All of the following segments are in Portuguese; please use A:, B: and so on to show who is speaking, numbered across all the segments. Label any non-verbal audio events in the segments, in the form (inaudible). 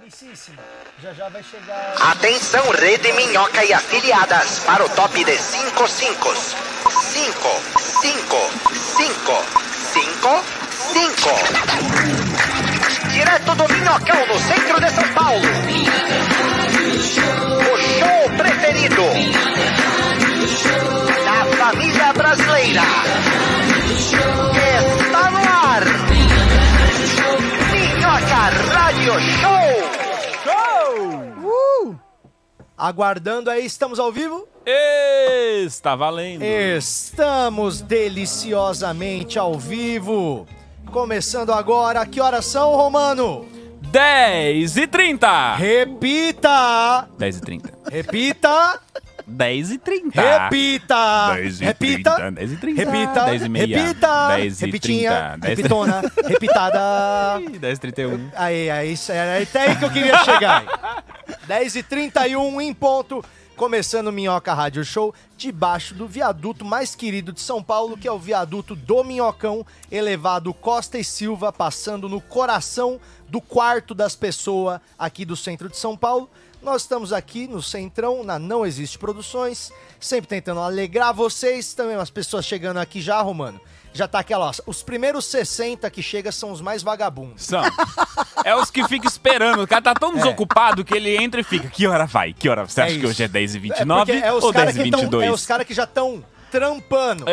A: Amicíssimo, já já vai chegar.
B: Atenção, Rede Minhoca e afiliadas, para o top de 5 5. 5, 5, 5, 5, 5. Direto do Minhocão, no centro de São Paulo. O show preferido da família brasileira. Está no ar. Minhoca Radio Show.
A: Show! Uh! Aguardando aí, estamos ao vivo?
C: Está valendo.
A: Estamos deliciosamente ao vivo. Começando agora, que horas são, Romano?
C: 10 e 30.
A: Repita!
C: 10 e 30. (laughs)
A: Repita!
C: 10 e 30.
A: Repita!
C: 10 Tá. e
A: repita!
C: 30, 10 e 30,
A: Repita!
C: 10 e meia,
A: Repita!
C: 10 e
A: Repitinha!
C: 30, 10 e-
A: Repitona!
C: (laughs)
A: Repitada!
C: 10 e 31.
A: Aí, aí, isso era até aí que eu queria chegar. 10h31 em ponto, começando o Minhoca Rádio Show, debaixo do viaduto mais querido de São Paulo, que é o viaduto do Minhocão, elevado Costa e Silva, passando no coração do quarto das pessoas aqui do centro de São Paulo. Nós estamos aqui no Centrão, na Não Existe Produções, sempre tentando alegrar vocês, também as pessoas chegando aqui já, Romano. Já tá aquela, ó, os primeiros 60 que chega são os mais vagabundos.
C: São. É os que ficam esperando. O cara tá tão desocupado que ele entra e fica. Que hora vai? Que hora? Você
A: É
C: acha que
A: isso.
C: hoje é 10
A: É
C: e 29
A: porque é os
C: ou
A: cara
C: 10 e É.
A: que tão-
C: 22?
A: é os caras que já estão trampando.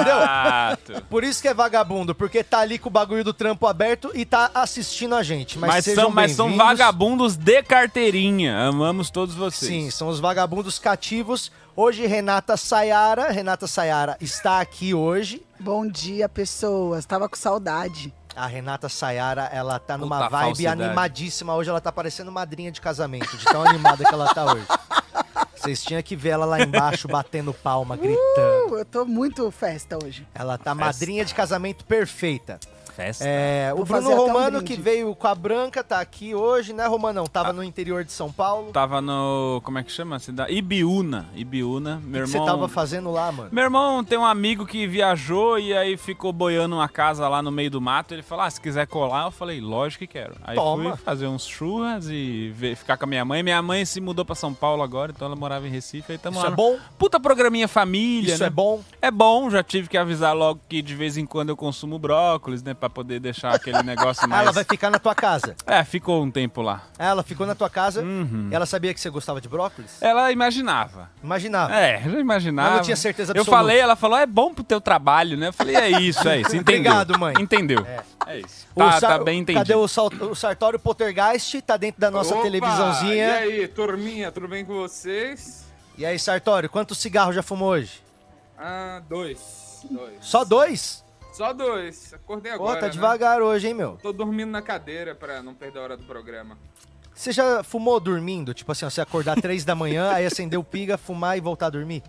C: Exato.
A: Por isso que é vagabundo, porque tá ali com o bagulho do trampo aberto e tá assistindo a gente. Mas,
C: Mas,
A: sejam
C: são, mas são
A: bem-vindos.
C: vagabundos de carteirinha. Amamos todos vocês.
A: Sim, são os vagabundos cativos. Hoje, Renata Sayara. Renata Sayara está aqui hoje.
D: Bom dia, pessoas. Tava com saudade.
A: A Renata Sayara, ela tá numa
C: Puta
A: vibe
C: falsidade.
A: animadíssima hoje. Ela tá parecendo madrinha de casamento, de tão animada que ela tá
C: (laughs)
A: hoje. Vocês tinham que ver ela lá embaixo batendo palma, gritando.
D: Uh, eu tô muito festa hoje.
A: Ela tá madrinha de casamento perfeita.
C: Festa.
A: É, o
D: Vou
A: Bruno
D: fazer até um
A: Romano,
D: brinde.
A: que veio com a Branca, tá aqui hoje, né, Romanão? Tava no interior de São Paulo.
C: Tava no. Como é que chama? a Cidade? Ibiúna. Ibiúna.
A: O que
C: Meu
A: que você
C: irmão.
A: tava fazendo lá, mano?
C: Meu irmão tem um amigo que viajou e aí ficou boiando uma casa lá no meio do mato. Ele falou: Ah, se quiser colar, eu falei, lógico que quero. Aí
A: Toma.
C: fui fazer uns churras e ver- ficar com a minha mãe. Minha mãe se mudou pra São Paulo agora, então ela morava em Recife. Aí tamo
A: Isso
C: lá
A: é
C: no-
A: bom?
C: Puta programinha família,
A: Isso
C: né?
A: é bom?
C: É bom, já tive que avisar logo que de vez em quando eu consumo brócolis, né? Pra poder deixar aquele negócio
A: Ah,
C: mais.
A: (laughs) Ela vai ficar na tua casa.
C: É, ficou um tempo lá.
A: Ah, Ela ficou na tua casa. Ela sabia que você gostava de brócolis?
C: Ela imaginava.
A: Imaginava.
C: É, já imaginava.
A: Mas não tinha certeza
C: Eu
A: absoluta.
C: falei, ela falou, é bom pro teu trabalho, né? Eu falei, é isso,
A: (laughs)
C: é isso. Entendeu.
A: Obrigado, mãe.
C: Entendeu. É, isso.
A: O
C: Tá,
A: Sar-
C: tá bem entendido.
A: Cadê o, sal- o Sartório Poltergeist? Tá dentro da nossa
E: Opa!
A: televisãozinha.
E: E aí, turminha, tudo bem com vocês?
A: E aí, Sartório, quantos cigarros já fumou hoje?
E: Ah, dois. Dois.
A: Só dois?
E: Só dois. Acordei
A: Pô,
E: agora.
A: tá
E: né?
A: devagar hoje, hein, meu?
E: Tô dormindo na cadeira pra não perder a hora do programa.
A: Você já fumou dormindo? Tipo assim, ó, você acordar três da manhã, aí acender o piga, fumar e voltar a dormir?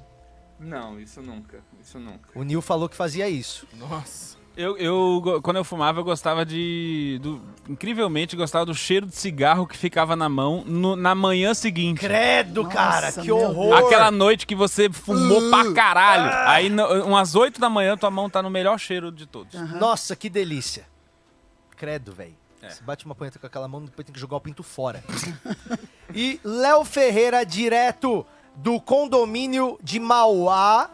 E: Não, isso nunca. Isso nunca.
A: O Nil falou que fazia isso.
E: Nossa.
C: Eu, eu go- quando eu fumava, eu gostava de. do- incrivelmente, gostava do cheiro de cigarro que ficava na mão no- na manhã seguinte.
A: Credo,
D: Nossa,
A: cara, que
D: meu
A: horror!
C: Aquela noite que você fumou
A: Uh,
C: pra caralho.
A: ah!
C: Aí, no- umas 8 da manhã, tua mão tá no melhor cheiro de todos.
A: Nossa, que delícia. Credo, velho. Você bate uma punheta com aquela mão, depois tem que jogar o pinto fora. (laughs) e Léo Ferreira, direto do condomínio de Mauá,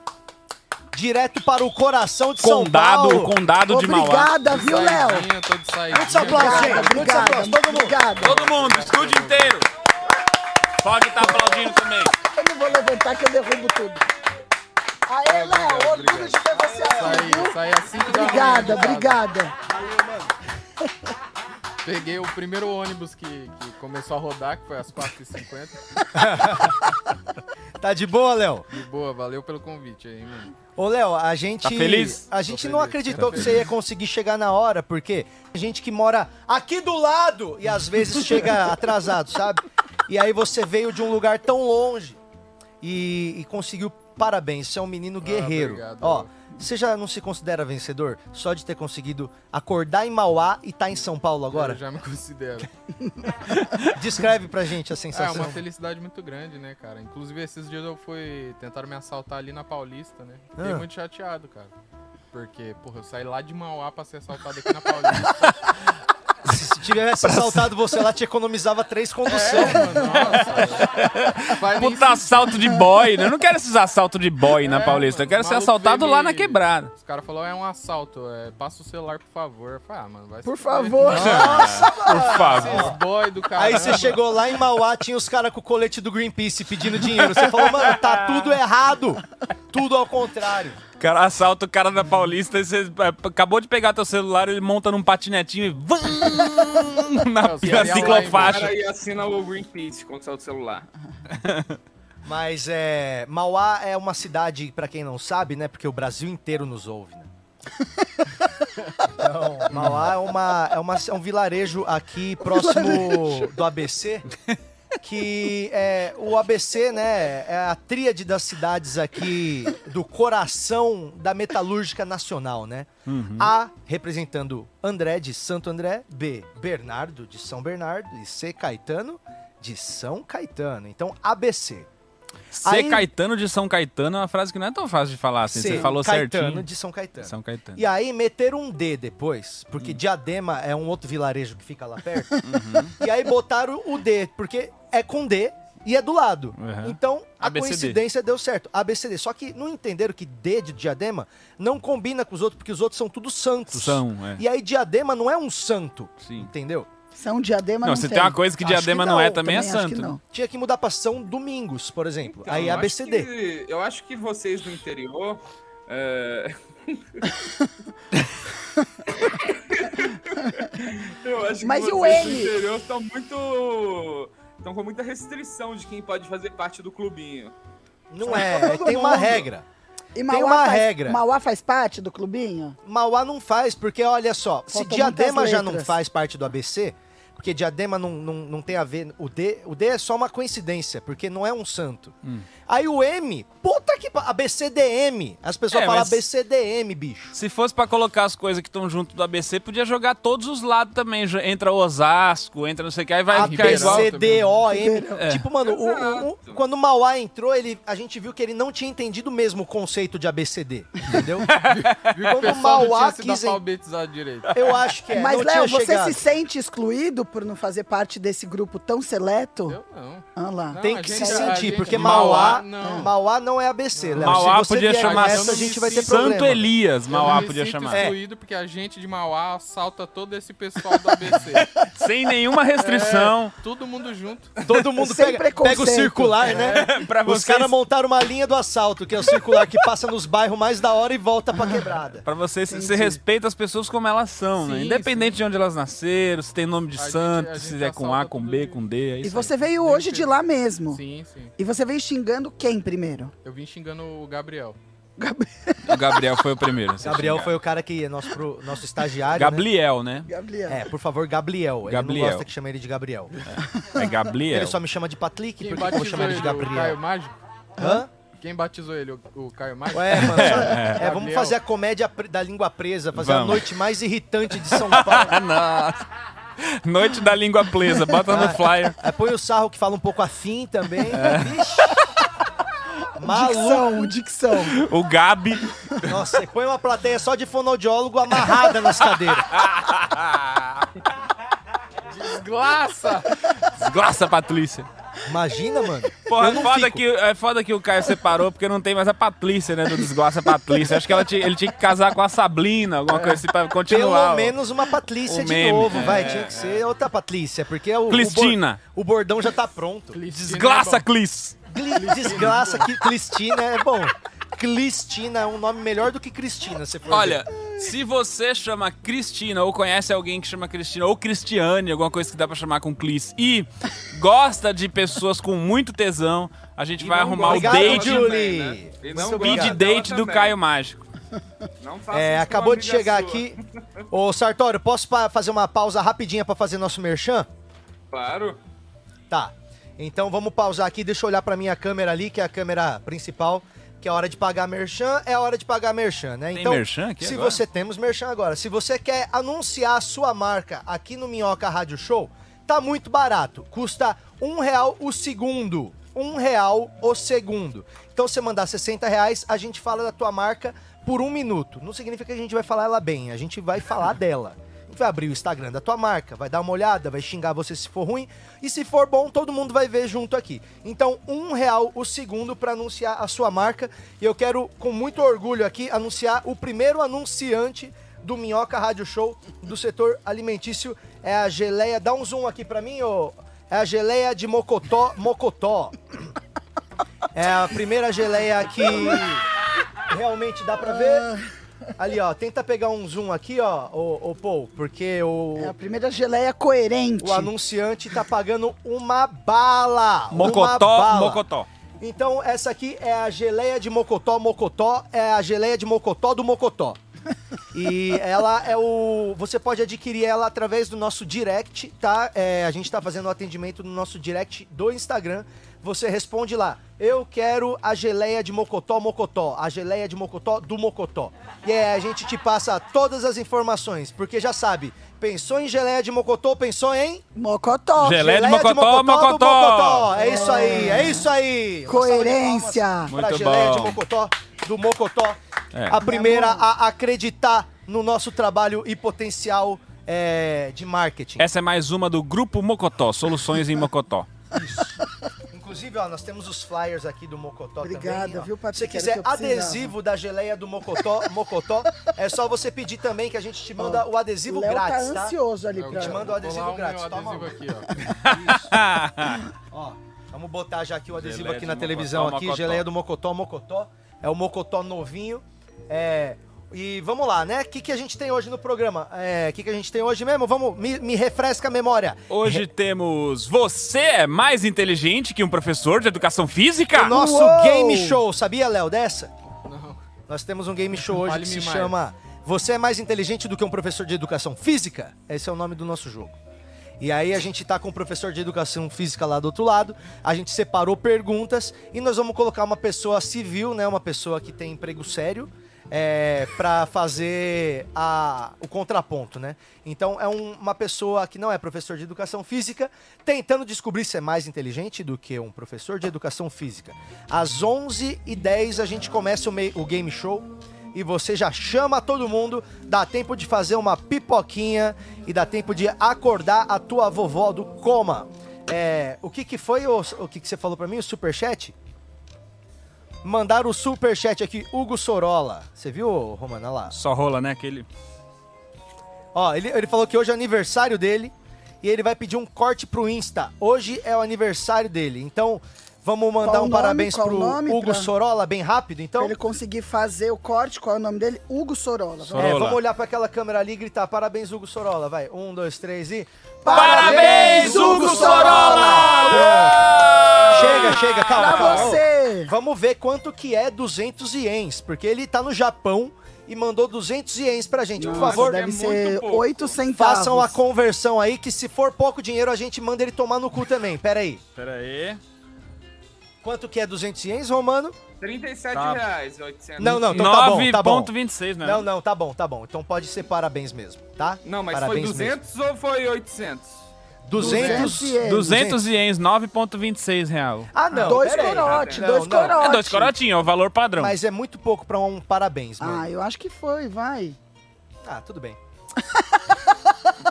A: direto para o coração de
C: condado,
A: São Paulo.
C: o condado de Mauá.
D: Obrigada, viu, Léo?
E: é
A: Muitos aplausos, gente. Muitos
D: Obrigada,
A: aplausos, todo mundo.
D: obrigada.
C: Todo mundo, estúdio inteiro. Só que tá aplaudindo também.
D: Eu não vou levantar que eu derrubo tudo. Aê, Léo, orgulho de ter você aqui, viu?
F: Saí assim que dava
D: Obrigada,
F: medo, sabe?
D: obrigada.
F: Peguei o primeiro ônibus que, que começou a rodar, que foi às 4h50.
A: Tá de boa, Léo?
F: E boa, valeu pelo convite aí, mano.
A: Ô, Léo, a gente.
C: Tá feliz?
A: A gente
F: Tô
A: não
F: feliz,
A: acreditou
F: tô
A: que você ia conseguir chegar na hora, porque a gente que mora aqui do lado e às vezes
C: (laughs)
A: chega atrasado, sabe? E aí você veio de um lugar tão longe e, e conseguiu. Parabéns, você é um menino guerreiro.
F: Ah, obrigado.
A: Ó, você já não se considera vencedor só de ter conseguido acordar em Mauá e tá em São Paulo
F: Eu
A: agora?
F: já
A: (laughs)
F: me considero.
A: Descreve pra gente a
F: É
A: sensação.
F: uma felicidade muito grande, né, cara? Inclusive, esses dias eu fui. Tentaram me assaltar ali na Paulista, né? Fiquei
A: Ah.
F: muito chateado, cara.
A: (laughs)
F: Porque, porra, eu saí lá de Mauá (laughs) pra É, ser assaltado aqui na Paulista.
A: Esses tivesse assaltado você lá, te economizava três condução.
F: Vai nem
C: Puta assalto de boy, né? Eu não quero esses assaltos de boy na
F: É,
C: Paulista. Eu quero
F: mano,
C: ser
F: maluco
C: assaltado lá na
F: vermelho.
C: quebrada.
F: Os caras falaram, é um assalto, é, passa o celular, por favor. Eu falei, ah, mano, vai se
D: Por
F: fuder.
D: favor.
C: Por favor.
F: Esses boy do cara.
A: Aí você chegou lá em Mauá, tinha os caras com o colete do Greenpeace pedindo dinheiro. Você falou, mano, tá tudo errado. Tudo ao contrário.
C: O cara assalta o cara da Paulista e você é, acabou de pegar teu celular, ele monta num patinetinho e vum, (laughs) na,
F: Não,
A: é
C: na
F: os caras
A: um
F: iam lá
E: O
C: ciclofaixa.
E: cara aí assina o Greenpeace quando sai do celular.
A: Mas é, Mauá é uma cidade, pra quem não sabe, né? Porque o Brasil inteiro nos ouve, né? Então, Mauá é, uma, é, uma- é um vilarejo aqui próximo do ABC. Que é, o ABC, né? É a tríade das cidades aqui do coração da metalúrgica nacional, né? A representando André de Santo André, B Bernardo de São Bernardo e C Caetano de São Caetano. Então ABC.
C: Ser
A: né? Aí-
C: Caetano de São Caetano é uma frase que não é tão fácil de falar assim.
A: Ser
C: Você falou
A: Caetano
C: certinho.
A: de São Caetano.
C: São Caetano. Hum.
A: E aí meteram um D depois, porque Diadema é um outro vilarejo que fica lá
C: (laughs)
A: perto.
C: Uhum.
A: E aí botaram o D, porque é com D e é do lado.
C: Uhum.
A: Então a
C: ABCD.
A: coincidência deu certo. ABCD. Só que não entenderam que D de Diadema não combina com os outros, porque os outros são tudo santos.
C: São, é.
A: E aí Diadema não é um santo.
C: Sim.
A: Entendeu?
D: São é um diadema
C: Não,
D: não
C: se tem
D: tem
C: uma coisa que
D: Acho
C: Diadema não é, também é
D: acho que
C: santo.
D: não.
A: Tinha que mudar pra São Domingos, por exemplo.
E: Então,
A: aí
E: eu acho
A: ABCD.
E: que- eu acho que vocês do interior.
A: (laughs)
E: é, eu acho
D: Mas
E: que
D: e o
E: vocês do
D: N?
E: interior estão muito. Estão com muita restrição de quem pode fazer parte do clubinho.
A: Não é, tem uma regra.
D: E
A: uma
D: faz,
A: regra.
D: Mauá faz parte do clubinho?
A: Mauá não faz, porque olha só, se
D: Faltam
A: Diadema
D: muitas
A: já não
D: letras.
A: faz parte do ABC, porque Diadema não, não, não tem a ver. O D, o D é só uma coincidência, porque não é um santo.
C: Hum.
A: Aí o M, puta que. pa- ABCDM. As pessoas
C: É,
A: falam
C: mas-
A: ABCDM, bicho.
C: Se fosse pra colocar as coisas que estão junto do ABC, podia jogar todos os lados também. Jo- Entra Osasco, entra não sei o que, aí
A: Ah,
C: vai ficar
F: Ribeirão.
C: igual. né? É.
A: ABCDOM. (laughs) Tipo, mano, o- o- o-
E: Exato.
A: quando o Mauá entrou, ele, a gente viu que ele não tinha entendido mesmo o conceito de ABCD,
C: (laughs)
A: entendeu?
F: Viu que o
A: Quando
F: pessoal não
A: Mauá
F: tinha sido
A: quis en-
F: alfabetizado direito.
A: Eu acho que é.
D: Mas,
A: não tinha
D: Léo, você
A: chegado.
D: se sente excluído por não fazer parte desse grupo tão seleto?
F: Eu não.
D: Ah lá.
F: Não,
A: Tem
F: a
A: que
F: gente-
A: se
F: a
A: sentir,
F: gente-
A: porque
C: Mauá-
A: é Mauá,
F: não.
A: Mauá não é ABC, Léo. Se
C: Mauá
A: você
C: podia
A: vier com
C: chamar
A: essa, a gente vai ter
C: Santo
A: problema.
C: Elias, Mauá
F: eu me
C: podia
F: sinto
A: assim.
C: chamar.
F: excluído porque a gente de Mauá assalta todo esse pessoal do ABC.
A: (laughs)
C: Sem nenhuma restrição.
F: Todo mundo junto.
A: Todo mundo
D: Sem
A: pega,
D: preconceito.
A: pega o circular, né? (laughs)
C: pra
A: Os
C: vocês,
A: caras montaram uma linha do assalto, que é o circular que passa nos bairros mais da hora e volta pra quebrada.
C: pra vocês se respeita as pessoas como elas são, né?
F: Sim,
C: Independente de onde elas nasceram, se tem nome de
F: A gente-
C: santo,
F: a
C: se
F: gente
C: é com A,
F: assalta
C: com
F: tudo
C: B,
F: de-
C: com D. É
D: E
C: isso.
D: você veio hoje de lá mesmo.
F: Sim, sim.
D: E você veio xingando quem primeiro?
F: Eu vim xingando o Gabriel.
D: Gabriel.
C: O Gabriel foi o primeiro. assim.
A: Gabriel foi o cara que é nosso, pro- nosso estagiário.
C: Gabriel, né?
D: Gabriel.
A: Né? É, por favor, Gabriel. Ele
C: Gabriel.
A: não gosta que chame ele de Gabriel.
C: É Gabriel.
A: Ele só me chama de Patlick,
F: Quem
A: por que que eu vou
F: batizou
A: chamar ele de
F: ele, o Caio
A: Gabriel?
F: Mágico?
A: Hã?
F: Quem batizou ele, o, o Caio Mágico?
A: Ué, (laughs) mano,
F: (laughs)
A: só- é, vamos
F: Gabriel.
A: fazer a comédia pre- da língua presa, fazer a
C: Vamos.
A: noite mais irritante de São Paulo.
C: Ah, nossa. Noite da língua presa, bota no flyer.
A: Aí põe o sarro que fala um pouco afim também. Vixe. Maluco.
D: Dicção, dicção.
C: O Gabi.
A: Nossa, e põe uma plateia só de fonoaudiólogo amarrada nas cadeiras.
F: Desglaça!
C: Desgraça, Patrícia.
A: Imagina, mano.
C: Porra,
A: Eu
C: é
A: não
C: foda,
A: fico.
C: que, é foda que o Caio separou porque não tem mais a Patrícia, né? Do Desgraça Patrícia. Acho que ela tinha- ele tinha que casar com a Sabrina, alguma coisa assim, pra
A: Pelo
C: continuar. ó.
A: menos uma Patrícia
C: o
A: de
C: meme. é.
A: novo, vai. Tinha que ser outra Patrícia, porque o, o,
C: Cristina.
A: bor- o bordão já tá pronto.
C: Desgraça, Clis.
A: Gli- Desgraça que Cristina é bom. Cristina é um nome melhor do que Cristina, se for ver.
C: Olha, se você chama Cristina ou conhece alguém que chama Cristina ou Cristiane, alguma coisa que dá pra chamar com Clis, e gosta de pessoas com muito tesão, a gente vai arrumar o
A: gosta.
C: date,
A: Obrigado,
E: Também,
A: Julie.
E: né? E
A: Muito obrigado.
E: não
C: speed
E: gosta dela
C: date do
E: também.
C: Caio Mágico.
E: Não faça
A: É,
E: isso com
A: acabou
E: uma
A: de
E: amiga
A: chegar
E: sua.
A: aqui. Ô, Sartório, posso pa- fazer uma pausa rapidinha pra fazer nosso merchan?
E: Claro.
A: Tá. Então vamos pausar aqui, deixa eu olhar pra minha câmera ali, que é a câmera principal, que é a hora de pagar merchan, é a hora de pagar merchan, né?
C: Tem
A: então,
C: merchan aqui
A: se
C: agora?
A: você temos merchan agora, se você quer anunciar a sua marca aqui no Minhoca Rádio Show, tá muito barato, custa um real o segundo, um real o segundo. Então se você mandar 60 reais, a
C: (laughs)
A: gente fala da tua marca por um minuto. Não significa que a gente vai falar ela bem, a gente vai falar dela. vai abrir o Instagram da tua marca, vai dar uma olhada, vai xingar você se for ruim. E se for bom, todo mundo vai ver junto aqui. Então, um real o segundo para anunciar a sua marca. E eu quero, com muito orgulho aqui, anunciar o primeiro anunciante do Minhoca Rádio Show do setor alimentício. É a geleia. Dá um zoom aqui para mim, ô. É a geleia de Mocotó. Mocotó. É a primeira geleia que realmente dá pra ver. Ali, ó, tenta pegar um zoom aqui, ó, ô, ô Paul, porque o,
D: É a primeira geleia coerente.
A: o anunciante tá pagando uma bala. uma
C: Mocotó,
A: bala.
C: mocotó.
A: Então, essa aqui é a geleia de Mocotó, Mocotó, é a geleia de Mocotó do Mocotó. E ela é o. Você pode adquirir ela através do nosso direct, tá? É, a gente tá fazendo o atendimento no nosso direct do Instagram. Você responde lá: Eu quero a geleia de Mocotó Mocotó, a geleia de Mocotó do Mocotó. E aí a gente te passa todas as informações, porque já sabe, pensou em geleia de Mocotó, pensou em.
D: Mocotó.
C: Gele- Geleia de
A: do
C: Mocotó,
A: do
C: Mocotó.
A: É isso aí, é isso aí! Uma salva de
D: Coerência.
A: palmas pra
C: Muito
A: geleia de
C: bom.
A: Mocotó, do Mocotó.
C: É.
A: A primeira a acreditar no nosso trabalho e potencial é, de marketing.
C: Essa é mais uma do Grupo Mocotó, Soluções
A: (laughs)
C: em Mocotó.
A: Inclusive, ó, nós temos os flyers aqui do Mocotó
D: Obrigada,
A: também. ó.
D: viu,
A: Se
D: Patrick?
A: você quiser
D: Era o que eu precisava.
A: adesivo da geleia do Mocotó, Mocotó, é só você pedir também que a gente te manda o adesivo
D: O Léo tá
A: grátis, tá?
D: ansioso ali pra...
A: te mando o adesivo grátis, toma
F: adesivo
A: um.
F: aqui, ó.
A: Ó, vamos botar já aqui o adesivo
C: Geleia
A: aqui
C: de
A: na
C: Mocotó,
A: televisão aqui,
C: Mocotó.
A: geleia do Mocotó, Mocotó. É o Mocotó novinho. É, e vamos lá, né? O que, que a gente tem hoje no programa? O que, que a gente tem hoje mesmo? Vamos, me, me refresca a memória.
C: Hoje temos Você é mais inteligente que um professor de educação física?
A: O nosso
D: Uou!
A: game show, sabia, Léo, dessa?
F: Não.
A: Nós temos um game show hoje que
F: Fale-me
A: se
F: mais.
A: chama Você é mais inteligente do que um professor de educação física? Esse é o nome do nosso jogo. E aí a gente tá com o professor de educação física lá do outro lado, a gente separou perguntas e nós vamos colocar uma pessoa civil, né, uma pessoa que tem emprego sério, é, para fazer a- o contraponto, né? Então é um- uma pessoa que não é professor de educação física tentando descobrir se é mais inteligente do que um professor de educação física. Às 11h10 a gente começa o mei- o game show e você já chama todo mundo, dá tempo de fazer uma pipoquinha e dá tempo de acordar a tua vovó do coma. É, o que que foi o, o que que você falou pra mim, o superchat? Mandaram o superchat aqui, Hugo Sorola. Você viu, Romana, lá?
C: Só rola, né? Aquele.
A: Ó, ele, ele falou que hoje é aniversário dele e ele vai pedir um corte pro Insta. Hoje é o aniversário dele, então vamos mandar
D: Qual
A: um
D: o nome?
A: parabéns
D: Qual o
A: pro
D: nome
A: Hugo
D: pra-
A: Sorola bem rápido,
D: Pra
A: então.
D: ele conseguir fazer o corte, qual é o nome dele? Hugo Sorola.
C: Sor-
A: É,
C: Sorola.
A: vamos olhar pra aquela câmera ali e gritar parabéns, Hugo Sorola. Vai, um, dois, três e.
C: Parabéns, Hugo
A: Pronto.
E: É.
C: Sorola!
A: Chega, chega, calma,
D: Pra
A: calma.
D: você!
A: Vamos ver quanto que é 200 ienes, porque ele tá no Japão e mandou 200 ienes pra gente. Por
E: Nossa,
A: favor,
D: deve um
E: é
D: ser
E: muito pouco.
D: 8 centavos.
A: façam a conversão aí, que se for pouco dinheiro, a gente manda ele tomar no cu também. Pera aí.
C: Pera aí.
A: Quanto que é 200 ienes, Romano?
E: 37
C: Tá.
E: reais, 800.
A: Não, não, então tá bom, tá bom.
C: 9,26, né?
A: Não, não, tá bom, tá bom. Então pode ser parabéns mesmo, tá?
E: Não, mas
A: parabéns
E: foi 200 ou foi 800?
A: 200
D: ienes.
C: 200 ienes, 9,26 real.
A: Ah, não.
D: dois
A: pera aí.
D: corote,
A: Não,
D: dois
A: não.
D: corote.
C: É dois corotinhos, é o valor padrão.
A: Mas é muito pouco pra um parabéns, mano.
D: Ah, eu acho que foi, vai.
A: Ah, tudo bem. (laughs)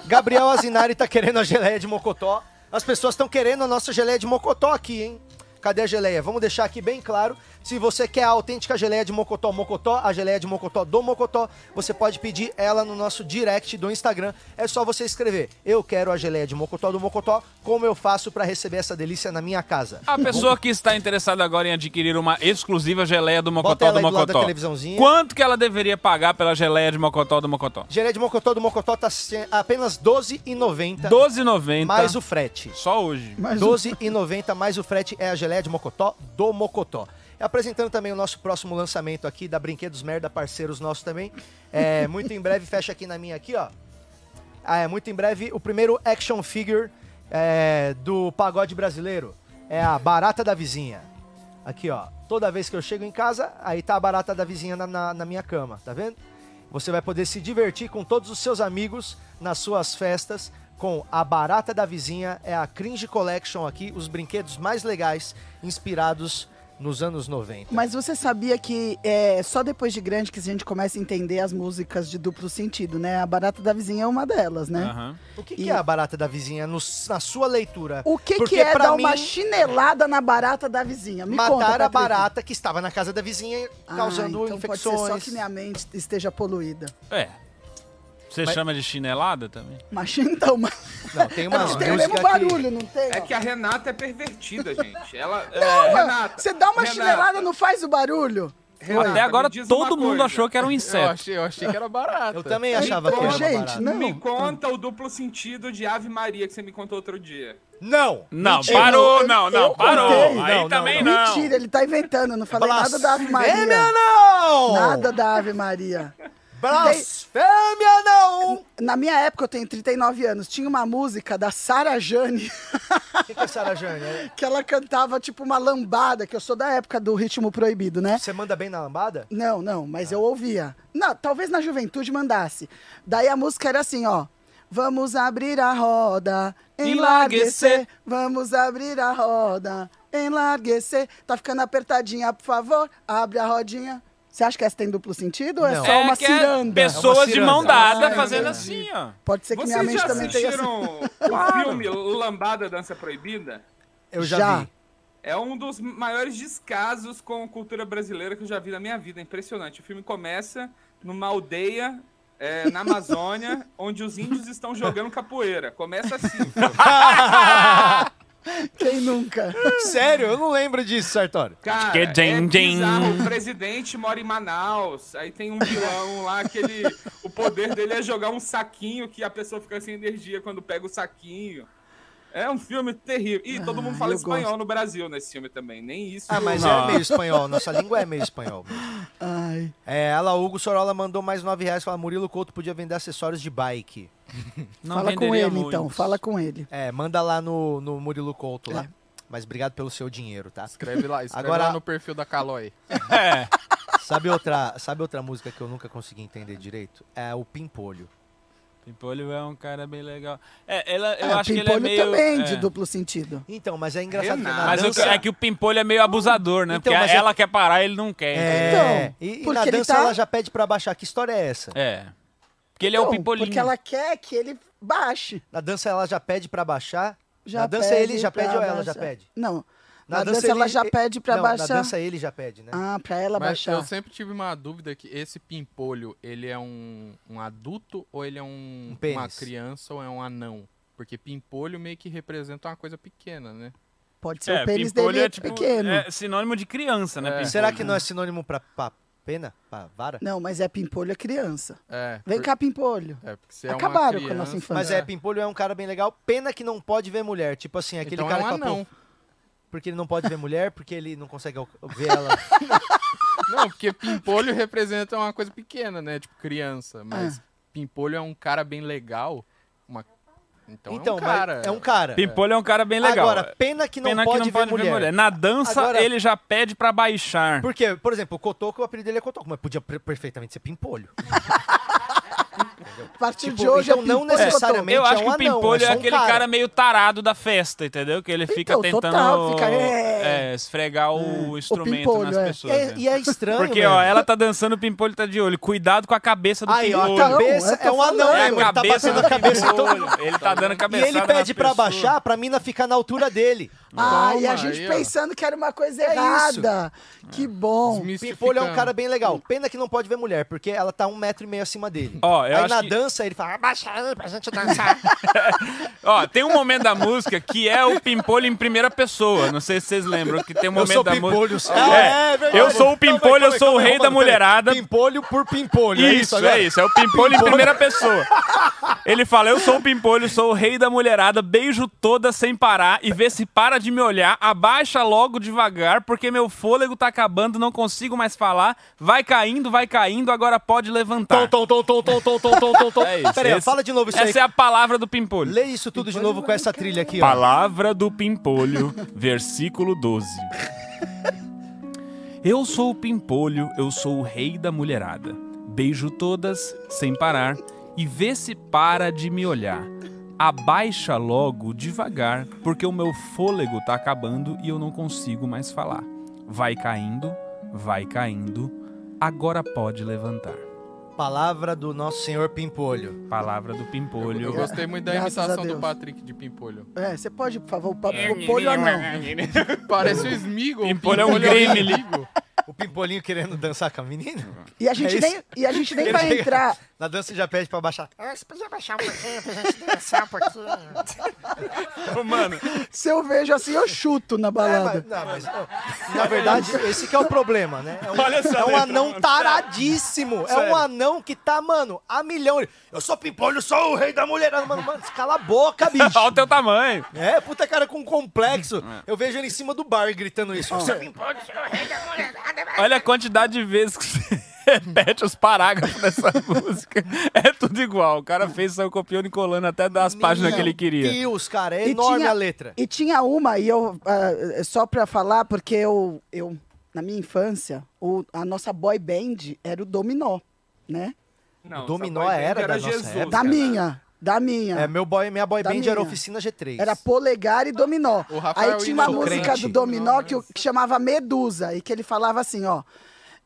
A: Gabriel Azinari tá querendo a geleia de mocotó. As pessoas estão querendo a nossa geleia de mocotó aqui, hein? Cadê a geleia? Vamos deixar aqui bem claro. Se você quer a autêntica geleia de mocotó mocotó, a geleia de mocotó do mocotó, você pode pedir ela no nosso direct do Instagram. É só você escrever: "Eu quero a geleia de mocotó do mocotó. Como eu faço pra receber essa delícia na minha casa?"
C: A pessoa que está interessada agora em adquirir uma exclusiva geleia do
A: Bota
C: Mocotó
A: ela
C: do
A: aí do lado da
C: Mocotó.
A: televisãozinha.
C: Quanto que ela deveria pagar pela geleia de Mocotó do Mocotó?
A: Geleia de mocotó do mocotó tá se- apenas R$12,90.
C: 12,90.
A: mais Tá. o frete.
C: Só hoje.
D: Mas o-
A: 12,90 mais o frete é a geleia de Mocotó do Mocotó. E apresentando também o nosso próximo lançamento aqui da Brinquedos Merda, parceiros nossos também. É, muito em breve, fecha aqui na minha aqui, ó. Ah, é, muito em breve, o primeiro action figure é, do pagode brasileiro. É a Barata da Vizinha. Aqui, ó. Toda vez que eu chego em casa, aí tá a Barata da Vizinha na- na- na minha cama, tá vendo? Você vai poder se divertir com todos os seus amigos nas suas festas com a Barata da Vizinha, é a Cringe Collection aqui, os brinquedos mais legais inspirados nos anos 90.
D: Mas você sabia que é só depois de grande que a gente começa a entender as músicas de duplo sentido, né? A Barata da Vizinha é uma delas, né?
C: Aham.
A: O que,
D: E-
A: que é a barata da vizinha no- na sua leitura?
D: O que,
A: Porque
D: que é
A: pra
D: dar
A: mim-
D: uma chinelada na barata da vizinha? Me
A: Matar
D: conta,
A: a
D: Patrick.
A: barata que estava na casa da vizinha
D: Ah,
A: causando
D: então
A: infecções.
D: Pode ser só que minha mente esteja poluída.
C: É. Você
A: Mas-
C: chama de chinelada também?
D: Mas (laughs) então, mas
A: Não, tem uma
D: a gente tem o
A: música
D: mesmo
A: que-
D: barulho, não tem?
E: É
D: ó?
E: que a Renata é pervertida, gente.
D: (laughs)
E: Ela. é,
D: Porra,
E: Renata,
D: Você dá uma
E: Renata,
D: chinelada, não faz o barulho?
E: Renata,
C: Até agora
E: me diz uma
C: todo mundo
E: coisa.
C: achou que era um
F: Eu
C: inseto.
F: achei, eu achei que era barato.
A: Eu também achava que
D: Então,
A: era uma
D: gente,
A: barata.
D: não.
E: Me conta o duplo sentido de Ave Maria que você me contou outro dia.
A: Não!
C: Não,
A: Mentira.
C: parou,
D: Eu-
C: não, não,
D: eu
C: parou.
D: contei.
C: Aí
A: Não, assim. não,
C: também não.
D: Mentira, ele tá inventando, eu não falei nada da Ave
A: Blasfêmia
D: Maria.
A: não!
D: Nada da Ave Maria.
A: Blasfêmia não! O
D: Na minha época, eu tenho 39 anos, tinha uma música da Sara Jane (laughs)
A: que, que é Sara Jane? É-
D: que ela cantava tipo uma lambada, que eu sou da época do ritmo proibido, né?
A: Você manda bem na lambada?
D: Não, não, mas eu ouvia. Não, talvez na juventude mandasse. Daí a música era assim, ó. Vamos abrir a roda, enlarguecer.
C: Enlarguecer.
D: Vamos abrir a roda, enlarguecer. Tá ficando apertadinha, por favor, abre a rodinha. Você acha que essa tem duplo sentido ou é
A: Não.
D: só uma
C: que é
D: ciranda?
C: pessoas
A: É uma
C: de mão
A: ciranda.
C: dada
D: Ah,
C: fazendo assim,
D: entendi.
C: ó.
D: Pode ser É que minha
E: Vocês
D: mente
E: já
D: também tenha assim.
E: assistiram o filme Lambada Dança Proibida?
A: Eu já,
D: Já.
A: vi.
E: É um dos maiores descasos com a cultura brasileira que eu já vi na minha vida. É impressionante. O filme começa numa aldeia é, na Amazônia, (laughs) onde os índios estão jogando capoeira. Começa assim.
D: (laughs)
E: o filme.
D: Quem nunca?
A: Sério, eu não lembro disso, Sartori.
E: Cara,
C: Que din-
E: é
C: din.
E: bizarro. O presidente mora em Manaus. Aí tem um vilão lá que ele, o poder dele é jogar um saquinho que a pessoa fica sem energia quando pega o saquinho. É um filme terrível. E todo mundo fala
D: eu
E: espanhol
D: gosto.
E: no Brasil nesse filme também. Nem isso.
A: Ah, mas
C: Não.
A: é meio espanhol, nossa língua é meio espanhol. mesmo.
D: Ai.
A: É, ela, Hugo Sorola mandou mais nove reais, fala, Murilo Couto podia vender acessórios de bike.
C: Não
D: fala com
C: venderia
D: ele, então.
C: muito.
D: Fala com ele.
A: É, manda lá no, no Murilo Couto
D: É.
A: lá. Mas obrigado pelo seu dinheiro, tá?
F: Escreve lá, escreve
A: Agora-
F: lá no perfil da Caloi.
C: É.
A: Sabe outra, sabe outra música que eu nunca consegui entender direito? É o Pimpolho.
C: Pimpolho é um cara bem legal. É, ela, eu
D: É,
C: acho que ele é
D: Pimpolho
C: meio...
D: também,
C: é.
D: de duplo sentido.
A: Então, mas é engraçado que na
E: Renato.
C: Mas o que-
A: dança...
C: é que o Pimpolho é meio abusador, né?
A: Então,
C: Porque
A: mas é-
C: ela quer parar, ele não quer.
A: É,
D: Então,
A: e- e,
D: porque
A: na
D: ele
A: dança
D: tá-
A: ela já pede pra baixar. Que história é essa?
C: É. Porque ele é o
D: Não,
C: Pimpolinho.
D: Porque ela quer que ele baixe.
A: Na dança ela já pede pra baixar.
D: Já
A: na dança
D: pede
A: ele já
D: pra
A: pede ou ela já
D: baixar.
A: pede?
D: Não. Na, dança,
A: ele-
D: ela já pede pra
A: Não,
D: baixar.
A: Na dança ele já pede, né?
D: Ah, pra ela
F: Mas
D: baixar.
F: eu sempre tive uma dúvida que esse pimpolho, ele é um, um adulto ou ele é um,
A: Um pênis.
F: uma criança ou é um anão? Porque pimpolho meio que representa uma coisa pequena, né?
D: Pode ser
C: É,
D: o pênis
C: Pimpolho
D: dele
C: é, tipo,
D: pequeno.
C: É sinônimo de criança, né? Pimpolho?
A: Será que não é sinônimo pra, pra pena? Pra vara?
D: Não, mas é pimpolho é criança.
F: É.
D: Vem
F: por-
D: cá, pimpolho.
F: É, porque se é
D: Acabaram
F: uma
D: com a nossa
F: criança,
D: infância.
A: Mas é, Pimpolho é um cara bem legal. Pena que não pode ver mulher. Tipo assim, aquele
F: então
A: cara
F: é um
A: que fala,
F: anão.
A: "Pô, porque ele não pode ver mulher, porque ele não consegue al-
F: (laughs)
A: ver ela.
F: Não, porque pimpolho representa uma coisa pequena, né? Tipo
D: Ah.
F: criança, mas pimpolho é um cara bem legal, uma então, é um
A: mas
F: cara.
A: é um cara.
C: Pimpolho é um cara bem legal.
A: Agora, pena que não
C: Pena
A: pode,
C: que não
A: ver,
C: pode
A: mulher.
C: ver mulher. Na dança,
A: Agora-
C: ele já pede pra baixar.
A: Porque, por exemplo, o Cotoco, o apelido dele é Cotoco, mas podia per- perfeitamente ser Pimpolho.
D: A partir
A: Tipo,
D: de hoje
A: então
D: é
A: não
D: Pimpolho
A: necessariamente-
C: Eu
A: é
C: acho
A: um
C: que o
A: anão,
C: Pimpolho
A: é
C: é,
A: só um
C: aquele
A: cara.
C: cara. meio tarado da festa, entendeu? Que ele fica
D: Então,
C: tentando
D: total, fica, é.
C: é, esfregar o instrumento
D: Pimpolho,
C: nas
D: é.
A: E
C: pessoas.
A: é,
C: né?
A: e é estranho,
C: Porque, ó,
A: mesmo.
C: ela tá dançando, o Pimpolho tá de olho. Cuidado com a cabeça do
A: Aí, ó, a
C: Pimpolho.
A: cabeça
D: eu tô
A: é um anão,
D: falando.
C: É a
A: mano, ele tá
C: cabeça
A: batendo
C: do
A: a cabeça em todo
C: Pimpolho. Ele tá dando
A: E
C: cabeçada
A: ele pede
C: nas
A: pra
C: pessoas.
A: baixar pra mina ficar na altura dele.
D: Ah, e a
F: Toma,
D: gente
F: aí, ó.
D: pensando que era uma coisa
A: É isso.
D: errada. Que bom.
A: Pimpolho é um
F: Desmistificando.
A: cara bem legal. Pena que não pode ver mulher, porque ela tá um metro e meio acima dele.
C: Ó, eu
A: Aí
C: acho
A: na
C: que-
A: dança ele fala, abaixa ela pra gente dançar.
C: Ó, tem um momento da música que é o Pimpolho em primeira pessoa. Não sei se vocês lembram que tem
A: Eu
C: um momento
A: sou
C: da
A: pimpolho,
C: música.
A: sabe?
C: É,
A: verdade.
C: eu sou o
A: Calma aí,
C: Pimpolho, eu
A: calma aí,
C: sou o
A: calma aí,
C: rei da
A: calma aí, pera aí.
C: mulherada.
A: Pimpolho por pimpolho. é
C: Isso,
A: agora?
C: é isso. É o Pimpolho em primeira pessoa. Ele fala: Eu sou o Pimpolho, sou o rei da mulherada, beijo toda sem parar e vê se para de me olhar, abaixa logo devagar, porque meu fôlego tá acabando, não consigo mais falar. Vai caindo, vai caindo, agora pode levantar.
A: Tom, tom, tom, tom, tom, tom, tom, tom, tom, tom.
C: É isso,
A: Pera aí,
C: esse-
A: fala de novo isso aí.
C: Essa é a palavra do Pimpolho.
A: Lê isso tudo de novo com essa trilha aqui, ó.
C: Palavra do Pimpolho, versículo 12. Eu sou o Pimpolho, eu sou o rei da mulherada. Beijo todas, sem parar, e vê se para de me olhar. Abaixa logo, devagar, porque o meu fôlego tá acabando e eu não consigo mais falar. Vai caindo, vai caindo, agora pode levantar.
A: Palavra do nosso senhor Pimpolho.
C: Palavra do
F: Eu,
C: Pimpolho.
F: gostei muito da
D: Graças a
F: imitação do
D: Deus.
F: Patrick de Pimpolho.
D: É, você pode, por favor, o papo
C: É
D: o polho ou não?
F: Parece o Smigo.
C: Pimpolho é um gremlin.
A: O Pimpolinho querendo dançar com a menina?
D: E a
A: É
D: gente
A: isso.
D: nem, e a gente nem
A: Ele
D: vai
A: chega-
D: entrar.
A: Na dança já pede pra baixar.
G: Ah, Você podia baixar um pouquinho pra gente dançar um pouquinho?
C: Ô, Mano,
D: Se eu vejo assim, eu chuto na
A: É,
D: balada.
A: mas- não, mas, ó, na verdade, esse que é o problema, né? É um,
C: Olha essa
A: é um
C: letra,
A: anão
C: mano.
A: taradíssimo. É
C: Sério.
A: um anão que tá, mano, a milhão. Ele, Eu sou Pimpolho, sou o rei da mulherada. Mano, mano, cala a boca,
C: (laughs)
A: bicho.
C: olha o teu tamanho.
A: É, puta cara com complexo. Eu vejo ele em cima do bar gritando isso. Você é Pimpolho.
C: Olha a quantidade de vezes que você (laughs) repete os parágrafos dessa
A: (laughs)
C: música. É tudo igual. O cara fez, saiu copiando e colando até das páginas que ele
A: Meu
C: queria.
A: Deus, cara, é
D: E
A: enorme
D: tinha-
A: a letra.
D: E tinha uma, e eu. ah, é só pra falar, porque eu. eu na minha infância, o, a nossa boy band era o Dominó, né?
E: Não,
A: O dominó
E: essa boy band
A: era da nossa época.
D: Da
E: cara.
D: minha. Da minha.
A: É, meu boy, minha boy
D: Da
A: band
D: minha.
A: era Oficina G3.
D: Era polegar e dominó.
F: O Rafael
D: Aí tinha uma
F: Inácio.
D: música
A: Crente.
D: do dominó que, o- que chamava Medusa, e que ele falava assim, ó.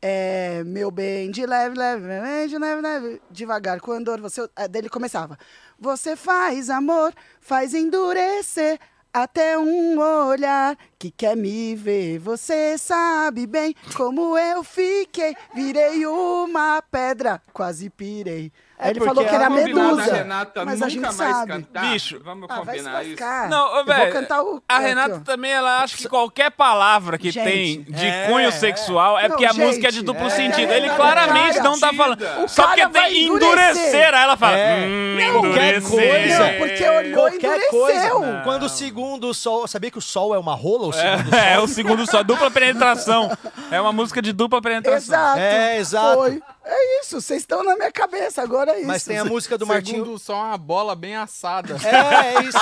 D: é, meu bem, de leve, leve, meu bem, de leve, leve, devagar, com andor, você... Ah, Daí ele começava. Você faz amor, faz endurecer até um olhar que quer me ver. Você sabe bem como eu fiquei, virei uma pedra, quase pirei. Aí ele
A: porque
D: falou que
A: ela
D: era
E: Vamos combinar
D: medusa,
E: Da Renata
D: mas
E: nunca
D: a gente
E: mais
D: sabe.
E: cantar.
C: Bicho.
E: Vamos
D: Ah, vai se
E: combinar isso.
D: lascar.
C: Não, ô,
D: Eu Vou
C: velho,
D: cantar o.
C: A
D: aqui,
C: Renata tá
D: ó.
C: também, ela acha que qualquer palavra que
D: Gente,
C: tem de
A: é,
C: cunho
A: é.
C: sexual é,
D: Não,
C: porque a
D: gente,
C: música é de duplo
D: é.
C: sentido. Ele
D: Não,
C: claramente
D: cara,
C: não tá falando.
E: o
C: Só
D: cara
C: porque
D: vai
C: tem
D: endurecer.
C: endurecer. Aí ela fala,
A: É.
C: hum,
A: Não, qualquer
C: endurecer. É.
A: coisa.
D: Não, porque olhou e
A: Qualquer coisa.
D: endureceu.
A: Quando o segundo sol. Sabia que o sol é uma rola? O segundo
C: (laughs) É, é o segundo só, dupla penetração. É uma música de dupla penetração.
D: Exato.
A: É, exato.
D: Foi. É isso, vocês estão na minha cabeça, agora é isso.
A: Mas tem a música do
F: Do
A: Martinho.
F: Segundo só uma bola bem assada.
D: (laughs)
A: É, é isso.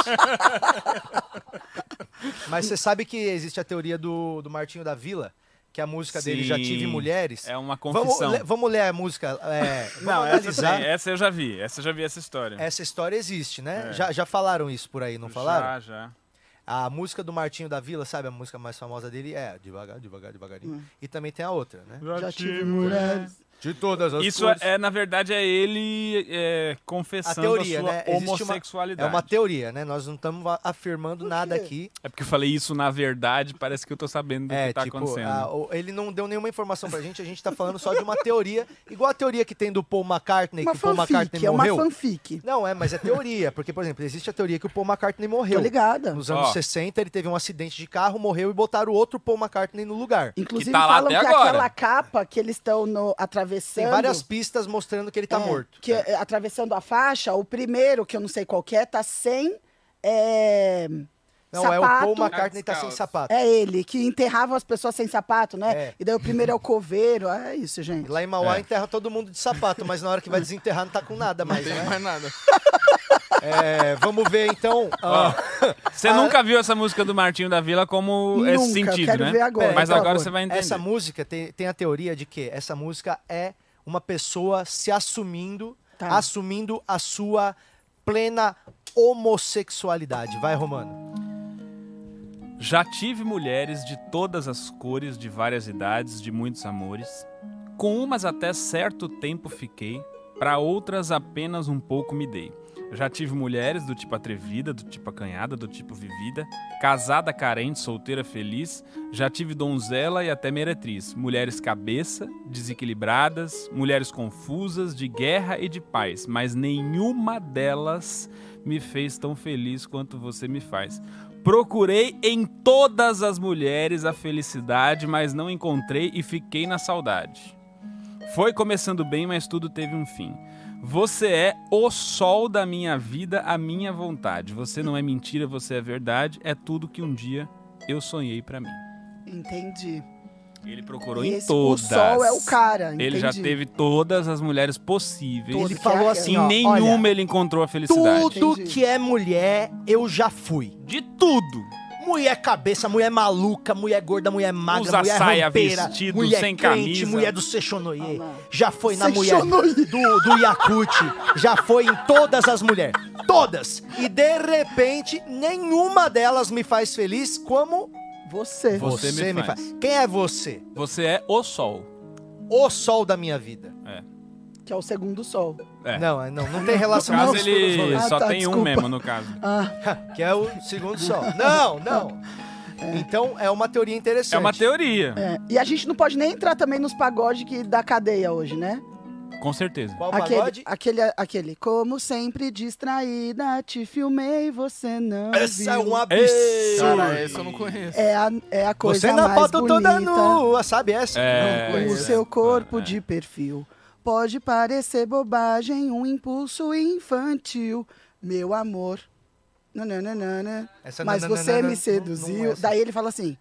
A: Mas você sabe que existe a teoria do, do Martinho da Vila, que a música dele já
C: Sim,
A: tive mulheres.
C: É uma
A: Vamos,
C: confissão.
A: le- vamos ler a música. é, vamos
C: Não, essa,
A: analisar.
C: tem, essa eu já vi. Essa eu já vi essa história.
A: Essa história existe, né? Já, já falaram isso por aí, não falaram?
C: Já, já.
A: A música do Martinho da Vila, sabe? A música mais famosa dele é Devagar, Devagar, Devagarinho.
D: Hum.
A: E também tem a outra, né?
D: Já tive mulheres.
A: De todas as
C: Isso
A: cores.
C: é, na verdade, é ele é,
A: a
C: confessando a,
A: teoria,
C: sua
A: né? Existe uma-
C: homossexualidade.
A: É uma teoria, né? Nós não estamos afirmando nada aqui.
C: É porque eu falei isso na verdade, parece que eu tô sabendo do
A: É,
C: que tá
A: tipo,
C: acontecendo.
A: ah, o- ele não deu nenhuma informação pra gente, a gente tá falando só de uma teoria, igual a teoria que tem do Paul McCartney,
D: Uma
A: que o Paul
D: fanfic,
A: McCartney
D: é uma
A: morreu.
D: fanfic.
A: Não, é, mas é teoria, porque, por exemplo, existe a teoria que o Paul McCartney
D: Tô
A: morreu.
D: ligada.
A: Nos anos
C: Ó.
A: 60, ele teve um acidente de carro, morreu e botaram outro Paul McCartney no lugar.
D: Inclusive,
C: Que tá lá
D: falam que
C: até agora.
D: aquela capa que eles estão no- atravessando.
A: Tem várias pistas mostrando que ele tá
D: é,
A: morto.
D: Que, é, Atravessando a faixa, o primeiro, que eu não sei qual que é, tá sem. É,
A: Não,
D: sapato.
A: é o Paul McCartney tá sem
E: Descalço.
A: sapato.
D: É ele, que enterrava as pessoas sem sapato, né?
A: É.
D: E daí o primeiro é o coveiro. É isso, gente.
A: Lá em Mauá enterra todo mundo de sapato, mas na hora que vai desenterrar não tá com nada
F: Não
A: mais,
F: tem
A: né?
F: mais nada.
A: É, vamos ver então. ah,
C: Você nunca viu essa música do Martinho da Vila como esse
D: Nunca,
C: sentido,
D: quero
C: né?
D: ver agora,
C: Mas
D: por
C: agora
D: favor.
C: você vai entender.
A: Essa música tem, tem a teoria de que essa música é uma pessoa se assumindo,
D: Tá.
A: assumindo a sua plena homossexualidade. Vai, Romano.
C: Já tive mulheres de todas as cores, de várias idades, de muitos amores. Com umas até certo tempo fiquei, para outras apenas um pouco me dei. Já tive mulheres do tipo atrevida, do tipo acanhada, do tipo vivida, casada carente, solteira feliz. Já tive donzela e até meretriz. Mulheres cabeça, desequilibradas, mulheres confusas, de guerra e de paz. Mas nenhuma delas me fez tão feliz quanto você me faz. Procurei em todas as mulheres a felicidade, mas não encontrei e fiquei na saudade. Foi começando bem, mas tudo teve um fim. Você é o sol da minha vida, a minha vontade. Você não é mentira, você é verdade. É tudo que um dia eu sonhei pra mim.
D: Entendi.
C: Ele procurou
D: E
C: em
D: esse-
C: todas.
D: O sol é o cara, entendi.
C: Ele já teve todas as mulheres possíveis.
D: Todas.
A: Ele
D: que
A: falou
D: é-
A: assim,
C: Em
A: ó,
C: nenhuma
A: olha,
C: ele encontrou a felicidade.
A: tudo
D: Entendi.
A: que é mulher eu já fui.
C: De tudo.
A: Mulher é cabeça, mulher maluca, mulher é gorda, mulher magra,
C: Usa
A: mulher
C: saia,
A: rampeira,
C: vestido,
A: mulher
C: sem
A: crente,
C: camisa.
A: mulher do Seixonoye,
D: Ah, não.
A: já foi na mulher
D: Seixonoye.
A: do, do Yakut, já foi em todas as mulheres, todas. E de repente, nenhuma delas me faz feliz como
D: Você.
C: Você me faz.
A: Quem é você?
C: Você é o sol.
A: O sol da minha vida.
D: Que é o segundo sol.
C: É.
A: Não, não, não tem
C: No
A: relação.
C: caso,
A: não,
C: ele
D: Ah,
C: só
D: tá,
C: tem um
D: desculpa.
C: mesmo, no caso.
D: Ah,
A: (laughs) Que é o segundo sol. Não, não. Então é uma teoria interessante.
C: É uma teoria,
D: é. E a gente não pode nem entrar também nos pagodes que da cadeia hoje, né?
C: com certeza.
A: Qual
D: Aquele,
A: É pagode?
D: aquele, aquele. Como sempre distraída, te filmei, você não. viu.
A: Essa é um
C: Ei,
A: absurdo.
F: Cara, esse eu não conheço.
D: É a, é a coisa
A: Você na
D: mais
A: foto
D: bonita.
A: toda nua, sabe essa?
C: É,
D: O seu corpo de perfil pode parecer bobagem, um impulso infantil, meu amor. Nananana.
A: Essa
D: Mas
A: nananana
D: você
A: não-
D: me
A: não é
D: seduziu.
A: essa.
D: Daí ele fala assim: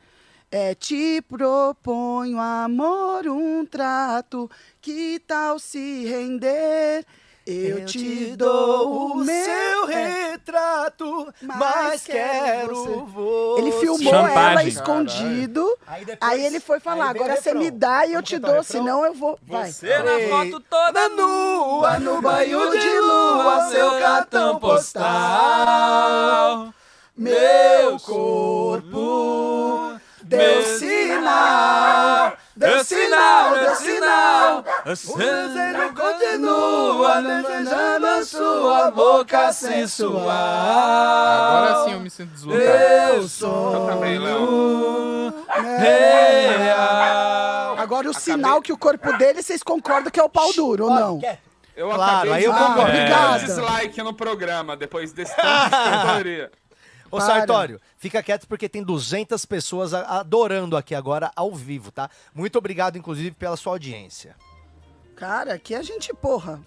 D: é, te proponho, amor, um trato. Que tal se render? Eu, te, dou o meu. É.
A: seu retrato,
D: Mas
A: mas
D: quero
A: quero
D: É.
A: você.
D: Ele filmou é. ela
C: Chantagem.
D: escondido.
A: Aí,
D: Aí ele foi falar: agora você me dá e eu te dou, senão eu vou. Vai.
A: na foto toda nua,
D: no banho de lua, seu cartão postal. Meu corpo deu sinal, deu sinal, deu sinal.
A: Você
D: Continua desejando a sua boca sensual.
F: Agora sim eu me sinto deslocado.
D: Eu sou
E: Eu também, Então tá Léo.
C: É,
D: real. Agora o sinal que o corpo dele, vocês concordam que é o pau duro ou não?
E: Eu
A: Claro,
E: acabei
A: aí
E: de
A: eu
E: dar
A: concordo.
E: um
D: Obrigado.
E: dislike no programa depois desse tanto de
A: (laughs)
E: teoria.
A: Ô
D: Para.
A: Sartório, fica quieto porque tem 200 pessoas a- adorando aqui agora ao vivo, tá? Muito obrigado, inclusive, pela sua audiência.
D: Cara, aqui a gente, porra.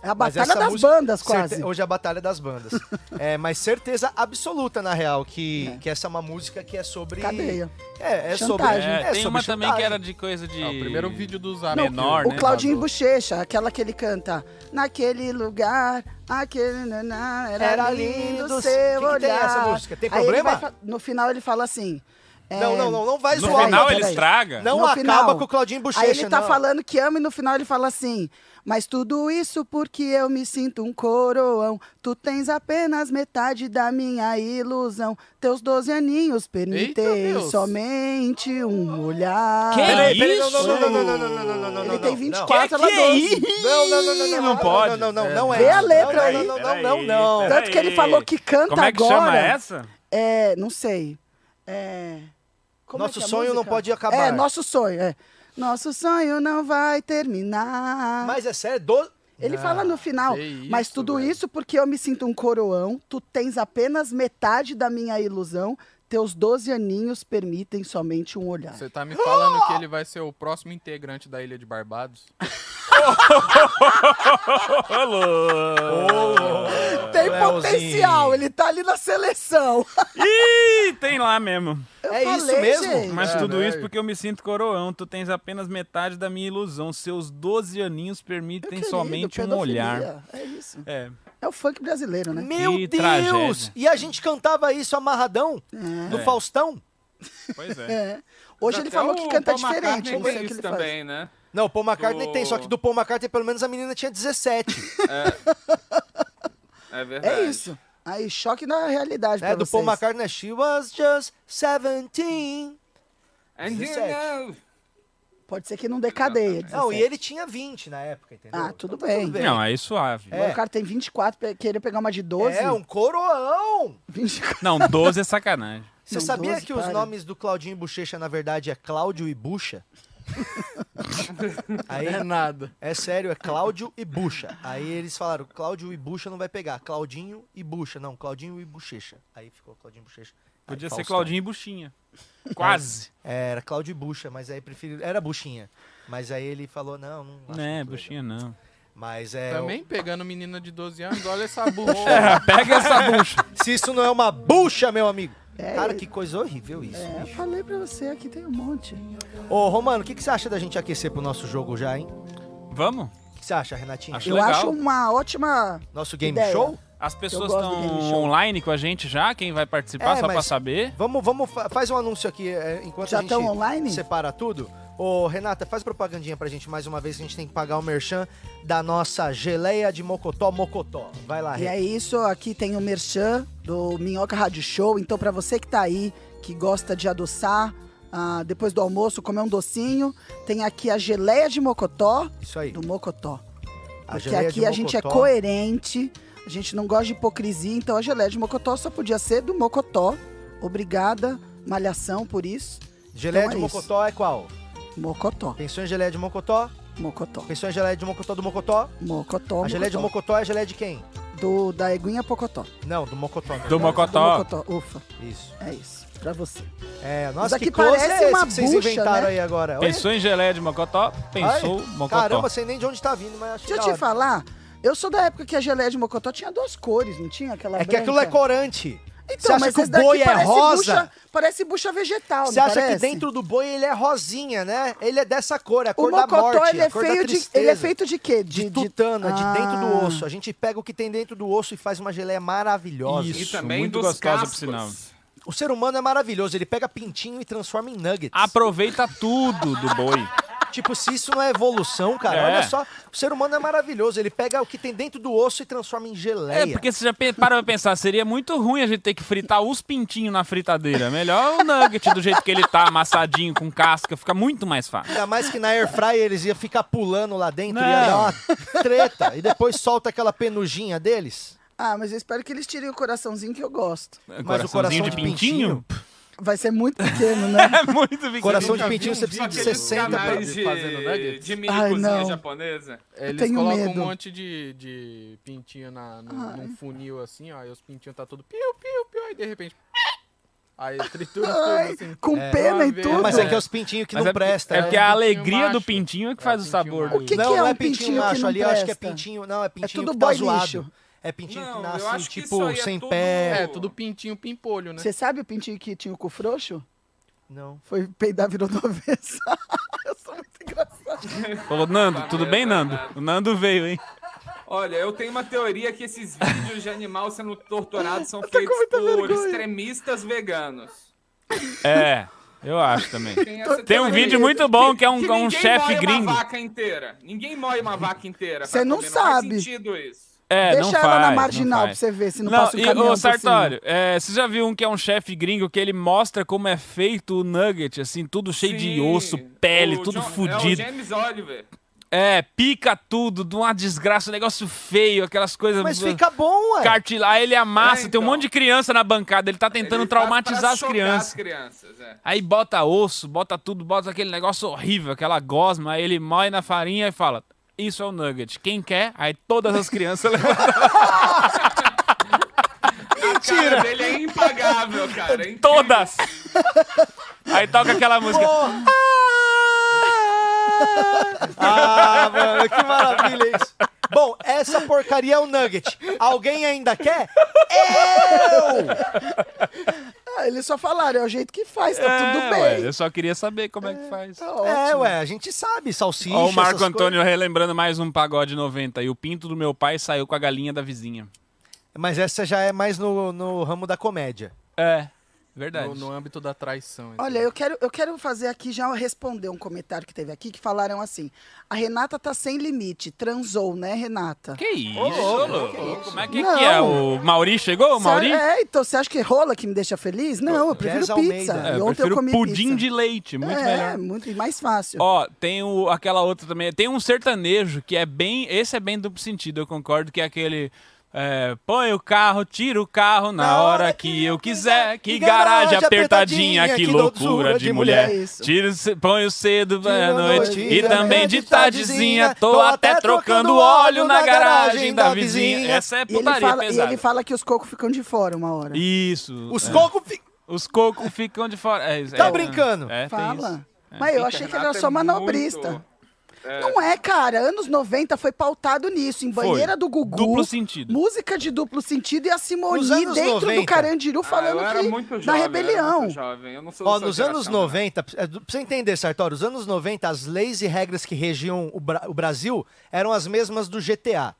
D: É a
A: Mas
D: batalha
A: essa
D: das
A: música-
D: bandas,
A: certe-
D: quase.
A: Hoje é a batalha das
D: (laughs)
A: bandas. é, mas certeza absoluta, na real, que, que essa é uma música que é sobre...
D: Cadeia.
A: É, é sobre...
D: Chantagem.
A: É,
C: É, tem
A: sobre
C: uma também que
A: chantagem.
C: era de coisa de.
F: Ah, o primeiro vídeo do Zap.
C: Menor,
D: O
C: né?
D: Claudinho
C: Vazou.
D: Bochecha, aquela que ele canta. Naquele lugar, aquele naná, era,
A: Era
D: lindo
A: lindo, que que
D: seu
A: tem
D: olhar.
A: essa música? Tem
D: Aí ele
A: problema?
D: vai fa- no final ele fala assim. é,
A: Não, não, não, não vai
C: No
A: zoar.
C: final
A: não,
C: ele
D: peraí.
C: estraga.
A: Não
D: No
A: acaba
D: final.
A: com o Claudinho Bochecha,
D: Aí ele tá
A: não.
D: falando que ama e no final ele fala assim. Mas tudo isso porque eu me sinto um coroão. Tu tens apenas metade da minha ilusão. Teus 12 aninhos permitem
F: Deus.
D: somente um olhar.
C: Que
A: Peraí, peraí,
C: isso?
A: Não, não, não, não, não, não, não, não, não, não,
D: Ele
A: não,
D: tem
A: não.
D: 24,
C: Que-
D: ela
C: que
D: 12.
A: Não, não, não, não, não,
C: Não pode.
A: Não, não, não, não é.
D: Vê a
A: isso.
D: letra
A: Não,
D: aí.
A: Não, não,
C: Peraí,
A: não, não, não.
D: Tanto que ele falou que canta
C: Como é que
D: tá agora.
C: chama essa?
D: É, não sei. É. como
A: Nosso
D: é que é a
A: sonho não
D: música?
A: pode acabar.
D: É, nosso sonho, é. Nosso sonho não vai terminar.
A: Mas é sério, do...
D: Ele fala no final,
F: que isso,
D: mas tudo
F: velho.
D: isso porque eu me sinto um coroão, tu tens apenas metade da minha ilusão, teus 12 aninhos permitem somente um olhar.
F: Você tá me falando
A: Ah!
F: que ele vai ser o próximo integrante da Ilha de Barbados?
D: Tem
A: Léozinho.
D: potencial, ele tá ali na seleção.
C: Ih, tem lá mesmo.
D: (laughs) Eu
A: É isso
D: falei,
A: mesmo?
D: gente.
C: Mas
F: É,
C: tudo
F: né?
C: isso porque eu me sinto coroão. Tu tens apenas metade da minha ilusão. Seus 12 aninhos
D: Meu
C: permitem
D: querido,
C: somente um
D: pedofilia,
C: olhar.
D: É isso.
C: É.
D: É o funk brasileiro, né?
A: Meu
C: Que
A: Deus!
C: tragédia.
A: E a gente cantava isso amarradão no
C: É.
A: Faustão?
C: Pois é.
D: Hoje ele
E: Até
D: falou que
E: o
D: canta
E: Paul McCartney
D: diferente, não sei o
E: fez
D: que ele faz.
E: também, né?
A: Não, o Paul McCartney
E: Do-
A: tem, só que do Paul McCartney pelo menos a menina tinha
C: (laughs)
A: 17.
E: É verdade.
D: É isso. Aí, choque na realidade
A: né?
D: pra
A: Do
D: vocês.
A: Paul McCartney, she was just 17.
E: And you
A: 17.
E: know.
D: Pode ser que não dê cadeia.
A: Não, e
D: 17.
A: ele tinha 20 na época, entendeu?
D: Ah, tudo
A: Então tá
D: bem.
C: Não, aí suave.
A: É.
D: O cara tem 24, pe- querer pegar uma de 12.
A: É, um coroão!
D: 24.
C: Não, 12 é sacanagem.
A: Você
D: Não,
A: sabia
D: 12,
A: que os
D: para.
A: nomes do Claudinho Bochecha, na verdade, é Cláudio e
C: (laughs)
A: Bucha? Aí,
F: É nada.
A: é sério, é Cláudio e Bucha. Aí eles falaram, Cláudio e Bucha não vai pegar. Claudinho e Bucha. Não, Claudinho e Bochecha. Aí ficou Claudinho e Bochecha. Aí
C: Podia ser
A: Faustão.
C: Claudinho e Buchinha. Quase.
A: É, Era Cláudio e Bucha, mas aí preferiu. Era Buchinha. Mas aí ele falou, não, não. acho
C: Né,
A: muito
C: Buchinha não. (laughs)
A: legal. Mas é.
F: Também pegando menina de 12 anos, olha essa bucha.
C: Pega essa bucha.
A: Se isso não é uma bucha, meu amigo.
D: É,
A: Cara,
D: é.
A: que coisa horrível isso.
D: É, eu falei pra você, aqui tem um monte.
A: Ô, Romano, o que, que você acha da gente aquecer pro nosso jogo já, hein?
C: Vamos?
A: O que você acha, Renatinho?
C: Acho-
D: eu
C: Legal.
D: acho uma ótima.
A: Nosso game
D: Ideia.
A: show?
C: As pessoas
D: gosto do
C: estão
D: game show.
C: online com a gente já? Quem vai participar,
A: É,
C: só pra
A: mas-
C: saber?
A: Vamos, vamos, fa- faz um anúncio aqui é, enquanto
D: Já
A: a gente
D: tão online?
A: separa tudo. Ô, Renata, faz propagandinha pra gente mais uma vez, que a gente tem que pagar o merchan da nossa geleia de mocotó mocotó. Vai lá,
D: E
A: Renata.
D: é isso, aqui tem o Merchan do Minhoca Rádio Show. Então, pra você que tá aí, que gosta de adoçar. ah, depois do almoço, comer um docinho. Tem aqui a geleia de mocotó.
A: Isso aí.
D: Do mocotó.
A: A
D: Porque
A: geleia de
D: aqui a gente é
A: mocotó.
D: coerente, a gente não gosta de hipocrisia, então a geleia de mocotó só podia ser do mocotó. Obrigada, malhação por isso.
A: Geleia de
D: Então é
A: mocotó é qual?
D: Mocotó,
A: Pensou em geleia de mocotó?
D: mocotó,
A: Pensou em geleia de mocotó do mocotó?
D: mocotó,
A: a geleia de
D: mocotó.
A: mocotó é a geleia de quem?
D: Do, da eguinha pocotó.
A: Não, do mocotó. na
C: Do
A: verdade.
C: Mocotó.
D: Do mocotó, ufa,
A: Isso.
D: é isso, pra você.
A: É,
D: Mas
A: nossa,
D: aqui
A: que close
D: parece
A: é esse
D: uma
A: que vocês
D: bucha,
A: inventaram
D: né?
A: aí agora? Olha.
C: Pensou em geleia de mocotó? Pensou
A: Ai,
C: mocotó.
A: Caramba, sei nem de onde tá vindo, mas acho que
D: Deixa eu
A: da
D: te
A: hora.
D: falar, eu sou da época que a geleia de mocotó tinha duas cores, não tinha aquela
A: É que aquilo é
D: branca?
A: corante. Você
D: Então,
A: acha
D: mas
A: que o
D: esse daqui
A: boi é
D: parece
A: rosa?
D: Bucha, parece bucha vegetal,
A: Você
D: não
A: acha que
D: parece?
A: dentro do boi ele é rosinha, né? Ele é dessa cor, é a
D: O
A: cor da
D: mocotó,
A: morte,
D: ele é,
A: a cor da
D: feio de,
A: tristeza.
D: ele é feito de quê?
A: de, tutana, de dentro do
D: Ah.
A: osso. A gente pega o que tem dentro do osso e faz uma geleia maravilhosa.
C: Isso,
E: e também
C: muito
E: dos
C: gostosa, por
E: cascos.
C: sinal.
A: O ser humano é maravilhoso, ele pega pintinho e transforma em nuggets.
C: Aproveita tudo do
A: (laughs)
C: boi.
A: Tipo, se isso não é evolução, cara,
C: É.
A: olha só. O ser humano é maravilhoso, ele pega o que tem dentro do osso e transforma em
C: É,
A: geleia.
C: porque você já pe- para pra pensar, seria muito ruim a gente ter que fritar os pintinhos na fritadeira. É Melhor o nugget do jeito que ele tá, amassadinho, com casca, fica muito mais fácil.
A: Ainda mais que na air fryer eles iam ficar pulando lá dentro, ia
C: Não.
A: dar uma treta. e depois solta aquela penuginha deles.
D: Ah, mas eu espero que eles tirem o coraçãozinho que eu gosto.
C: É,
A: Mas o coração de pintinho?
D: Vai ser muito pequeno,
A: (laughs)
D: né?
C: (laughs) É muito pequeno.
A: Coração de
F: nunca vi
A: pintinho
F: um
A: você
F: vídeo
A: precisa de
E: Aqueles
A: 60 pra...
E: canais de,
F: fazendo nuggets?
E: de mini
D: Ai,
E: cozinha
D: não.
E: japonesa.
F: Eles
D: tenho
F: colocam
D: medo.
F: um monte de, de pintinho na, no,
A: Ah, é.
F: num funil assim, ó. E os pintinhos tá todo piu, piu, piu. Aí de repente. (laughs) Aí tritura
D: Ai,
F: tudo assim.
D: com pena e
F: Uma
D: tudo.
A: Mas é que é
F: eu-
A: os pintinhos que
C: Mas
A: não
C: é porque-
A: presta.
C: É
A: né?
C: porque a
F: pintinho
C: alegria do
F: macho.
C: pintinho é que
F: É,
C: faz o
F: pintinho
C: sabor.
F: macho.
D: O que,
A: não,
D: que é
A: não
D: um
A: é
D: pintinho
A: pintinho
D: que
A: macho.
D: não
A: Ali eu acho que é
D: presta?
A: pintinho. Não, é pintinho
D: tudo
A: que tá
D: boy
A: zoado.
D: lixo.
A: É pintinho
E: Não,
A: que
E: eu
A: nasce,
E: acho que isso
A: tipo,
E: aí é
A: sem
E: todo-
A: pé.
F: É, tudo pintinho pimpolho, né?
D: Você sabe o pintinho que tinha o cu frouxo?
A: Não.
D: Foi peidar, virou do avesso. (laughs) eu sou muito engraçado.
C: Ô, Nando, tudo bem, Nando? O Nando veio, hein?
E: Olha, eu tenho uma teoria que esses vídeos de animal sendo torturado
D: (laughs)
E: são feitos
D: muita
E: por
D: vergonha.
E: extremistas veganos.
C: É, eu acho também.
E: essa
C: Tem um
E: teoria.
C: vídeo muito bom que é um,
E: Que
C: é um
E: ninguém
C: chefe
E: moe
C: gringo.
E: uma vaca inteira. Ninguém moe uma vaca inteira.
D: Você
E: pra
D: não
E: comer.
D: sabe.
E: Faz sentido isso.
C: É,
D: Deixa
C: não
D: ela
C: faz,
D: na
C: não
D: marginal
C: faz.
D: pra você ver se não,
C: Não,
D: passa um
C: e,
D: caminhão.
C: ô
D: por cima.
C: Sartório, é, você já viu um que é um chefe gringo que ele mostra como é feito o nugget, assim, tudo cheio de
E: Sim,
C: osso, pele,
E: o
C: tudo
E: John-
C: fudido.
E: É o James Oliver.
C: É, pica tudo, de uma desgraça, um negócio feio, aquelas coisas.
A: Mas fica bom, ué.
C: Cartilagem, aí ele amassa,
E: É,
C: tem um
E: então.
C: monte de criança na bancada, ele tá tentando
E: Ele faz
C: traumatizar
E: pra
C: as
E: chocar
C: crianças.
E: As crianças é.
C: Aí bota osso, bota tudo, bota aquele negócio horrível, aquela gosma, aí ele moe na farinha e fala: Isso é o nugget. Quem quer? Aí todas as crianças (laughs) levantam.
E: Mentira! Cara dele é impagável, cara. É incrível.
C: todas!
D: (laughs)
C: Aí toca aquela música.
A: Ah, mano, que maravilha isso. Bom, essa porcaria é o nugget. Alguém ainda quer? Eu!
D: Ah, eles só falaram, é o jeito que faz, tá
C: É,
D: tudo bem.
C: ué, eu só queria saber como é, que faz.
D: Tá ótimo.
A: É, ué, a gente sabe, salsicha.
C: Ó, o Marco
A: essas
C: Antônio relembrando mais um pagode 90. E o pinto do meu pai saiu com a galinha da vizinha.
A: coisas. Mas essa já é mais no, no ramo da comédia.
C: É, verdade.
F: No, no âmbito da traição. então.
D: Olha, eu quero, eu quero fazer aqui já responder um comentário que teve aqui, que falaram assim: a Renata tá sem limite, transou, né, Renata?
C: Que isso? louco. Como é que,
D: Não.
C: que é? O Mauri chegou? O
D: Cê-
C: Mauri?
D: É, então você acha que é rola que me deixa feliz? Não, eu prefiro
A: Jéssica
D: pizza.
A: Almeida.
C: É,
D: e
C: eu
D: ontem eu
C: prefiro
D: comi
C: pudim
D: pizza.
C: de leite, muito
D: é,
C: melhor.
D: muito e mais fácil.
C: Ó, tem o, aquela outra também. Tem um sertanejo que é bem. Esse é bem duplo sentido, eu concordo, que é aquele. é, põe o carro, tira o carro na, hora, que, eu quiser. Que garagem apertadinha, que, loucura de mulher.
D: mulher. Isso.
C: Tira, o ce- põe o cedo vai à
A: Tira a
C: noite.
A: noite,
C: e
A: tira
C: também
A: a
C: de
A: noite,
C: tardezinha.
A: tardezinha,
C: Tô até trocando óleo na garagem da vizinha. Essa é
D: e, ele
C: putaria
D: fala, e
C: pesada.
D: ele fala que os cocos ficam de fora uma hora.
C: Isso.
A: Os
C: é.
A: cocos fi-
C: Os cocos ficam de fora. É, isso,
A: Tá
C: é,
A: brincando?
C: É, tem isso.
D: fala. Mas eu achei que ele era
E: Renato
D: só
E: é
D: manobrista.
E: muito-
D: Não é, cara. Anos 90 foi pautado nisso, em banheira do Gugu.
C: Duplo sentido.
D: Música de duplo sentido e a Simone
A: Nos anos
D: dentro do
A: 90.
D: Carandiru falando
E: ah, eu era
D: que
E: muito jovem,
D: na
E: eu era
D: rebelião.
E: muito jovem, eu não sou
A: Ó,
E: dessa
A: nos anos
E: geração, né?
A: 90, é, do- pra você entender, Sartório, os anos 90, as leis e regras que regiam o, Bra- o Brasil eram as mesmas do GTA.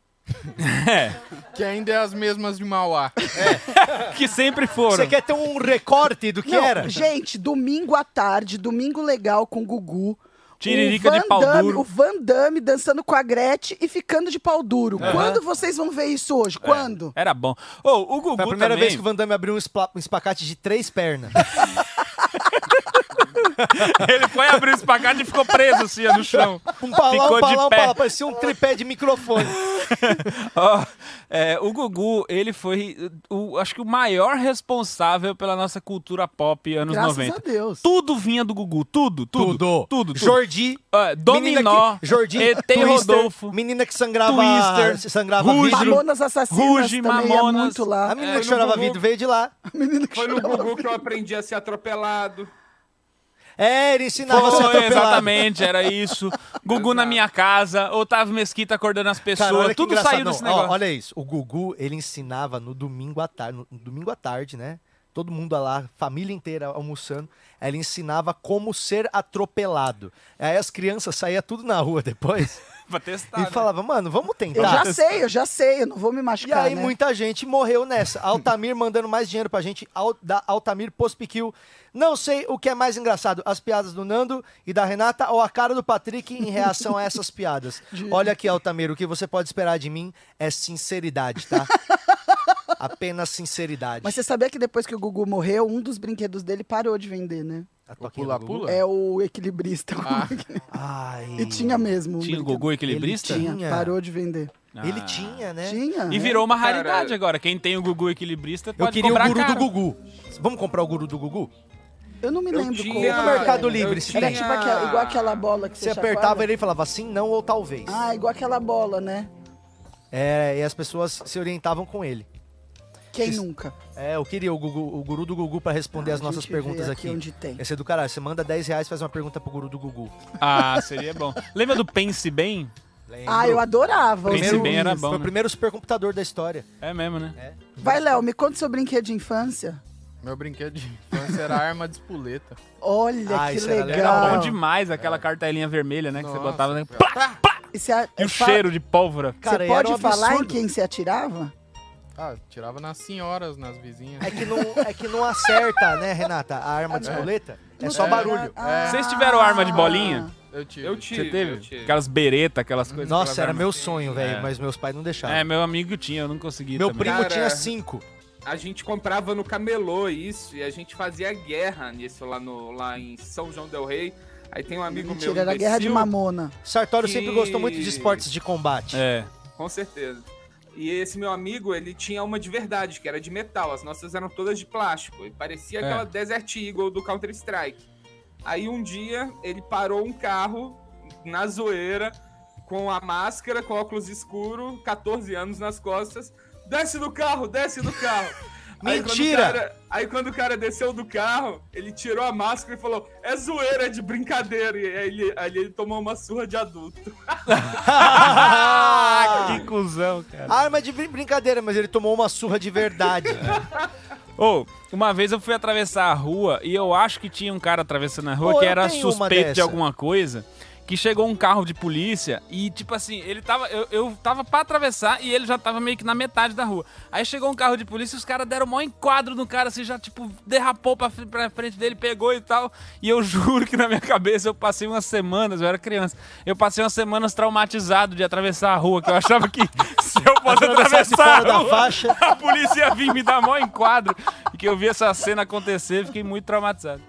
F: Que ainda é as mesmas de Mauá.
C: Que sempre foram.
A: Você quer ter um recorte do que
D: Não,
A: era?
D: Gente, domingo à tarde, domingo legal com o Gugu.
C: Tiririca
D: o Van
C: de pau
D: Damme-
C: duro.
D: O Van Damme dançando com a Gretchen e ficando de pau duro. Quando vocês vão ver isso
C: É.
D: hoje? Quando?
C: Era bom. Ô, o Gugu
A: Foi a primeira
C: também...
A: vez que o Van Damme abriu um, espla- um espacate de três pernas.
C: Ele foi abrir o espacate e ficou preso assim, ó, no chão.
A: (laughs) Um palão,
C: Ficou
A: um
C: de
A: palão, um
C: pé.
A: palão. Parecia um tripé de microfone.
C: Ó, é, o Gugu, ele foi, o, acho que o maior responsável pela nossa cultura pop anos
D: Graças
C: 90.
D: a Deus.
C: Tudo vinha do Gugu, tudo, (laughs) tudo. Tudo, tudo.
A: Jordi.
C: Ah,
A: menina
C: Dominó,
A: que- Jordi.
C: ET
A: Twister,
C: Rodolfo,
A: Menina que sangrava.
C: Twister,
A: se sangrava
C: Ruge.
A: vidro.
D: Mamonas Assassinas
C: Ruge,
D: também é
C: Mamonas.
D: muito
A: A
D: lá.
A: menina
E: É,
A: que
E: no
A: chorava
E: Gugu.
A: vidro veio de lá.
D: (laughs)
E: Foi no Gugu que eu aprendi a ser atropelado.
A: É, ele ensinava a ser
C: Foi,
A: atropelado.
C: exatamente, era isso. Gugu na minha casa, Otávio Mesquita acordando as pessoas,
A: Cara, olha que
C: tudo
A: engraçado.
C: saiu desse
A: Não, ó,
C: negócio.
A: olha isso. O Gugu, ele ensinava no domingo à tarde, no domingo à tarde, né? Todo mundo lá, família inteira almoçando. Ele ensinava como ser atropelado. Aí as crianças saíam tudo na rua depois
C: pra testar.
A: e
C: né?
A: falavam, mano, vamos
D: Eu
C: Tá.
A: tentar.
D: já sei, eu já sei, eu não vou me
A: E
D: machucar.
A: aí
D: né?
A: muita gente morreu nessa. Altamir (laughs) mandando mais dinheiro pra gente, Al- da Altamir Pospiquil. Não sei o que é mais engraçado, as piadas do Nando e da Renata ou a cara do Patrick em reação a essas
D: (laughs)
A: piadas. Olha aqui, Altamir, o que você pode esperar de mim é sinceridade,
D: (laughs)
A: tá? Apenas sinceridade.
D: Mas você sabia que depois que o Gugu morreu, um dos brinquedos dele parou de vender, né?
A: A
F: O
A: Tá toquinha do Gugu.
F: pula-pula?
D: É o equilibrista.
F: Ah.
A: Ai.
D: (laughs) E tinha mesmo. um
C: Tinha o
D: brinquedo.
C: Gugu equilibrista?
D: Ele tinha,
A: Tinha.
D: parou de vender.
C: Ah.
A: Ele tinha, né?
D: Tinha. é.
C: E virou uma
E: Cara,
C: raridade agora. Quem tem o Gugu equilibrista
A: Eu
C: pode
A: queria o
C: cobrar
A: guru
C: caro.
A: do Gugu. Vamos comprar o guru do Gugu?
D: Eu não me
E: Eu
D: lembro
E: tinha-
D: qual
A: Vem no
D: era.
A: Mercado
E: eu
A: Livre, se
E: tinha-
A: tem.
D: Era tipo aquela, igual aquela bola que
A: Você
D: você
A: apertava
D: chacoalha.
A: ele e falava sim, não ou talvez.
D: Ah, igual aquela bola, né?
A: É, e as pessoas se orientavam com ele.
D: Quem
A: Isso.
D: nunca?
A: É, eu queria o, Gugu- o guru do Gugu pra responder
D: Ah,
A: as
D: a
A: nossas
D: gente vê
A: perguntas
D: aqui
A: aqui.
D: onde tem.
A: Esse é do caralho. Você manda 10 reais e faz uma pergunta pro guru do Gugu.
C: Ah, seria bom. Lembra do Pense Bem?
A: Lembro.
D: Ah, eu adorava.
C: Príncipe
D: viu?
C: bem era
A: Foi
C: bom,
A: o
C: né?
A: primeiro supercomputador da história.
C: É mesmo, né?
D: Vai, Léo, me conta seu brinquedo de infância.
F: Meu brinquedo de infância era a arma de espoleta.
D: Olha
A: Ah,
D: que
A: isso era
C: Era bom
D: legal.
C: demais aquela
A: É.
C: cartelinha vermelha, né? Que você
F: Nossa,
C: botava, né?
F: cara.
C: Plá!
D: Isso é-
C: E
D: é
C: o
D: fa-
C: cheiro de pólvora.
A: Cara,
D: Você
A: e era
D: pode
A: um
D: falar em
A: absurdo.
D: quem você atirava?
F: Ah, tirava nas senhoras, nas vizinhas.
A: É que não, é que não acerta, né, Renata? A arma de espoleta. É só
F: É.
A: barulho.
D: Ah.
C: Vocês tiveram arma de bolinha?
F: Eu tive.
E: Eu tive.
C: Você teve?
E: Eu tive.
C: Aquelas beretas, aquelas coisas. aquelas
A: Nossa, era
C: armas.
A: meu sonho, velho,
C: É.
A: mas meus pais não deixaram.
C: É, meu amigo tinha, eu não consegui
A: meu
C: também.
A: primo
E: Cara,
A: tinha cinco.
E: A gente comprava no camelô isso, e a gente fazia guerra nisso lá, no, lá em São João Del Rei. Aí tem um amigo
D: Mentira,
E: meu.
D: era a guerra de
E: imbecil,
D: mamona.
A: Sartório
E: que-
A: sempre gostou muito de esportes de combate. (laughs)
C: É.
E: Com certeza. E esse meu amigo, ele tinha uma de verdade, que era de metal. As nossas eram todas de plástico. E parecia
C: É.
E: aquela Desert Eagle do Counter-Strike. Aí um dia, ele parou um carro na zoeira, com a máscara, com óculos escuro, 14 anos nas costas. Desce do carro, desce do carro. Aí quando o
A: Mentira!
E: cara- Aí quando o cara desceu do carro, ele tirou a máscara e falou: É zoeira, é de brincadeira. E aí ele, aí ele tomou uma surra de adulto.
C: Ah,
A: Ah.
C: que cuzão, cara.
A: Arma de brin- brincadeira, mas ele tomou uma surra de verdade.
C: Ô, uma vez eu fui atravessar a rua e eu acho que tinha um cara atravessando a rua
A: Pô,
C: que
A: eu
C: era
A: tenho uma
C: suspeito de
A: dessa.
C: alguma coisa. Que chegou um carro de polícia e, tipo assim, ele tava. Eu, eu tava pra atravessar e ele já tava meio que na metade da rua. Aí chegou um carro de polícia e os caras deram o maior enquadro no cara, assim, já, tipo, derrapou pra, fre- pra frente dele, pegou e tal. E eu (laughs) juro que na minha cabeça eu passei umas semanas, eu era criança, eu passei umas semanas traumatizado de atravessar a rua, que eu achava que (laughs) se eu fosse
A: Atravessasse
C: atravessar
A: fora
C: a
A: da
C: rua,
A: faixa.
C: (laughs) a polícia ia vir me dar mó enquadro. E que eu vi essa cena acontecer, fiquei muito traumatizado.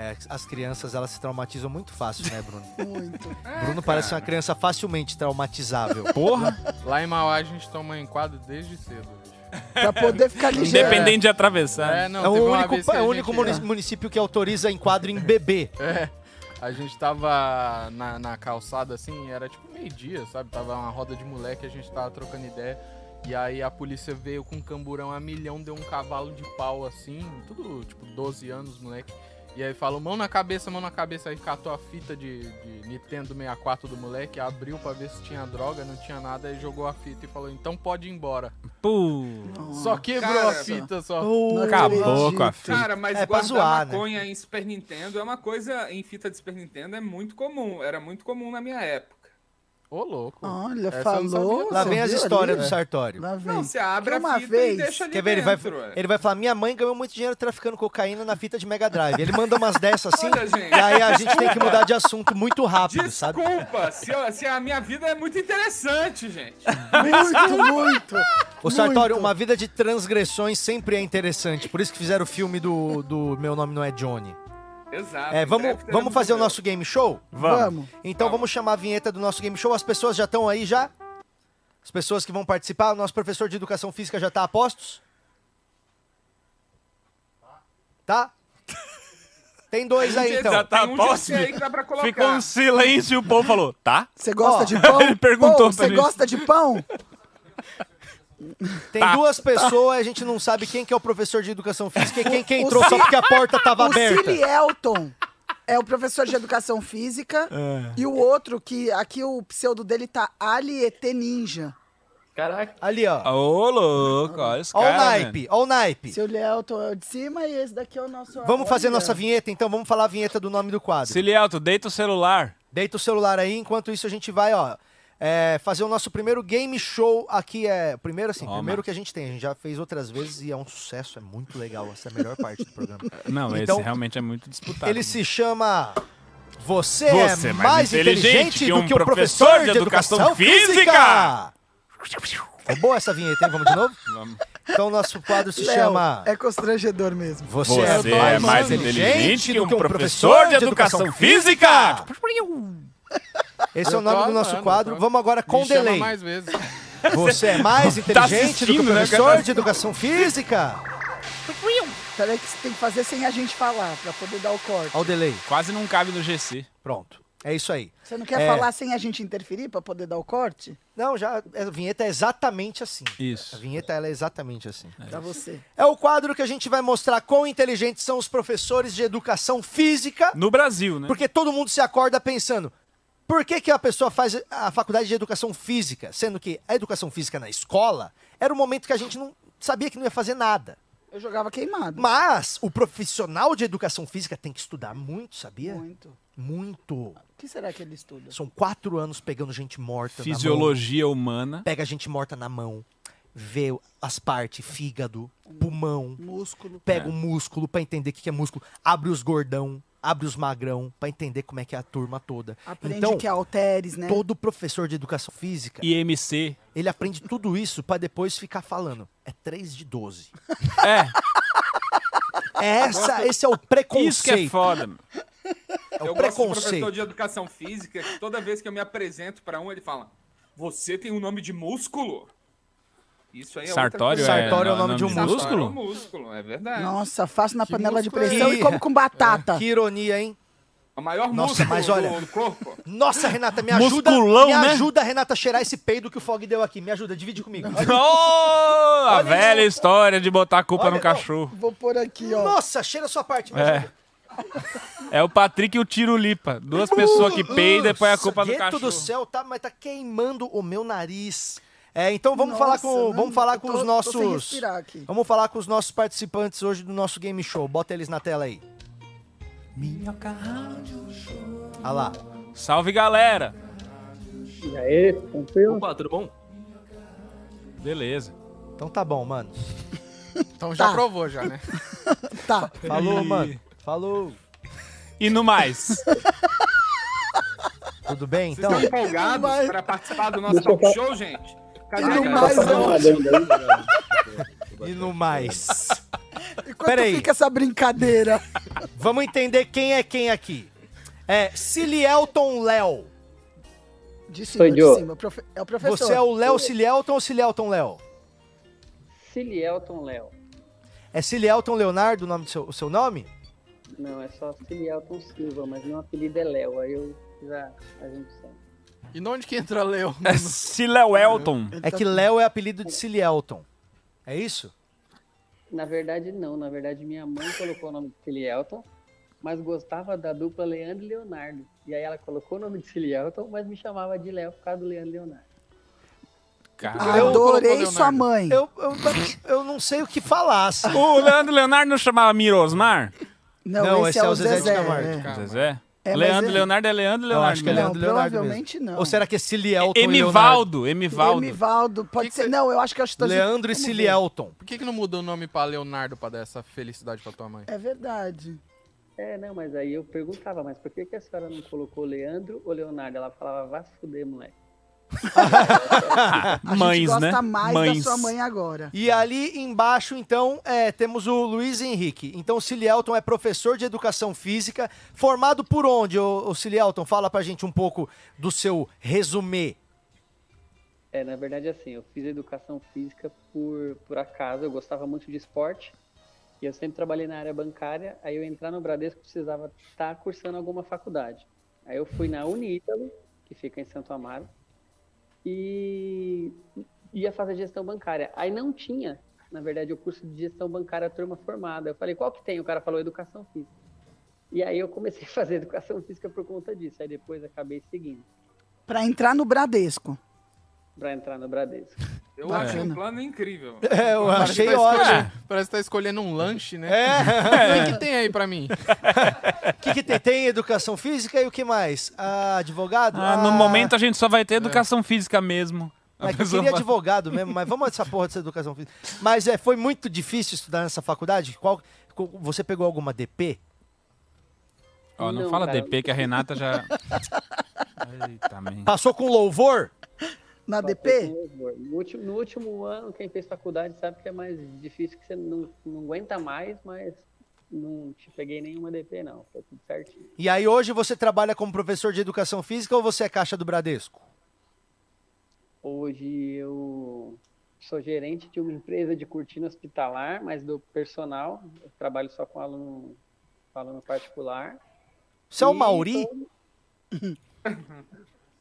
A: É, as crianças, elas se traumatizam muito fácil, né, Bruno?
D: Muito.
A: Ah, Bruno parece uma criança facilmente traumatizável.
C: Porra!
F: Lá em Mauá a gente toma enquadro desde cedo. bicho.
D: Pra poder ficar ligeiro.
C: Independente de atravessar.
F: É, não,
A: é o
F: teve uma
A: único,
F: vez que
A: é
F: a
A: o
F: gente-
A: único munici- município que autoriza enquadro em bebê.
F: É. A gente tava na, na calçada, assim, era tipo meio-dia, sabe? Tava uma roda de moleque, a gente tava trocando ideia. E aí a polícia veio com um camburão a milhão, deu um cavalo de pau, assim, tudo, tipo, 12 anos, moleque. E aí falou, mão na cabeça, mão na cabeça. Aí catou a fita de, de Nintendo 64 do moleque, abriu pra ver se tinha droga, não tinha nada, aí jogou a fita e falou, então pode ir embora.
C: Pô.
D: Hum,
F: Só quebrou a
E: Cara.
F: fita, só.
D: Não
C: Acabou
D: acredito.
C: com a fita.
E: Cara, mas
A: É, pra
E: guardar
A: zoar, né?
E: maconha em Super Nintendo é uma coisa, em fita de Super Nintendo, é muito comum. Era muito comum na minha época.
F: Ô, louco.
A: ah,
D: Olha,
F: Essa eu
D: falou.
F: não sabia,
A: Lá
D: você
A: vem as
D: viu
A: histórias
D: ali? né?
A: do Sartório.
D: Lá vem.
E: Não, você abre
D: Porque uma
E: a fita
D: vez-
E: e deixa ali
A: Quer ver? Ele vai,
E: dentro. é. ué.
A: ele vai falar: Minha mãe ganhou muito dinheiro traficando cocaína na fita de Mega Drive. Ele manda umas dessas assim,
E: Olha, gente.
A: e aí a gente tem que mudar de assunto muito rápido, sabe?
E: Desculpa, se, eu- se a minha vida é muito
A: (laughs)
E: interessante, gente.
D: Muito, muito.
A: Ô Sartório, uma vida de transgressões sempre é interessante. Por isso que fizeram o filme do, do Meu Nome Não É Johnny.
E: Exato.
A: É,
E: em
A: vamos,
E: breve
A: vamos
E: teremos
A: fazer o
E: meu.
A: nosso game show?
D: Vamos.
A: Então vamos chamar a vinheta do nosso game show. As pessoas já estão aí já? As pessoas que vão participar, o nosso professor de educação física já tá a postos? Tá? Tem dois aí
E: Gente,
A: então.
C: Já tá
E: tem um de
C: posse?
E: você aí que dá pra colocar.
C: Ficou um silêncio e o povo falou, tá?
D: Você gosta
A: Ó,
D: de pão?
C: (laughs) ele perguntou
D: Pão,
C: pra
D: Você
C: mim.
D: gosta de pão?
A: Tem duas pessoas, a gente não sabe quem que é o professor de educação física e quem que entrou só porque a porta tava
D: O
A: aberta.
D: Cili Elton é o professor de educação física
C: É.
D: e o outro que aqui o pseudo dele tá Ali ET Ninja.
H: Caraca,
A: Ali, ó.
C: Ô, louco, olha esse
A: Ó o
C: cara,
A: naipe, ó o naipe.
D: Seu Elton é o de cima e esse daqui é o nosso.
A: Vamos fazer
D: olha.
A: nossa vinheta então, vamos falar a vinheta do nome do quadro.
C: Cilielto, deita o celular.
A: Deita o celular aí, enquanto isso a gente vai, ó, é, fazer o nosso primeiro game show aqui. É, primeiro assim,
C: Toma.
A: primeiro que a gente tem, a gente já fez outras vezes e é um sucesso, é muito legal, essa é a melhor parte do programa.
C: Não,
A: Então,
C: esse realmente é muito disputado.
A: Ele se chama... Você,
C: Você
A: é mais inteligente,
C: que
A: do
C: um
A: que o
C: professor
A: professor,
C: de
A: de
C: educação
A: educação,
C: física!
A: física! É boa essa vinheta, hein? Vamos de novo? Então o nosso quadro se
D: Léo,
A: chama...
D: É constrangedor mesmo.
A: Você,
C: Você é mais inteligente que um professor de educação física!
A: Esse é o
F: Eu
A: nome
F: tô
A: do nosso
F: amando,
A: quadro.
F: eu tô-
A: Vamos agora com
F: Me chama
A: delay. (laughs)
F: mais vezes.
A: Você
C: (laughs)
A: é mais inteligente do que o
C: Tá assistindo, né,
A: professor
C: cara?
A: de educação física?
D: Peraí Então, é que você tem que fazer sem a gente falar, pra poder dar o corte.
A: Olha o delay.
C: Quase não cabe no GC.
A: Pronto. É isso aí.
D: Você não quer
A: É.
D: falar sem a gente interferir pra poder dar o corte?
A: Não, já a vinheta é exatamente assim.
C: Isso.
A: A vinheta ela é exatamente assim.
D: Pra você.
A: É o quadro que a gente vai mostrar quão inteligentes são os professores de educação física,
C: No Brasil, né?
A: porque todo mundo se acorda pensando: por que, que a pessoa faz a faculdade de educação física? Sendo que a educação física na escola era o momento que a gente não sabia que não ia fazer nada.
D: Eu jogava queimado.
A: Mas o profissional de educação física tem que estudar muito, sabia?
D: Muito.
A: Muito.
D: O que será que ele estuda?
A: São quatro anos pegando gente
C: Tá
A: morta. Na mão.
C: Fisiologia humana.
A: Pega gente morta na mão, vê as partes, fígado, pulmão,
D: Músculo.
A: pega o músculo pra entender o que que é músculo, abre os gordão, abre os magrão pra entender como é que é a turma toda.
D: Aprende
A: então,
D: que é halteres, né?
A: todo professor de educação física,
C: IMC.
A: ele aprende tudo isso pra depois ficar falando. É 3 de 12.
C: É,
A: É Essa, esse é o preconceito.
C: isso que é foda. mano.
A: É o
E: Eu gosto do professor
A: preconceito.
E: de educação física, que toda vez que eu me apresento pra um, ele fala: Você tem um nome de músculo? Isso aí é outra
C: Sartório, é,
E: coisa.
A: Sartório é o nome de um
E: Sartório é um
C: músculo?
E: músculo, é verdade.
D: Nossa, faço na panela de
F: músculo é
D: pressão
A: esse?
D: e como com batata.
A: É. Que ironia, hein?
E: O maior
A: Nossa,
E: músculo
A: mas olha-
E: do- do corpo.
A: Nossa, Renata, me ajuda.
C: Musculão,
A: me
C: né?
A: ajuda, Renata, a cheirar esse peido que o Fog deu aqui. Me ajuda, divide comigo.
C: Oh, a velha história de botar a culpa
A: Olha,
C: no cachorro.
D: Vou pôr aqui, ó.
A: Nossa, cheira a sua parte. me ajuda.
C: É. É o Patrick e o Tirulipa. Duas pessoas que peidam e põe a culpa no
A: Nossa,
C: cachorro.
A: do céu, tá, mas tá queimando o meu nariz. É, então vamos
D: Nossa,
A: falar com,
D: não,
A: vamos falar
D: eu
A: com
D: tô-
A: os
D: tô sem
A: nossos,
D: respirar aqui.
A: vamos falar com os nossos participantes hoje do nosso game show. Bota eles na tela aí. Olha Ah lá.
C: Salve, galera.
I: E aí, tranquilo?
H: opa, tudo bom?
C: Beleza.
A: Então tá bom, mano.
F: Então já
D: Tá.
F: provou já, né?
D: Tá.
A: Falou, mano. Falou.
C: E no mais. (laughs)
A: Tudo bem?
E: Vocês
A: Então.
E: estão empolgados
D: Mas-
E: pra participar do nosso talk show, gente?
D: E
E: Cadê a
D: no
E: galera?
D: mais, ó.
A: E no mais.
D: Enquanto
A: Peraí.
D: fica essa brincadeira.
A: Vamos entender quem é quem aqui. É Cilielton Léo.
D: De cima,
I: Sou
D: de
I: eu.
D: cima. Profe- É o professor.
A: Você é o Léo Cilielton ou Cilielton Léo?
I: Cilielton Léo.
A: É Cilielton Leonardo o, nome do seu, o seu nome?
I: Não, é só Cilielton Silva, mas meu apelido é Léo, aí eu já a gente sabe.
F: E de onde que entra Leo?
C: É Sileu Elton.
D: tá
A: É que Léo é apelido de Cilielton. É isso?
I: Na verdade, não. Na verdade, minha mãe colocou o nome de Cilielton, mas gostava da dupla Leandro e Leonardo. E aí ela colocou o nome de Cilielton, mas me chamava de Léo por causa do Leandro e Leonardo.
C: Cara.
A: Eu
D: Adorei
F: colocou
D: sua
F: Leonardo.
D: mãe.
A: Eu, eu, eu não sei o que falar. assim.
C: O Leandro Leonardo não chamava Mirosmar?
A: Não, esse é o é Zezé de Camargo.
D: é.
C: Zezé?
D: É, mas
C: Leandro,
D: ele-
C: Leonardo é Leandro,
A: Eu
C: Leonardo.
A: acho que é
C: mesmo.
D: Não,
A: Leandro Leonardo
D: provavelmente não.
A: Ou será que é Cilielton
C: Emivaldo, Emivaldo.
D: Emivaldo, pode
F: Que
D: ser.
F: que-
D: Não, eu acho que é eu
A: e
D: estou...
A: Leonardo? Leandro e
D: Vamos ver.
A: Cilielton.
F: Por que, que não mudou o nome pra Leonardo pra dar essa felicidade pra tua mãe?
D: É verdade.
I: É, não, mas aí eu perguntava, mas por que, que a senhora não colocou Leandro ou Leonardo? Ela falava, vá se fuder, moleque.
A: (laughs)
D: A
C: Mães,
D: gente gosta
C: né?
D: mais
C: Mães.
D: da sua mãe agora.
A: E ali embaixo, então, é, temos o Luiz Henrique. Então, o Cilielton é professor de educação física, formado por onde, o, Cilielton? Fala pra gente um pouco do seu resumê.
I: É, na verdade, assim, eu fiz educação física por, por acaso, eu gostava muito de esporte e eu sempre trabalhei na área bancária. Aí eu entrar no Bradesco precisava estar cursando alguma faculdade. Aí eu fui na Unítalo, que fica em Santo Amaro, e ia fazer gestão bancária. Aí não tinha, na verdade, o curso de gestão bancária a turma formada. Eu falei, qual que tem? O cara falou educação física. E aí eu comecei a fazer educação física por conta disso. Aí depois acabei seguindo
D: Pra entrar no Bradesco.
I: para entrar no Bradesco.
E: Eu
D: Bacana.
E: acho um
A: (laughs)
E: plano incrível.
A: É, eu
F: Parece que
A: achei
F: tá
A: ótimo.
F: escolhendo- (laughs) Parece que tá escolhendo um lanche, né?
A: É.
F: O que, que tem aí pra mim?
A: O que, que tem? Tem educação física e o que mais? Ah, advogado?
C: Ah, no momento a gente só
A: É.
C: vai ter educação física mesmo. A
A: Mas que eu
C: pessoa
A: queria
C: fala-
A: advogado mesmo, mas vamos essa porra dessa educação física. Mas é, foi muito difícil estudar nessa faculdade? Qual, co- você pegou alguma DP?
C: Ó, não,
I: Não,
C: fala
I: cara.
C: DP que a Renata já. Eita, man.
A: Passou com louvor?
D: Na
I: Só
D: DP?
I: foi com louvor. No último, no último ano, quem fez faculdade sabe que é mais difícil, que você não, não aguenta mais, mas não te peguei nenhuma DP, não. Foi tudo certinho.
A: E aí hoje você trabalha como professor de educação física ou você é caixa do Bradesco?
I: Hoje eu sou gerente de uma empresa de cortina hospitalar, mas do personal. Eu trabalho só com aluno, com aluno particular.
A: Você é o
I: E
A: Mauri?
I: então,
A: (laughs)
I: sou-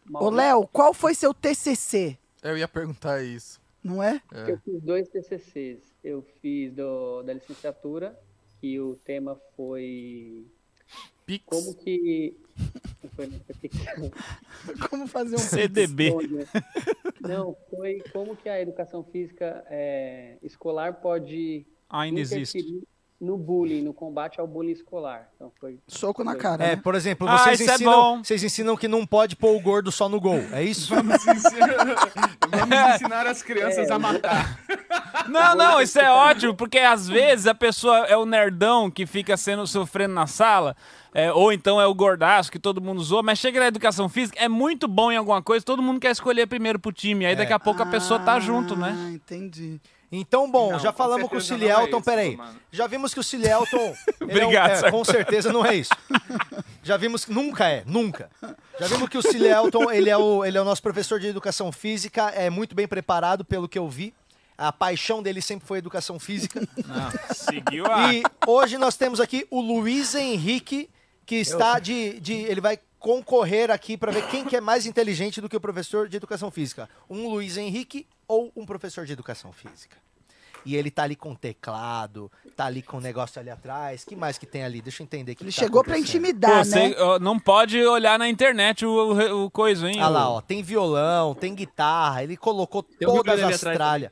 D: Ô,
I: Mauri,
D: Léo, qual foi seu TCC?
F: Eu ia perguntar isso.
D: Não é? (laughs)
I: que Eu fiz dois TCCs. Eu fiz do, da licenciatura, que o tema foi
F: Pix.
I: Como que. (laughs) Foi né? nessa
E: (laughs)
I: pequena-
D: Como fazer um...
C: CDB.
I: né? Não, foi como que a educação física é, escolar pode
C: Ainda existe.
I: interferir no bullying, no combate ao bullying escolar. Então foi.
D: Soco na cara,
A: É,
D: né?
A: por exemplo,
C: Ah,
A: vocês,
C: isso é
A: ensinam,
C: bom.
A: vocês ensinam que não pode pôr o gordo só no gol, é isso?
E: Vamos ensinar,
A: É.
E: vamos ensinar as crianças a matar.
C: Não, não, isso
A: tá.
C: é ótimo,
A: (laughs)
C: porque às vezes a pessoa é o nerdão que fica sendo sofrendo na sala, é, ou então é o gordaço que todo mundo usou, mas chega na educação física, é muito bom em alguma coisa, todo mundo quer escolher primeiro pro time,
A: É.
C: aí daqui a pouco a
A: Ah.
C: pessoa tá junto, né?
D: Ah, entendi.
A: Então, bom,
E: Não,
A: já
E: com
A: falamos com o
E: certeza não é
A: Cilielton,
E: isso,
A: peraí.
E: mano.
A: Já vimos que o
E: (laughs)
A: Cilielton. ele é um-
C: Obrigado,
A: é, com
C: Sartori.
A: certeza não é isso. Já vimos que. Nunca é, nunca. Já vimos que o Cilielton, ele é o, ele é o nosso professor de educação física, é muito bem preparado, pelo que eu vi. A paixão dele sempre foi educação física.
C: Seguiu
A: E hoje nós temos aqui o Luiz Henrique, que está de, de. Ele vai concorrer aqui para ver quem que é mais inteligente do que o professor de educação física. Um Luiz Henrique ou um professor de educação física. E ele tá ali com teclado, tá ali com o negócio ali atrás. que mais que tá tem ali? Deixa eu entender aqui.
H: Tá
D: Ele chegou pra intimidar,
C: Você
A: é
D: né?
C: ó, não pode olhar na internet o, o, o coisa, hein?
A: Olha lá, ó. Tem violão, tem guitarra. Ele colocou
H: um
A: todas
H: violão ali
A: as
H: atrás
A: tralhas.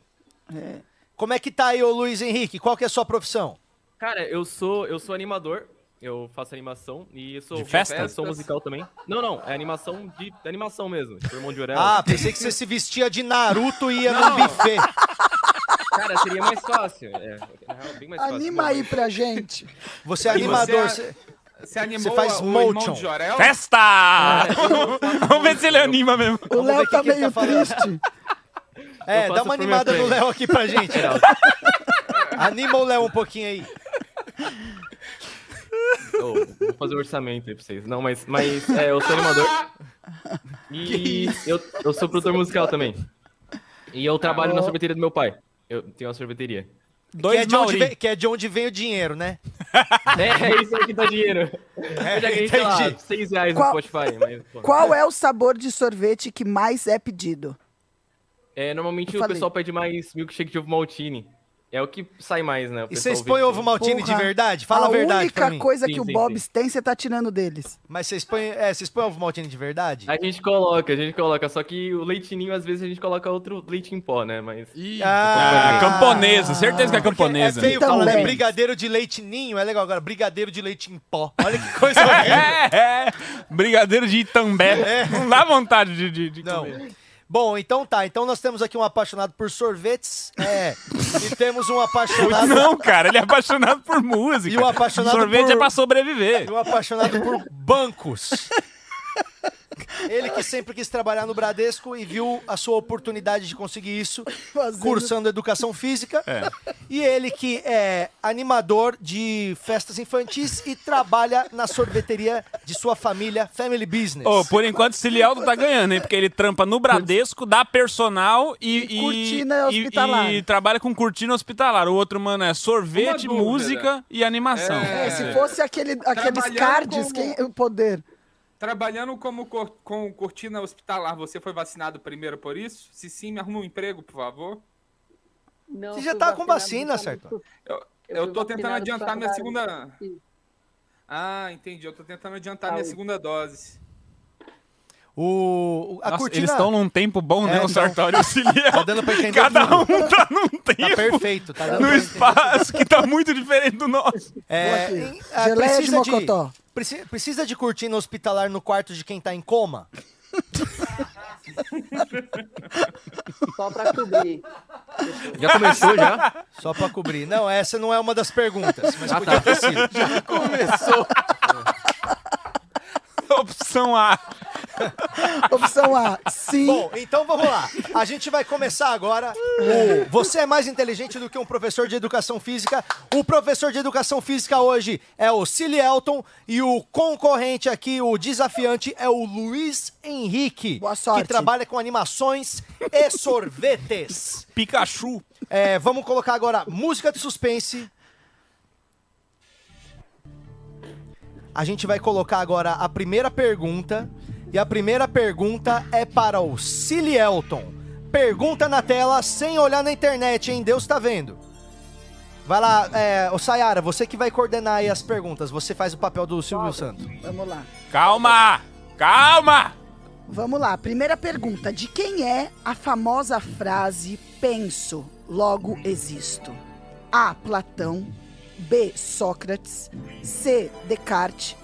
A: Como é que tá aí, ô Luiz Henrique? Qual que é a sua profissão?
H: Cara, eu sou, eu sou animador. Eu faço animação e eu sou
C: De festa?
H: sou musical também. Não, não, é animação de animação mesmo, tipo Irmão de Orelha.
A: Ah, pensei que você se vestia de Naruto e ia
H: Não.
A: no buffet.
H: Cara, seria mais fácil. É, na real, bem mais fácil.
D: Anima aí
A: (laughs)
D: pra gente.
A: Você é
E: E
A: animador.
E: você-
A: você-
E: Você animou
A: Você faz
E: o irmão
A: motion.
E: de Jorel?
C: Festa! (laughs) Vamos ver se ele anima mesmo.
D: O
A: Vamos ver o
D: Léo
A: que
D: tá
A: que ele
D: meio
A: tá falando.
D: triste.
A: É,
H: Eu
A: dá uma
H: faço pro meu
A: animada no
H: prêmio.
A: Léo aqui pra gente.
C: (laughs)
A: Anima o Léo um pouquinho aí.
H: Ô, vou fazer o orçamento aí pra vocês. Não, mas, mas é, eu sou
D: (laughs)
H: animador. E eu, eu sou produtor musical também. E eu trabalho na sorveteria do meu pai. Eu tenho
D: (laughs)
H: uma sorveteria.
A: Que é,
C: Dois
A: de onde
C: Mauri.
A: vem, que é de onde vem o dinheiro, né?
H: É, é isso aí que dá dinheiro. Eu já ganhei, sei lá, 6 reais
D: É, Qual-
H: no Spotify. Mas, pô.
D: Qual é o sabor de sorvete que mais é pedido?
H: É, normalmente
D: Eu
H: o
D: falei.
H: pessoal pede mais milkshake de ovo maltine. É o que sai mais, né? O
A: E
H: pessoal
A: vocês
H: vê
A: põem
H: que-
A: ovo maltine de
D: Porra,
A: verdade? Fala a,
D: a
A: verdade pra mim.
D: única coisa
H: Sim,
D: que o
H: sim,
D: Bob
H: sim.
D: tem, você tá tirando deles.
A: Mas vocês põem, é, vocês põem ovo maltine de verdade?
H: A gente coloca, a gente coloca. Só que o leitinho, às vezes, a gente coloca outro leite em pó, né? Mas.
F: Ih,
C: Ah,
A: Ah,
C: camponesa, certeza que é
A: Porque
C: camponesa.
A: É feio
D: Então,
A: falando, é
D: bem.
A: brigadeiro de leite ninho, é legal agora, brigadeiro de leite em pó. Olha que
C: (laughs)
A: coisa horrível.
C: É, é. Brigadeiro de Itambé. Não dá vontade de, de, de
A: É. Não.
C: comer.
A: Bom, então tá. Então nós temos aqui um apaixonado por sorvetes.
C: (laughs)
A: É. e temos um apaixonado.
C: Não, cara, ele é apaixonado por música.
A: E o apaixonado
C: Sorvete
A: por-
C: é pra (laughs) sobreviver.
A: E um apaixonado por bancos. (laughs) Ele que sempre quis trabalhar no Bradesco e viu a sua oportunidade de conseguir isso
D: Fazendo-
A: cursando educação física.
C: É.
A: E ele que é animador de festas infantis e trabalha na sorveteria de sua família, Family Business.
C: Ô, por enquanto, o Cilialdo tá ganhando, hein? Porque ele trampa no Bradesco, dá personal e.
D: E
A: é
D: cortina
C: e-
D: hospitalar.
C: e trabalha com cortina hospitalar. O outro, mano, é sorvete,
E: Uma dúvida.
C: música e animação.
E: É,
D: É, se fosse aquele, aqueles
E: Trabalhando
D: cards,
E: como-
D: quem, é o poder.
E: Trabalhando como cor- com cortina hospitalar, você foi vacinado primeiro por isso? Se sim, me arruma um emprego, por favor.
I: Não,
A: Você já
I: fui
A: tá com
I: vacinado
A: vacina,
I: por-
A: certo?
E: Eu,
I: fui
E: tô tentando
I: vacinado por
E: adiantar minha
I: causa
E: segunda.
I: Isso.
E: Ah, entendi. Eu tô tentando adiantar minha
I: Saúde.
E: segunda dose.
A: O, o- a
C: Nossa,
A: cortina.
C: eles estão num tempo bom, né?
A: É,
C: o
A: então.
C: Sartório e
A: Tá
C: o Cilialdo.
A: dando pra entender.
C: (laughs) Cada
A: tudo.
C: um tá num
A: Tá
C: tempo,
A: perfeito, tá dando
C: num
A: pra entender.
C: espaço que tá muito diferente do nosso. (laughs)
A: É,
D: Boa,
A: em-
D: filho.
A: ah,
D: Geleia de
A: precisa
D: mocotó.
A: preci- precisa de cortina hospitalar no quarto de quem tá em coma?
I: Só pra cobrir.
H: Já começou já?
A: Só pra cobrir. Não, essa não é uma das perguntas, mas podia ter sido.
C: Opção A.
D: (laughs)
A: (laughs)
D: Opção A, sim.
A: um Bom, então vamos lá. A gente vai começar agora o Você é mais inteligente do que um professor de educação física. O professor de educação física hoje é o Cili Elton e o concorrente aqui, o desafiante, é o Luiz Henrique,
D: Boa sorte.
A: que trabalha com animações e sorvetes.
C: Pikachu.
A: É, vamos colocar agora música de suspense. A gente vai colocar agora a primeira pergunta. E a primeira pergunta é para o Cili Elton. Pergunta na tela sem olhar na internet, hein? Deus tá vendo. Vai lá, é, ô Sayara, você que vai coordenar aí as perguntas. Você faz o papel do Silvio Santos.
D: Vamos lá.
C: Calma! Calma!
D: Vamos lá. Primeira pergunta. De quem é a famosa frase penso, logo existo? A. Platão. B. Sócrates. C. Descartes.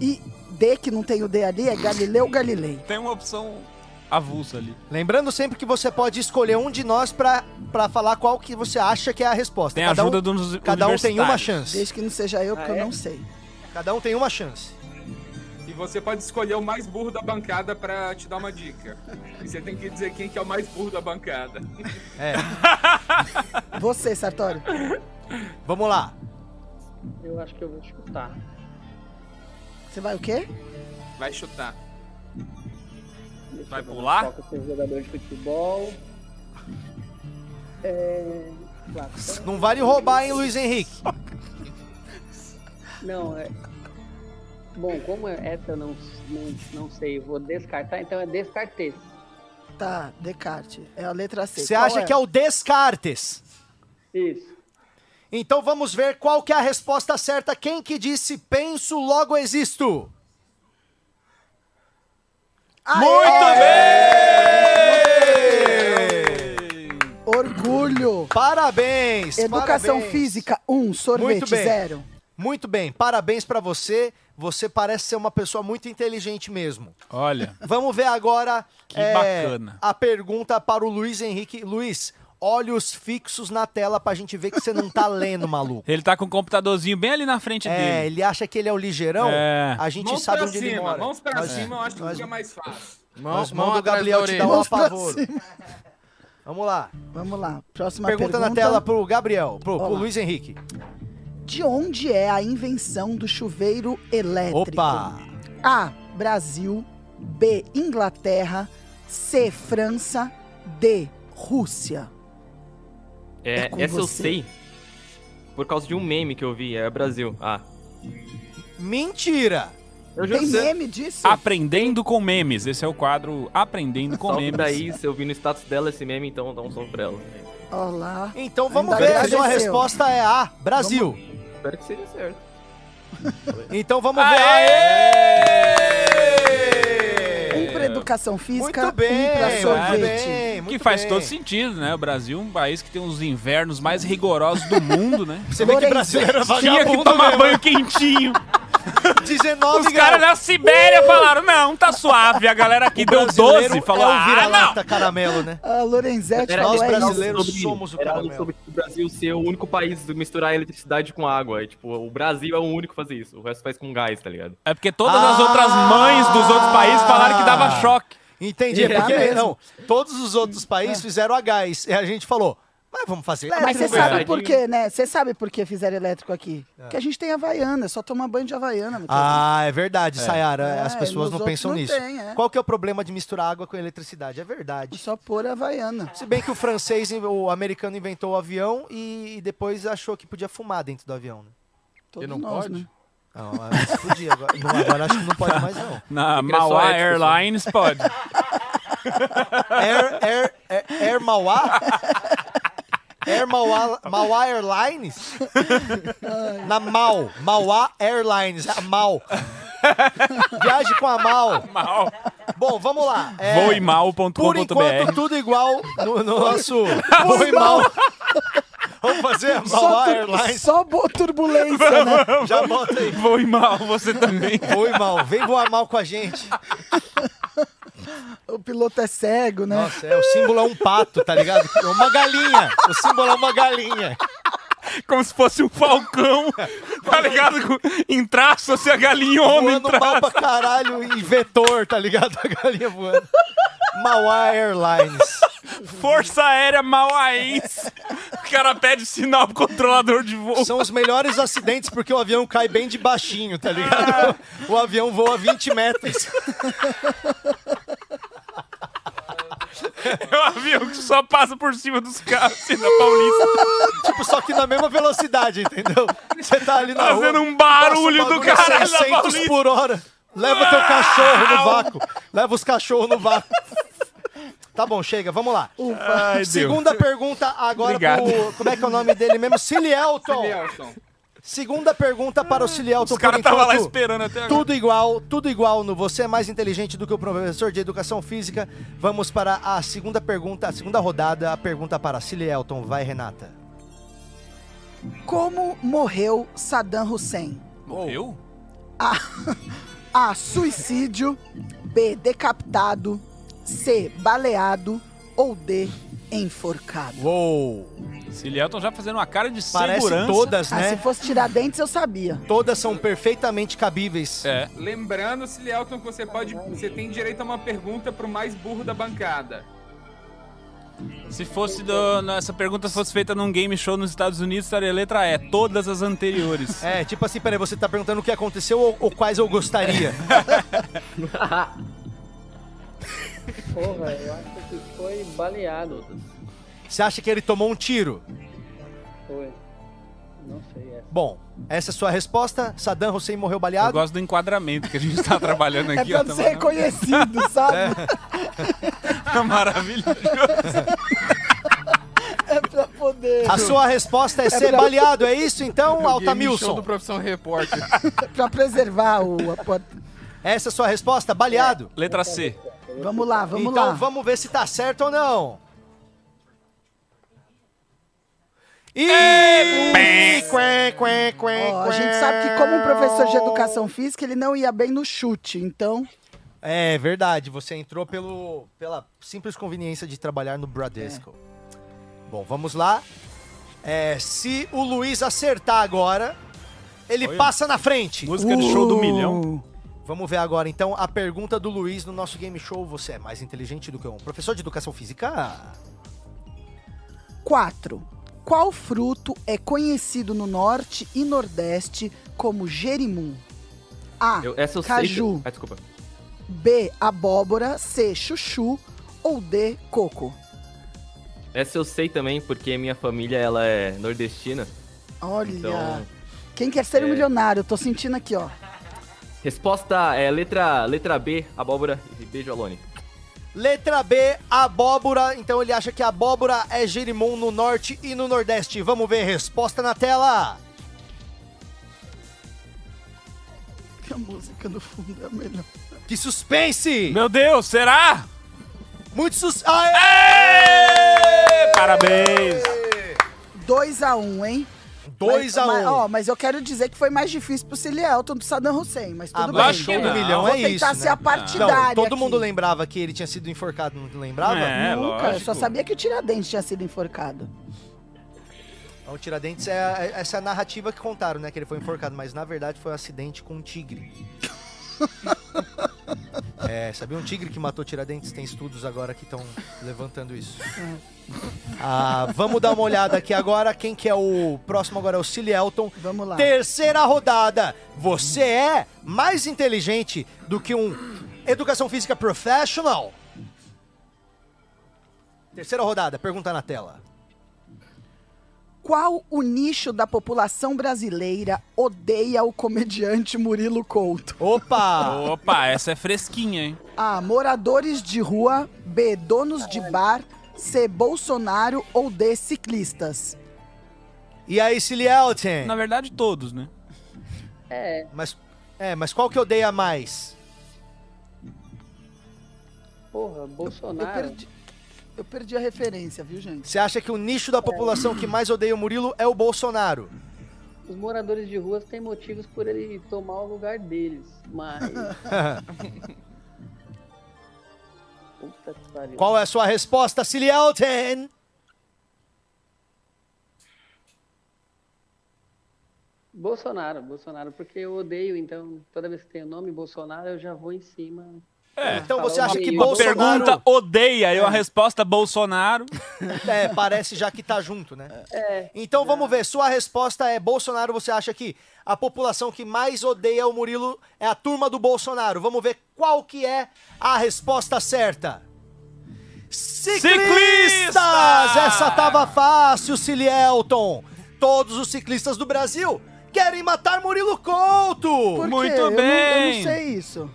D: E D, que não tem o D ali, é Galileu Galilei.
C: Tem uma opção avulsa ali.
A: Lembrando sempre que você pode escolher um de nós pra pra falar qual que você acha que é a resposta.
C: Tem a
A: Cada um-
C: ajuda dos
A: Cada um tem uma
C: universitários.
A: chance.
D: Desde que não seja eu, porque
I: Ah,
D: eu
I: é?
D: não sei.
A: Cada um tem uma chance.
E: E você pode escolher o mais burro da bancada pra te dar uma dica. E você tem que dizer quem que é o mais burro da bancada.
D: Você, Sartori.
A: Vamos lá.
I: Eu acho que eu vou chutar.
D: Você vai o quê?
E: Vai chutar.
I: Deixa eu
C: Vai
I: ver.
E: Ah?
C: pular?
I: Foca ser é jogador de futebol. É. Platão.
A: Não vale roubar, hein, Luiz Henrique?
I: Não, é. Bom, como é essa eu não, não, não sei, vou descartar, então é descartei.
D: Tá, Descartes. É a letra C.
A: Você
D: Qual
A: acha que é o Descartes?
I: Isso.
A: Então vamos ver qual que é a resposta certa. Quem que disse penso, logo existo?
C: Muito
D: É. Orgulho.
A: Parabéns!
D: Educação
A: parabéns.
D: física, um, sorvete,
A: Muito bem.
D: zero.
A: Muito bem, parabéns pra você. Você parece ser uma pessoa muito inteligente mesmo.
C: bem! Olha,
A: Vamos ver agora é,
C: Que bacana.
A: a pergunta para o Luiz Henrique. Luiz, olhos fixos na tela pra gente ver que você não tá lendo, maluco.
C: ele tá com o computadorzinho bem ali na frente
A: É,
C: dele.
A: ele acha que ele é o ligeirão.
C: É.
A: A gente
E: Mãos
A: sabe
E: pra
A: onde ele
E: cima,
A: mora.
E: mãos pra
A: Nós-
E: cima, eu acho que
A: nós-
E: fica mais fácil.
F: Mão,
A: Mas
F: mão
A: manda o
F: atrás
A: Gabriel
F: da
A: te
F: orelha.
A: dar um
D: Mãos pra
A: apavoro. Vamos lá.
D: Vamos lá. Próxima
A: pergunta,
D: pergunta.
A: na tela pro Gabriel, pro, pro
D: Olá.
A: Luiz Henrique.
D: De onde é a invenção do chuveiro elétrico?
A: Opa!
D: A. Brasil. B. Inglaterra. C. França. D. Rússia.
H: É,
D: É com
H: essa eu
D: você.
H: sei. Por causa de um meme que eu vi, é Brasil. Ah.
A: Mentira!
H: Eu juro
D: Tem
H: que você.
D: meme disso?
C: Aprendendo com memes. Esse é o quadro Aprendendo com
H: Salve
C: Memes.
H: daí, se eu vi no status dela esse meme, então dá um salve pra ela.
D: Olá.
A: Então vamos
D: Ainda
A: ver, a sua
D: agradeceu.
A: resposta é A, Brasil.
H: Espero que seja certo.
A: Então vamos ver.
C: Aê!
D: Um pra educação física,
A: É. Muito bem,
D: um pra
A: muito
D: sorvete.
A: bem.
C: Que
A: muito
C: faz
A: bem.
C: todo sentido, né? O Brasil é um país que tem os invernos mais rigorosos do mundo, né?
A: Você vê que brasileiro é
C: Tinha que
A: (laughs) vagabundo
C: tomar
A: mesmo. né?
C: banho quentinho.
A: 19
C: Os caras da Sibéria falaram, não, tá suave. A galera aqui deu 12, falou,
A: é o
C: ah, não.
A: vira-lata caramelo, né?
D: A Ah, Lorenzetti
A: Era
D: falou,
A: os
D: é isso.
A: brasileiros. somos o
H: era
A: cara
H: algo
A: mesmo.
H: sobre o Brasil ser o único país a misturar eletricidade com água. E, tipo, o Brasil é o único a fazer isso. O resto faz com gás, tá ligado?
C: É porque todas
A: Ah.
C: as outras mães dos outros países falaram que dava choque.
A: Entendi, é
D: Tá
A: porque
D: mesmo. É.
A: não, todos os outros países fizeram a gás. E a gente falou, mas vamos fazer.
D: Mas você
A: elétrico,
H: verdade.
D: sabe por quê, né? Você sabe por que fizeram elétrico aqui? Porque a gente tem Havaiana, é só tomar banho de Havaiana. meu querido.
A: É. Ah, é verdade, Sayara.
D: É,
A: As pessoas
D: nos
A: não
D: outros
A: pensam
D: não
A: nisso.
D: tem, é.
A: Qual que é o problema de misturar água com eletricidade? É verdade.
D: Só pôr Havaiana.
A: Se bem que o francês, o americano inventou o avião e depois achou que podia fumar dentro do avião, né?
F: E
D: Todos
F: não
D: nós,
F: pode?
D: né?
A: Não, antes podia. Agora, não, agora acho que não pode mais, não.
C: Na
H: que era só
C: Mauá
H: ético, só.
C: Airlines pode.
A: Air, Air, Air, Air Mauá? Air Mauá, Mauá Airlines? Na Mau. Mauá Airlines. A Mau. Viaje com a Mau.
C: Mal.
A: Bom, vamos lá. (laughs) É, Por enquanto,
C: Voimal.com.br
A: tudo igual no, no nosso Vou e Mal. Vamos fazer a
D: Só,
A: Mauá
D: tu-
A: Airlines.
D: só
C: (laughs)
D: boa turbulência, né?
A: Já bota aí.
C: Voe mal,
A: (laughs)
C: você também.
A: Vou e Mal. Vem voar mal com a gente.
D: O piloto é cego, né?
A: Nossa, é, o símbolo é um pato, tá ligado? É Uma galinha. O símbolo é uma galinha.
C: Como se fosse
A: (laughs)
C: um falcão, tá ligado? Com- Em traço, assim, a galinhona em
A: voando mal pra
C: traço.
A: caralho em vetor, tá ligado? A galinha voando. Mauá Airlines.
C: Força Aérea Mauaense. O cara pede sinal pro controlador de voo.
A: São os melhores acidentes porque o avião cai bem de baixinho, tá
C: Ah.
A: ligado? O avião voa 20 metros.
C: É um avião que só passa por cima dos carros, assim, na Paulista.
A: Tipo, só que na mesma velocidade, entendeu? Você tá ali na rua,
C: Fazendo um barulho
A: passa o
C: do
A: bagulho a
C: caralho na Ah,
A: 600
C: Paulista.
A: por hora. Leva teu cachorro no vácuo. Leva os cachorros no vácuo. Tá bom, chega, vamos lá.
C: Ai, Deus.
A: Segunda pergunta agora pro...
C: Obrigado.
A: Como é que é o nome dele mesmo? Cilielton.
E: Nelson.
A: Segunda pergunta para o Cilielton.
C: Hum, Os caras
A: por
C: estavam lá
A: enquanto.
C: esperando até agora.
A: Tudo igual, tudo igual no Você é Mais Inteligente do que o Professor de Educação Física. Vamos para a segunda pergunta, a segunda rodada. A pergunta para Cilielton. Vai, Renata.
D: Como morreu Saddam Hussein?
C: Morreu?
D: A. Suicídio. B. Decapitado. C. Baleado. Ou D. Enforcado.
A: Uou!
C: Cilielton já fazendo uma cara de
A: Parece
C: segurança.
A: todas,
D: Ah, se
A: né?
D: fosse tirar dentes, eu sabia.
A: Todas são perfeitamente cabíveis.
C: É.
E: Lembrando, Cilielton, que você pode. Você tem direito a uma pergunta pro mais burro da bancada.
C: Se fosse do, na- essa pergunta fosse feita num game show nos Estados Unidos, estaria a letra E, todas as
A: (laughs)
C: anteriores.
A: É, tipo assim, peraí, você tá perguntando o que aconteceu ou, ou quais eu
C: (laughs)
A: gostaria?
I: (laughs) Porra, eu acho que foi baleado.
A: Você acha que ele tomou um tiro?
I: Foi. Não sei, é.
A: Bom, essa é a sua resposta. Saddam Hussein morreu
C: Eu
A: baleado.
C: gosto do enquadramento que a gente tá trabalhando
D: É
C: aqui. ó,
D: pra
C: tá
D: ser
C: mar- (laughs)
D: reconhecido, sabe?
C: tá (laughs) maravilhoso.
D: É, pra poder.
A: A sua
C: (laughs)
A: resposta é ser baleado, é isso então,
F: O game show
A: Altamilson?
F: do Profissão Repórter.
C: Ah.
D: é Pra preservar o. A porta.
A: Essa é a sua resposta? Baleado?
C: Letra C.
D: Vamos lá, É, vamos
A: então
D: lá.
A: vamos ver se tá certo ou não. E...
D: É.
A: Quém, quém, quém,
D: Ó, a
A: quém.
D: gente sabe que, como um professor de educação física, ele não ia bem no chute. Então,
A: É verdade, você entrou pelo, pela simples conveniência de trabalhar no Bradesco. Bom, vamos lá. É, se o Luiz acertar agora, ele
C: Olha.
A: passa na frente.
C: Música de show do
D: Uh.
C: milhão.
A: Vamos ver agora então a pergunta do Luiz no nosso game show. Você é mais inteligente do que um professor de educação física?
D: 4. Qual fruto é conhecido no norte e nordeste como gerimum? A.
H: Eu, essa eu
D: Caju.
H: sei. Ah, desculpa.
D: B. Abóbora. C. Chuchu. Ou D. Coco.
H: Essa eu sei também, porque minha família, ela é nordestina.
D: Olha.
H: Então-
D: Quem quer ser um milionário? Eu tô sentindo aqui, ó.
H: Resposta é letra, letra B, abóbora e beijo, Alone.
A: Letra B, abóbora. Então ele acha que abóbora é gerimum no norte e no nordeste. Vamos ver, resposta na tela.
D: Que (laughs) a música no fundo é a melhor.
A: Que suspense!
C: Meu Deus, será?
A: Muito sus... Aê!
C: Ê, Parabéns!
D: 2x1, um, hein? Mas-
A: 2 a 1
D: mas,
A: um.
D: ó, mas eu quero dizer que foi mais difícil pro Cilielton do Saddam Hussein, mas tudo
A: Ah,
D: bem.
A: mas
C: acho que
A: show do
C: não.
A: milhão
D: Vou
A: é isso,
D: tentar
A: né?
D: ser a partidária
A: Não, todo
D: aqui.
A: mundo lembrava que ele tinha sido enforcado, não lembrava?
C: É,
D: Nunca, eu só
C: lógico.
D: sabia que o Tiradentes tinha sido enforcado.
A: O Tiradentes é a- é- essa é a narrativa que contaram, né? Que ele foi enforcado, mas na verdade foi um acidente com um
D: (laughs)
A: tigre. é, sabia um tigre que matou Tiradentes? Tem estudos agora que estão levantando isso.
D: É.
A: Ah, vamos dar uma olhada aqui agora. Quem que é o próximo agora é o Cilielton.
D: Vamos lá.
A: Terceira rodada. Você é mais inteligente do que um educação física professional? Terceira rodada, pergunta na tela.
D: Qual o nicho da população brasileira odeia o comediante Murilo Couto?
C: (laughs)
A: Opa!
C: Opa, essa é fresquinha, hein?
D: A. Moradores de rua. B. Donos de bar. C. Bolsonaro. Ou D. Ciclistas.
A: E aí, Cilielton?
C: Na verdade, todos, né?
I: É,
A: Mas, é, mas qual que odeia mais?
I: porra,
D: Eu
I: Bolsonaro.
D: perdi, eu perdi a referência, viu, gente?
A: Você acha que o nicho da população que mais odeia o Murilo é o Bolsonaro?
I: Os moradores de ruas têm motivos por ele tomar o lugar deles, mas. Puta que pariu.
A: Qual é a sua resposta, Cilielton?
I: Bolsonaro, Bolsonaro, porque eu odeio, então toda vez que tem o nome Bolsonaro eu já vou em cima.
C: É.
A: Então você
I: Falou
A: acha que
I: uma
A: Bolsonaro...
C: Pergunta odeia, eu a resposta Bolsonaro.
A: É, parece já que tá junto, né?
I: É,
A: Então vamos ver, sua resposta é Bolsonaro, você acha que a população que mais odeia o Murilo é a turma do Bolsonaro. Vamos ver qual que é a resposta certa. Ciclistas!
C: Ciclistas!
A: Essa tava fácil, Cilielton. Todos os ciclistas do Brasil querem matar Murilo Couto.
D: Por
C: Muito
D: quê? Eu não- Eu não,
C: bem.
D: sei isso.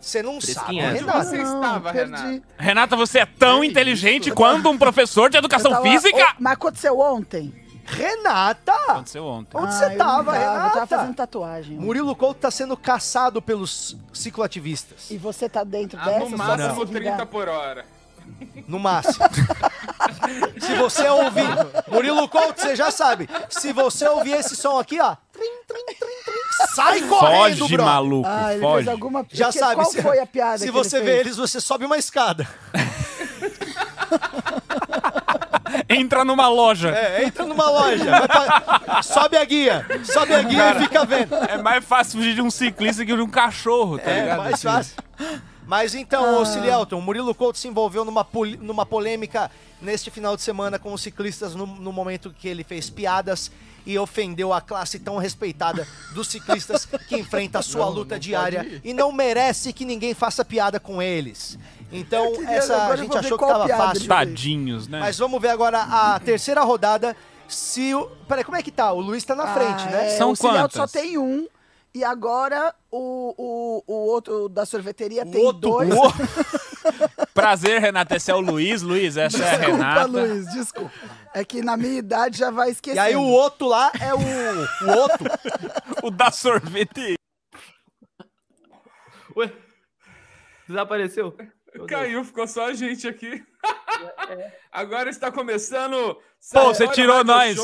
A: Você não sabe,
H: Fresquinha.
A: Renato.
E: Você estava, Renato?
C: Renata, você é tão
F: Que
C: inteligente
F: isso?
C: quanto um professor de
D: Eu
C: educação
D: tava-
C: física!
D: Oh, mas aconteceu ontem.
A: Renata!
C: Aconteceu ontem.
A: Onde
D: Ah,
A: você
D: eu não
A: tava,
D: Eu tava
A: Renata?
D: fazendo tatuagem.
A: Murilo Couto tá sendo caçado pelos cicloativistas.
D: E você tá dentro
E: Ah,
D: dessa?
E: no
D: só pra
E: máximo
D: se vingar?
E: 30 por hora.
A: No
D: (laughs)
A: máximo. se você ouvir Murilo Couto, você já sabe. Se você ouvir esse som aqui, ó. Trim, trim, trim, trim, sai correndo,
C: Foge,
A: bro.
C: maluco,
D: Ah, ele
C: foge.
D: fez alguma...
A: Já
D: que,
A: sabe.
D: Qual
A: se,
D: foi a piada
A: Se
D: que
A: você
D: ele
A: vê
D: fez?
A: eles, você sobe uma escada.
C: (laughs) Entra numa loja.
A: É, entra numa loja. vai pra- sobe a guia. Sobe a guia e fica vendo.
C: É mais fácil fugir de um ciclista que de um cachorro, tá
A: É,
C: ligado?
A: mais fácil. Mas então, ô Cilielton, o Murilo Couto se envolveu numa, poli- numa polêmica neste final de semana com os ciclistas no, no momento que ele fez piadas e ofendeu a classe tão respeitada dos ciclistas que enfrenta a sua
F: Não,
A: luta
F: não
A: diária
F: pode.
A: e não merece que ninguém faça piada com eles. Então,
D: queria-
A: essa
D: agora
A: a
D: eu
A: gente
D: vou ver
A: achou que
D: qual
A: tava
D: piada
A: fácil.
D: ele
C: Tadinhos, né?
A: Mas vamos ver agora a terceira rodada. Se o. Peraí, como é que tá? O Luiz tá na
D: Ah,
A: frente, né?
D: é,
C: São
D: o Cilialdo
C: quantas?
D: só tem um. E agora o, o, o outro da sorveteria
A: O
D: tem
A: outro-
D: dois.
A: o outro-
C: Prazer, Renata. Esse é o Luiz. Luiz, essa é a
D: (laughs) Desculpa,
C: Renata.
D: Luiz, desculpa. É que na minha idade já vai esquecer.
A: E aí o outro lá é o. O outro.
C: O da sorvete.
H: Ué? Desapareceu? Meu Deus.
E: Caiu, ficou só a gente aqui. (laughs) Agora está começando. Pô,
C: você tirou nós.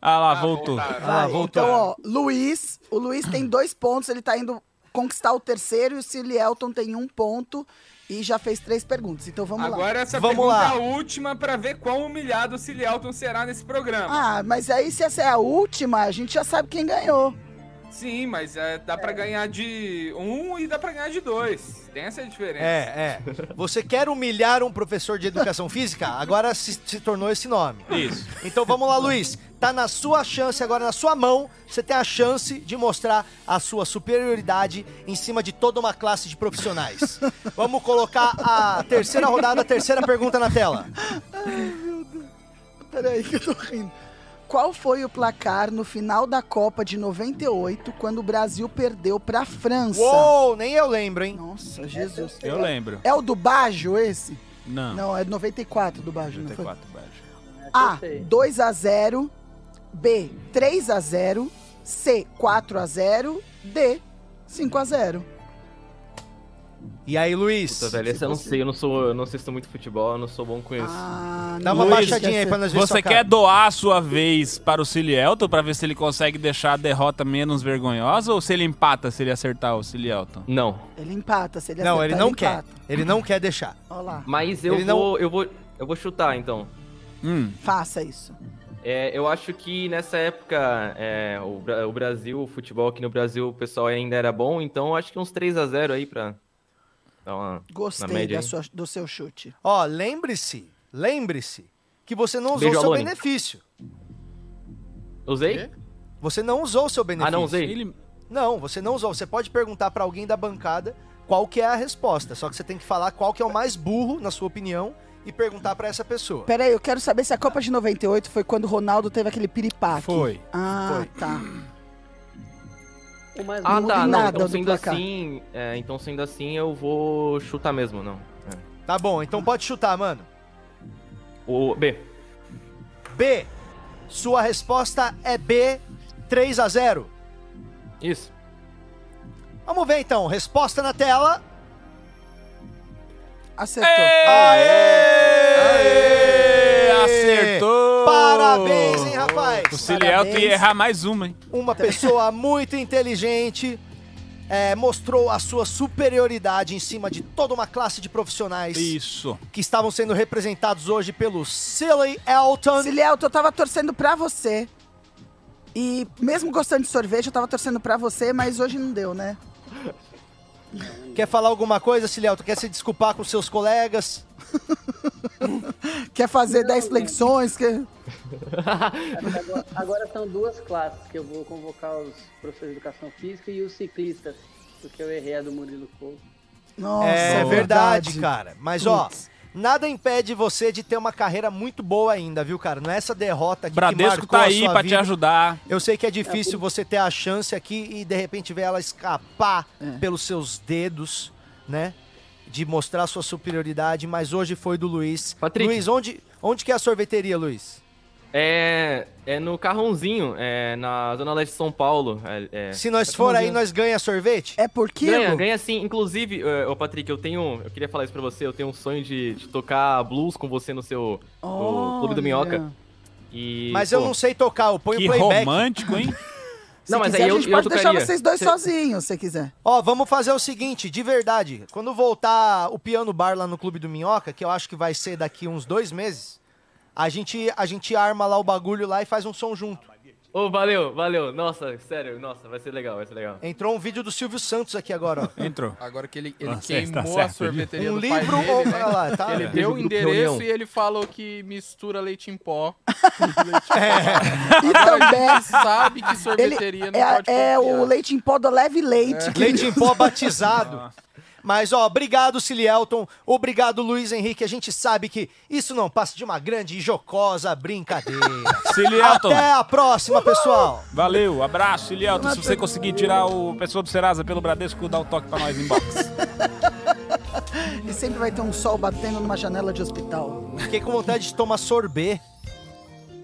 C: Ah lá, voltou.
A: Ah, voltou.
D: Então, ó, Luiz, o Luiz tem dois pontos, ele tá indo conquistar o terceiro e o Cilielton tem um ponto e já fez três perguntas. Então vamos lá.
E: Agora essa
A: Vamos
E: pergunta
A: lá.
E: é a última para ver quão humilhado o Cilielton será nesse programa.
D: Ah, mas aí se essa é a última, a gente já sabe quem ganhou.
E: Sim, mas é, dá pra ganhar de um e dá pra ganhar de dois. Tem essa diferença.
A: É, é. Você quer humilhar um professor de educação física? Agora se, se tornou esse nome.
C: Isso.
A: Então vamos lá, Luiz. Tá na sua chance agora, na sua mão. Você tem a chance de mostrar a sua superioridade em cima de toda uma classe de profissionais. Vamos colocar a terceira rodada, a terceira pergunta na tela.
D: (laughs) Peraí que eu tô rindo. Qual foi o placar no final da Copa de 98, quando o Brasil perdeu pra França?
A: Uou, nem eu lembro, hein?
D: Nossa, Jesus.
C: Eu lembro.
D: É o do Bajo esse?
C: Não.
D: Não, é 94 do Bajo, não foi?
C: 94 baixo.
D: A,
I: sei.
D: 2 a 0 B, 3 a 0 C, 4 a 0 D, 5 a 0
A: E aí, Luiz?
H: Puta, velho, esse eu não sei, eu não sou, eu não assisto muito futebol, eu não sou bom com isso.
D: Ah,
A: Dá uma
D: Luiz,
A: baixadinha aí pra nós ver
C: Você
A: sua
C: quer
A: cara.
C: doar a sua vez para o Cilielton pra ver se ele consegue deixar a derrota menos vergonhosa ou se ele empata se ele acertar o Cilielton?
H: Não.
D: Ele empata, se ele
A: Não,
D: acertar,
A: ele não quer.
D: empata.
A: Ele não quer deixar.
D: Olha lá,
H: Mas eu
A: Ele não-
H: vou, eu vou, eu vou chutar então.
C: Hum.
D: faça isso.
H: É, eu acho que nessa época, é, o, Bra- o Brasil, o futebol aqui no Brasil, o pessoal ainda era bom, então acho que uns 3 a 0 aí pra dar uma. Na
D: Gostei
H: média,
D: da
H: hein?
D: sua- do seu chute.
A: Ó, lembre-se, lembre-se que você não usou
H: Beijo,
A: o seu
H: Alone.
A: benefício.
H: Usei?
A: Você não usou o seu benefício.
H: Ah, não usei?
C: Ele...
A: Não, você não usou. Você pode perguntar pra alguém da bancada qual que é a resposta. Só que você tem que falar qual que é o mais burro, na sua opinião, e perguntar pra essa pessoa.
D: Peraí, eu quero saber se a Copa de 98 foi quando o Ronaldo teve aquele piripaque.
C: Foi.
D: Ah, tá.
I: Uma
H: Ah,
D: Não
H: tá,
D: tem
H: não.
D: nada
H: Então
D: do
H: sendo
D: placar.
H: assim, é, então sendo assim, eu vou chutar mesmo, não. É.
A: Tá bom, então pode chutar, mano.
H: O B.
A: B. Sua resposta é B, 3 a 0.
H: Isso.
A: Vamos ver então, resposta na tela.
D: Acertou.
C: Aê! Acertou!
A: Parabéns, hein, rapaz?
C: O Cilielton
D: Parabéns.
C: ia errar mais uma, hein?
A: Uma pessoa muito inteligente é, mostrou a sua superioridade em cima de toda uma classe de profissionais
C: Isso.
A: que estavam sendo representados hoje pelo Silly Elton.
D: Cilielto, eu tava torcendo pra você. E mesmo gostando de sorvete, eu tava torcendo pra você, mas hoje não deu, né?
A: Quer falar alguma coisa, Silly Elton? Quer se desculpar com seus colegas?
D: Quer fazer 10 flexões? Quer...
I: Agora, agora são duas classes que eu vou convocar os professores de educação física e os ciclistas, porque eu errei a do Murilo Couto.
D: Nossa,
A: é verdade, cara. Mas, ó, nada impede você de ter uma carreira muito boa ainda, viu, cara? Não é essa derrota aqui que
C: Bradesco
A: marcou
C: tá
A: a
C: aí
A: sua
C: pra te
A: vida.
C: ajudar.
A: Eu sei que é difícil você ter a chance aqui e de repente ver ela escapar
C: É.
A: pelos seus dedos, né? De mostrar sua superioridade, mas hoje foi do Luiz.
H: Patrick.
A: Luiz, onde, onde que é a sorveteria, Luiz?
H: (laughs) É, é no Carrãozinho, é, na Zona Leste de São Paulo. É, é.
A: Se nós for aí, nós ganha sorvete?
D: É por quilo?
H: Ganha, ganha sim. Inclusive, eh, ô Patrick, eu tenho. Eu queria falar isso pra você. Eu tenho um sonho de, de tocar blues com você no seu no Clube do Minhoca.
D: Olha.
H: E,
A: Mas eu
H: pô,
A: não sei tocar, eu ponho um
C: Que
A: playback.
C: romântico, hein?
D: Se
H: Não, mas
D: quiser,
H: aí
D: a
H: eu-
D: gente
H: eu
D: pode deixar
H: tocaria.
D: vocês dois
H: Cê-
D: sozinhos, se quiser.
A: Ó, vamos fazer o seguinte, de verdade. Quando voltar o piano bar lá no Clube do Minhoca, que eu acho que vai ser daqui uns dois meses, a gente, a gente arma lá o bagulho lá e faz um som junto.
H: Ô, valeu, valeu. Nossa, sério, nossa, vai ser legal, vai ser legal.
A: Entrou um vídeo do Silvio Santos aqui agora, ó.
F: (laughs)
C: Entrou.
F: Agora que ele, ele
C: Nossa, está
F: queimou a
C: certo, um
F: sorveteria
A: Um
F: do pai
A: livro
F: dele,
A: ou.
F: né?
A: Olha lá, tá?
F: Ele
H: É.
F: deu o
H: Grupo de
F: endereço
H: reunião.
F: e ele falou que mistura leite
A: (laughs)
F: em pó.
D: E
F: (laughs) Ele
D: também...
F: sabe que sorveteria
D: É,
F: não
D: a-
F: pode
D: é o
F: confiar.
D: leite em pó do leve leite. que-
A: Leite em pó
F: (laughs)
A: batizado. Mas, ó, obrigado, Cilielton. Obrigado, Luiz Henrique. A gente sabe que isso não passa de uma grande e jocosa brincadeira.
C: Cilielton.
A: Até a próxima, pessoal.
C: Valeu, abraço, Cilielton. Se você conseguir tirar o pessoal do Serasa pelo Bradesco, dá um toque pra nós em box.
D: E sempre vai ter um sol batendo numa janela de hospital.
A: Fiquei com vontade de tomar sorbet.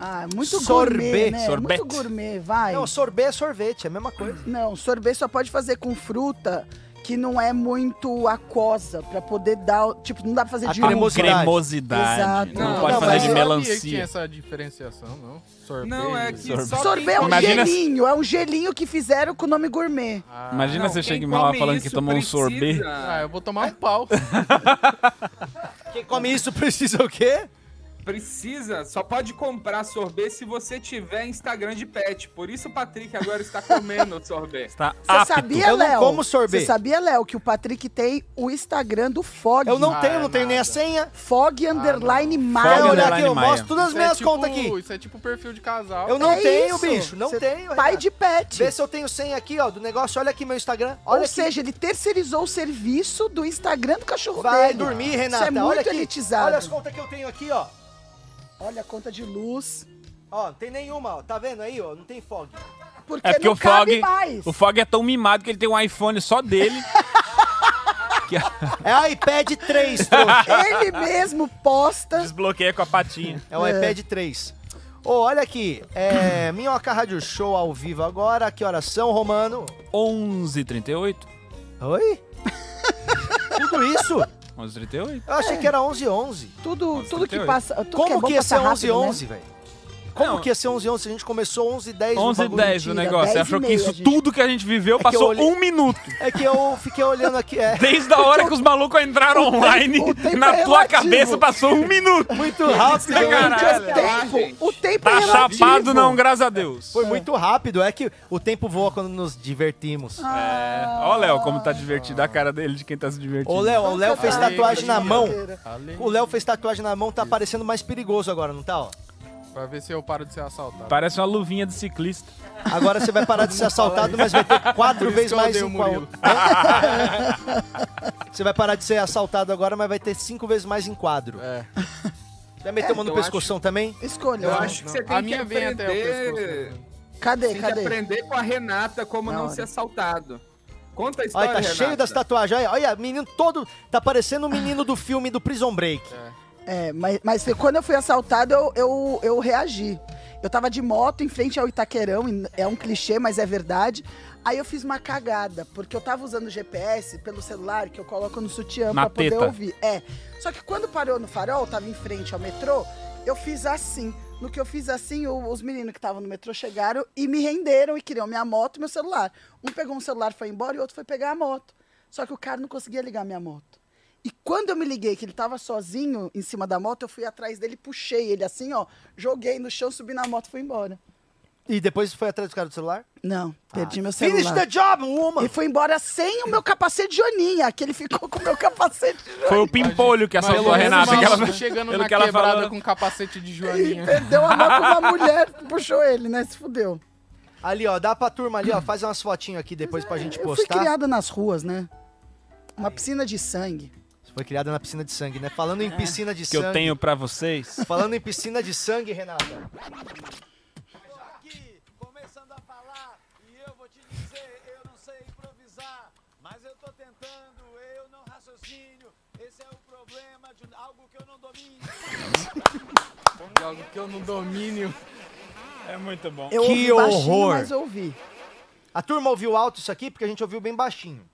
D: Ah, muito
A: Sorbet,
D: gourmet, né?
C: sorbete.
D: Muito gourmet, vai.
A: Não, sorbet é sorvete, é a mesma coisa.
D: Não, sorvete só pode fazer com fruta que não é muito aquosa, pra poder dar. o- Tipo, não dá pra fazer
A: A
D: de
A: cremo- Cremosidade.
C: Cremosidade.
D: Exato.
C: Não,
D: Não,
C: pode
D: não,
C: fazer
D: mas
C: de
D: eu
F: sabia que tinha
C: melancia.
F: essa diferenciação, não? Sorvete.
E: Não, é que
C: Sorvete.
E: só quem
D: Sorvete é um
C: Imagina-
D: gelinho, é um gelinho que fizeram com o nome gourmet.
F: Ah,
C: Imagina
E: Não,
C: você
E: quem
C: chega em lá
E: come
C: falando que
E: isso
C: tomou um
E: precisa-
C: sorvete.
F: ah, eu vou tomar
A: É. (laughs)
F: um pau.
A: Quem come isso precisa o quê?
E: Precisa, só pode comprar sorvete se você tiver Instagram de pet. Por isso o Patrick agora está comendo sorvete.
C: Tá
D: Você
C: apto.
D: sabia,
A: Eu não
D: Léo?
A: como sorvete.
D: Você sabia, Léo, que o Patrick tem o Instagram do Fog?
A: Eu não Ah,
F: Ah,
A: tenho,
F: é
A: não tenho nem a senha.
D: Fog underline
A: Vai
C: Fog
D: Maia.
A: olhar
C: underline
A: aqui, eu
C: Maia.
A: mostro todas as
F: Isso é
A: minhas
F: tipo-
A: contas aqui.
F: Isso é tipo perfil de casal.
A: Eu não
D: É
A: tenho,
D: isso.
A: bicho, não
D: Você-
A: tenho.
D: Pai
A: Renato.
D: de pet.
A: Vê se eu tenho senha aqui, ó, do negócio. Olha aqui meu Instagram. Olha
D: Ou
A: aqui.
D: seja, ele terceirizou o serviço do Instagram do cachorro
A: Vai
D: dele.
A: dormir,
D: Isso
A: Renata.
D: é muito
A: olha aqui.
D: elitizado.
A: Olha as contas que eu tenho aqui, ó.
D: Olha a conta de luz.
A: Ó, não tem nenhuma, ó. Tá vendo aí, ó? Não tem fog.
D: Porque,
C: É porque
D: não
C: o Fog,
D: cabe
C: (laughs)
D: mais.
C: o Fog é tão mimado que ele tem um iPhone só dele. (laughs)
A: É iPad 3, (laughs) trouxa.
D: Ele mesmo posta.
C: Desbloqueia com a patinha.
A: É o iPad 3. Ô, olha aqui. É, Minhoca Rádio Show ao vivo agora. Que horas são, Romano?
C: 11h38.
A: Oi? Tudo isso?
C: 11h38.
A: Eu achei que era 11 11.
D: Tudo,
C: Nossa,
D: tudo que
C: 38.
D: passa. Tudo que é
A: Como
D: bom
A: que ia
D: passa
A: ser 11
D: rápido, né?
A: 11, velho? Como
C: Não.
A: que ia ser 11 11 se a gente começou 11 10 no
C: 11 h
A: bagulho?
C: 10 o
D: mentira,
C: negócio. Você
D: 10 e
C: achou que
D: meia,
C: isso
D: gente. É
C: tudo que a gente viveu
A: que eu
C: passou
A: olhei-
C: um minuto.
A: É que eu fiquei olhando aqui. É
C: Desde a hora que os malucos entraram online,
D: (laughs) o tempo
C: na
D: é
C: tua
D: relativo.
C: cabeça passou um minuto.
A: muito rápido.
F: é
C: Pra
D: né?
C: caralho.
D: Porque
E: Caralho.
D: o tempo, o tempo é
C: Tá
D: relativo.
C: chapado não, graças a Deus.
A: Foi muito rápido. É que o tempo voa quando nos divertimos.
D: Ah,
C: É. Ó, o Léo, como tá divertido a cara dele de quem tá se divertindo.
A: Ô, Léo, o Léo fez
F: Ai,
A: tatuagem na mão.
D: brincadeira.
A: O Léo fez tatuagem na mão, tá parecendo mais perigoso agora, não tá, ó?
F: Pra ver se eu paro de ser assaltado.
C: Parece uma luvinha de ciclista.
A: Agora você vai parar de ser assaltado, mas vai ter quatro
F: Por isso
A: vezes
F: que eu
A: mais
F: odeio o
A: enquadro.
F: Murilo.
A: Você vai parar de ser assaltado agora, mas vai ter cinco vezes mais enquadro.
F: É.
A: Você vai meter uma no
E: eu
A: pescoção também?
D: Escolha.
E: Eu
F: Não,
E: acho que
F: não.
E: você tem
F: A
E: que
F: minha vem até o
E: aprender.
F: pescoço.
D: Cadê,
E: Tem que
D: cadê?
E: aprender com a Renata como
D: Na
E: não
D: hora.
E: ser assaltado. Conta a
A: Olha,
E: história, é
A: tá
E: Renata.
A: cheio das tatuagens. Olha, olha, menino todo. Tá parecendo o menino do filme do Prison Break.
D: É, mas, mas quando eu fui assaltado, eu, eu, eu reagi. Eu tava de moto em frente ao Itaquerão, e é um clichê, mas é verdade. Aí eu fiz uma cagada, porque eu tava usando o GPS pelo celular, que eu coloco no sutiã
C: Na
D: pra poder
C: teta.
D: ouvir. É. Só que quando parou no farol, tava em frente ao metrô, eu fiz assim. No que eu fiz assim, o- os meninos que estavam no metrô chegaram e me renderam e queriam minha moto e meu celular. Um pegou um celular, foi embora e o outro foi pegar a moto. Só que o cara não conseguia ligar minha moto. E quando eu me liguei que ele tava sozinho em cima da moto, eu fui atrás dele, puxei ele assim, ó, joguei no chão, subi na moto e fui embora.
A: E depois foi atrás do cara do celular?
D: Não, perdi meu
A: Finish the
D: celular.
A: job,
D: E
A: woman!
D: fui embora sem o meu capacete de Joninha, que ele ficou com o meu capacete de Joninha.
C: Foi o pimpolho que assaltou a
F: menos
C: Renata.
F: o
C: Que ela,
F: maluco chegando
C: pelo
F: na
C: que ela
F: quebrada
C: falou.
F: com capacete de
D: E
F: joaninha.
D: perdeu a mão com
A: (laughs)
D: uma mulher, puxou ele, né? Se fudeu.
A: Ali, ó, dá pra turma ali, ó, faz umas fotinhas aqui depois pra gente
D: Eu fui
A: postar.
D: criada nas ruas, né? Uma piscina de sangue.
A: Você foi criada na piscina de sangue, né? Falando em piscina de
C: (laughs) que
A: sangue.
C: eu tenho pra vocês.
A: Falando em piscina de sangue, Renata.
J: aqui, começando a falar, e eu vou te dizer, eu não sei improvisar, mas eu tô tentando, eu não raciocínio, esse é o problema de algo que eu não domino.
F: De algo que eu não domino.
C: É muito bom.
D: Eu
A: Que
D: ouvi baixinho,
A: horror.
D: mas ouvi.
A: A turma ouviu alto isso aqui porque a gente ouviu bem baixinho.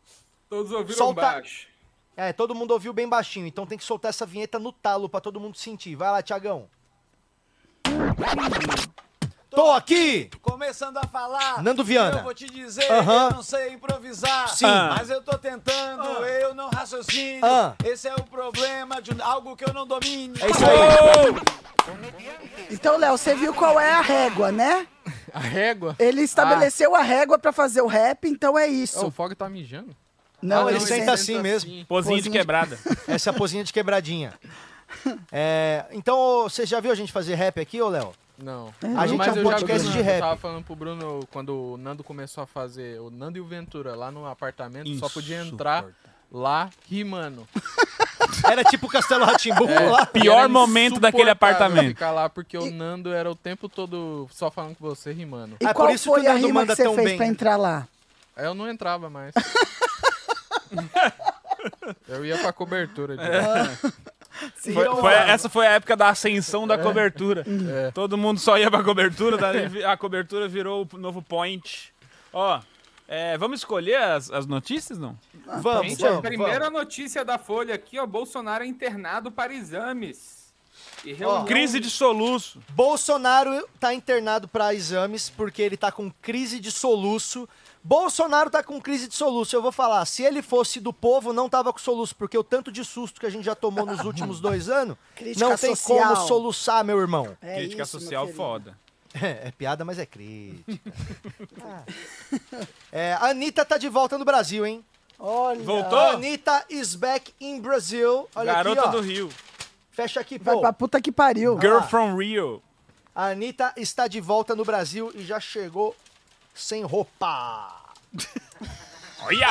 E: Todos ouviram
A: Solta-
E: baixo.
A: É, todo mundo ouviu bem baixinho, então tem que soltar essa vinheta no talo pra todo mundo sentir. Vai lá, Tiagão. Tô aqui!
J: Começando a falar,
A: Nando
J: eu
A: Viana.
J: vou te dizer,
A: Aham.
J: eu não sei improvisar,
A: Sim.
C: Ah.
J: mas eu tô tentando, eu não raciocínio,
A: Ah.
J: esse é o problema de um, algo que eu não domino.
A: É isso aí.
D: Então, Léo, você viu qual é a régua, né?
F: A régua?
D: Ele estabeleceu a régua pra fazer o rap, então é isso.
F: Oh, o Fog tá mijando? Tá
A: Não, ele senta
D: senta-
A: assim mesmo.
C: Pozinho de quebrada.
A: Essa é a pozinha
J: (laughs)
A: de quebradinha. É, então, ô, você já viu a gente fazer rap aqui, ô Léo?
F: Não.
A: A gente é um
F: Mas eu já vi
A: podcast
F: o
A: de
F: Nando,
A: rap.
F: Eu tava falando pro Bruno quando o Nando começou a fazer o Nando e o Ventura lá no apartamento, só podia entrar lá rimando.
A: Era tipo o Castelo Ratimbu
F: É.
A: lá.
C: (laughs) Pior
F: Era
C: momento daquele
F: insuportável
C: apartamento.
F: ficar lá porque o Nando era o tempo todo só falando com você rimando.
D: E
A: Ah,
D: qual
A: por isso que o
D: foi a
A: Nando
D: rima
A: manda
D: que você
A: tão
D: fez
A: bem. né?
D: pra entrar lá?
F: Aí eu não
C: (laughs)
F: entrava mais. eu ia pra cobertura. De...
C: É. Foi- foi- essa foi a época da ascensão da cobertura.
F: É.
C: Todo mundo só ia pra cobertura, daí vi- a cobertura virou o novo point. Ó, é, vamos escolher as, as notícias, não?
A: Vamos,
E: Gente, é a
A: vamos,
E: primeira
A: vamos.
E: notícia da Folha aqui, ó. Bolsonaro é internado para exames. E reunião-
C: Crise de soluço.
A: Bolsonaro tá internado pra exames porque ele tá com crise de soluço. Bolsonaro tá com crise de soluço. Eu vou falar, se ele fosse do povo, não tava com soluço, porque o tanto de susto que a gente já tomou
D: (laughs)
A: nos últimos dois anos,
D: Crítica
A: não tem
D: social.
A: como soluçar, meu irmão.
D: É
C: Crítica
D: isso, meu
C: social
D: querido. Ah,
C: foda.
A: (laughs) É, é piada, mas é crítica. É, a Anitta tá de volta no Brasil, hein?
D: Olha.
C: Voltou?
A: Anitta is back in Brazil. Olha
C: Garota
A: aqui, ó.
C: do Rio.
A: Fecha aqui,
D: Vai
A: pô.
D: pra puta que pariu.
C: Girl
A: lá.
C: from Rio.
A: A Anitta está de volta no Brasil e já chegou sem roupa.
C: Olha!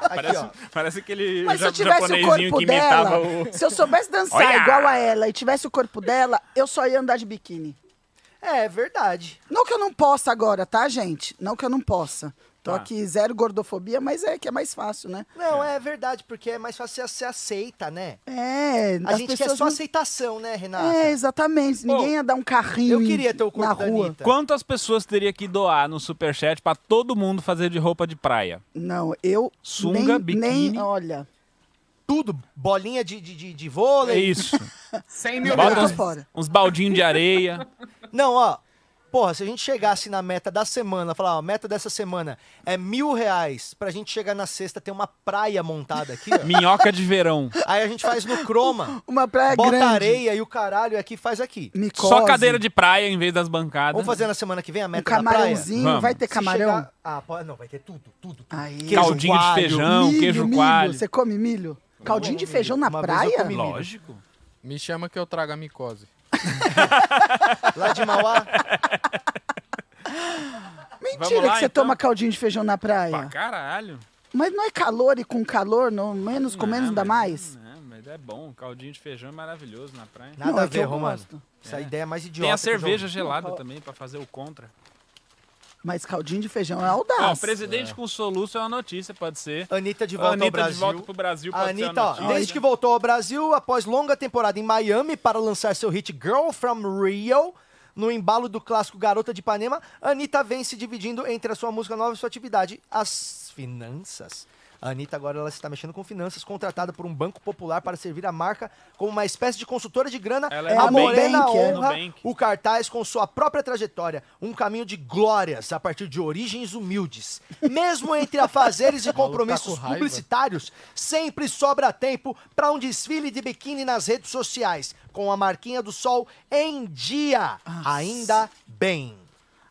C: (laughs) parece,
A: ó.
C: parece aquele
D: Mas se eu
C: ja-
D: tivesse o
C: japonesinho
D: corpo
C: que imitava
D: dela,
C: o.
D: se eu soubesse dançar
C: Olha!
D: igual a ela e tivesse o corpo dela, eu só ia andar de biquíni.
A: É, verdade.
D: Não que eu não possa agora, tá, gente? Não que eu não possa. Tô
C: Tá.
D: aqui zero gordofobia, mas é que é mais fácil, né?
A: Não, é. verdade, porque é mais fácil você aceita, né?
D: É,
A: A
D: as
A: gente quer
D: pessoas
A: só
D: não-
A: aceitação, né, Renata?
D: É, exatamente. Ninguém ia dar um carrinho
A: Eu queria ter o corpo
D: na
A: da
D: rua.
A: Anitta.
C: Quantas pessoas teria que doar no superchat pra todo mundo fazer de roupa de praia?
D: Não, eu
C: Sunga,
D: nem,
C: biquíni.
D: nem olha.
A: Tudo, bolinha de, de, de, de
C: É
A: vôlei.
D: (laughs)
C: isso.
E: 100 mil
C: Bota
D: Eu
E: reais.
D: tô fora.
C: Uns baldinhos de areia.
A: Não, ó. Porra, se a gente chegasse na meta da semana, falar, ó, a meta dessa semana é mil reais pra gente chegar na sexta, ter uma praia montada aqui,
D: (laughs)
A: ó.
C: Minhoca de verão.
A: Aí a gente faz no croma,
D: Uma praia
A: bota
D: É grande.
A: areia e o caralho é aqui faz aqui.
D: Micose,
C: Só cadeira de praia em vez das bancadas.
A: Vamos fazer na semana que vem a
D: um
A: meta da praia?
D: camarãozinho,
C: Vamos.
D: vai ter
A: Se
D: É camarão.
A: chegar- Ah, pô, não, vai ter tudo, tudo. tudo.
D: Aí.
A: Queijo
C: Caldinho
A: coalho.
C: de feijão,
D: milho,
C: queijo
D: milho.
C: coalho.
D: Você come milho? Caldinho de feijão na
A: Uma vez eu
D: praia?
A: comi milho.
C: Lógico.
F: Me chama que eu trago a micose.
A: Lá de
D: (laughs)
A: Mauá.
D: É, Mentira
C: Vamos lá,
D: que você
C: então?
D: toma caldinho de feijão na
C: Pra
D: praia.
C: caralho.
D: Mas não é calor e com calor, não, menos com menos
C: Não,
D: dá
C: mas-
D: mais?
C: Não, mas é bom. Caldinho de feijão é maravilhoso na praia.
A: Nada
D: Não, é
A: a
D: que
A: ver,
D: eu
A: Romano.
D: gosto.
A: Essa ideia é mais idiota.
C: Tem a
A: que
C: cerveja
A: o jogo.
C: gelada também pra fazer o contra.
D: Mas caldinho de feijão é
C: Ó,
D: audaz.
C: presidente com soluço é uma notícia, pode ser.
A: Anitta de
C: A
A: volta ao
C: Anitta de
A: Brasil.
C: volta pro Brasil
A: A
C: pode ser
A: Anitta,
C: uma
A: ó,
C: notícia.
A: desde que voltou ao Brasil, após longa temporada em Miami para lançar seu hit Girl from Rio, no embalo do clássico Garota de Ipanema, Anitta vem se dividindo entre a sua música nova e sua atividade, as finanças. A Anitta agora ela está mexendo com finanças, contratada por um banco popular para servir a marca como uma espécie de consultora de grana.
C: Ela é
A: a
C: do
A: Morena
D: Nubank, é.
A: honra
C: Nubank.
A: o cartaz com sua própria trajetória, um caminho de glórias a partir de origens humildes. Mesmo entre
D: (laughs)
A: afazeres e
D: tá
A: compromissos
F: com raiva.
A: publicitários, publicitários, sempre sobra tempo para um desfile de biquíni nas redes sociais, com a marquinha do sol em dia. Ainda bem.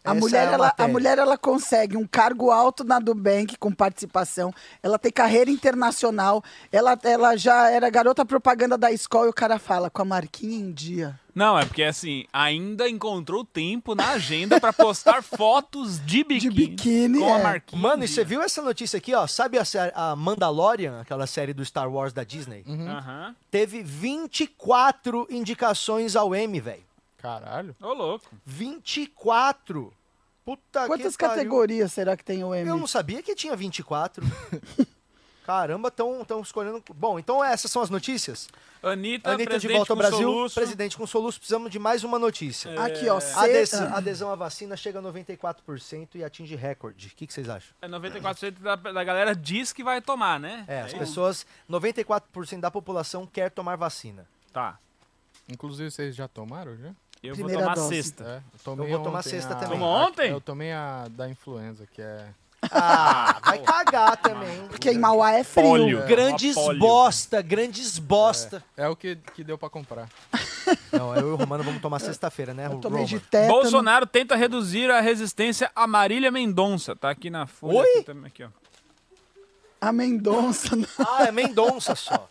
D: A
A: Essa
D: mulher,
A: é a
D: ela, a
A: matéria.
D: mulher, ela consegue um cargo alto na Nubank com participação. Ela tem carreira internacional. Ela, ela já era garota propaganda da escola e o cara fala com a marquinha em dia.
C: Não, é porque assim, ainda encontrou tempo na agenda pra
A: (laughs)
C: postar fotos de biquíni.
D: biquíni,
C: Com a
D: é.
C: marquinha.
A: Mano, e você viu essa notícia aqui, ó? Sabe a, sé- a Mandalorian, aquela série do Star Wars da Disney?
D: Uhum.
C: Aham.
A: Teve 24 indicações ao M, velho.
F: Caralho.
C: Ô, louco.
A: 24! Puta
D: Quantas
A: que pariu.
D: categorias será que tem o
A: Eu
D: M?
A: não sabia que tinha (laughs) 24. Caramba, estão tão escolhendo. Bom, então essas são as notícias?
C: Anitta,
A: Anitta de
C: Tá, presidente
A: volta ao
C: com
A: Brasil,
C: soluço. É.
A: presidente com soluço, precisamos de mais uma notícia.
D: Aqui, ó.
A: É,
D: ah,
A: A adesão-
D: Cê...
A: a adesão à vacina chega a 94% e atinge recorde. O que, que vocês acham?
C: É, 94% da, da galera diz que vai tomar, né?
A: É, as
C: isso.
A: pessoas, 94% da população quer tomar vacina.
C: Tá.
F: Inclusive, vocês já tomaram, já?
C: Eu
D: Primeira
C: vou tomar
D: dose.
C: sexta.
F: É, eu, tomei
A: vou tomar
F: ontem
A: sexta
F: a-
A: também.
C: Tomou ontem?
F: Eu tomei a da influenza, que é...
A: Ah, vai cagar também.
D: Porque em Mauá é frio.
C: Polio.
A: né? Grandes
C: Uma polio.
A: bosta, grandes bosta.
F: É o que, que deu pra comprar.
A: É. Não, eu e o Romano vamos tomar sexta-feira, né,
D: Eu
A: Romano?
D: tomei de tétano.
C: Bolsonaro tenta reduzir a resistência a Marília Mendonça. Tá aqui na folha.
A: Oi?
C: Aqui, também, aqui, ó.
D: A Mendonça. (laughs) não.
A: Ah, é Mendonça só.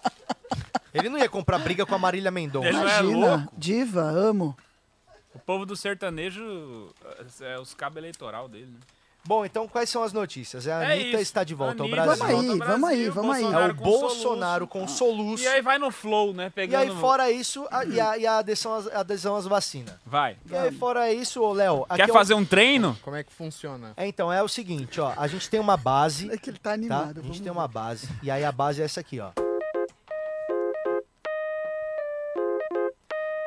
A: Ele não ia comprar briga com a Marília Mendonça.
C: Ele não é
D: Imagina.
C: louco?
D: Diva, amo.
C: O povo do sertanejo é os cabos eleitoral dele, né?
A: Bom, então quais são as notícias? A
C: É
A: Anitta
C: isso.
A: está de volta
C: Anitta
A: ao Brasil.
C: volta ao
D: Vamos aí, vamos aí,
C: Brasil,
D: vamos aí.
A: É o
C: Bolsonaro com
A: Bolsonaro com
C: soluço.
A: soluço.
C: E aí vai no flow, né?
A: E aí,
C: Pegando...
A: fora isso, a, e a, e a adesão, às, adesão às vacinas.
C: Vai.
A: E aí, fora isso, ô Léo. aqui
C: Quer
A: é o-
C: fazer um treino?
F: Como é que funciona?
A: É, então, é o seguinte, ó. A gente tem uma base,
D: É que ele tá
A: tá?
D: animado.
A: A gente
D: vamos
A: tem uma base. E aí, a base é essa aqui, ó.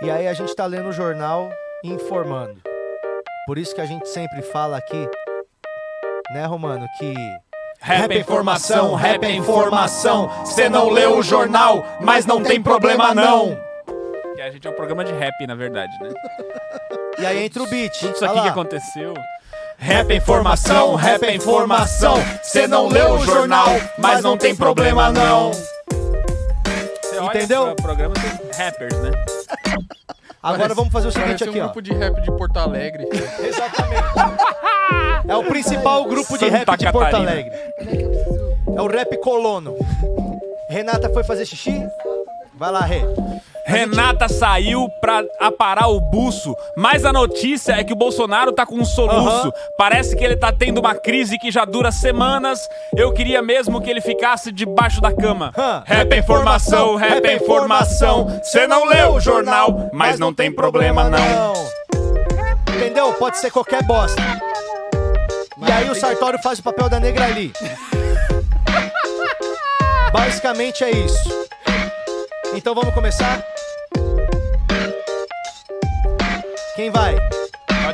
A: E aí, a gente tá lendo o jornal e informando. Por isso que a gente sempre fala aqui, né, Romano, que
C: Rap é informação, rap é informação.
A: Cê não leu o jornal, mas não tem problema não.
C: Que a gente é um programa de rap, na verdade, né?
A: E aí entra o beat.
C: Tudo isso
A: Olha
C: aqui que
A: lá.
C: aconteceu. Rap é informação, rap é informação. Você não leu o jornal, mas não tem problema não. Você olha
A: Entendeu?
C: pro programa tem rappers, né?
A: Agora vamos fazer o seguinte
F: Parece um
A: aqui, ó.
F: grupo de rap de Porto Alegre.
A: É o principal grupo de
C: Santa
A: rap de Porto
C: Catarina.
A: Alegre. É o rap colono. Renata foi fazer xixi? Vai lá, Rê.
C: Renata saiu pra aparar o buço, mas a notícia é que o Bolsonaro tá com um soluço.
A: Aham.
C: Parece que ele tá tendo uma crise que já dura semanas. Eu queria mesmo que ele ficasse debaixo da cama.
A: Hã.
C: Rap é informação, rap é informação. Você não leu o jornal, mas não tem problema não.
A: não. Entendeu? Pode ser qualquer bosta. E aí o Sartório faz o papel da negra
C: (laughs)
A: ali. Basicamente é isso. Então vamos começar? Quem vai?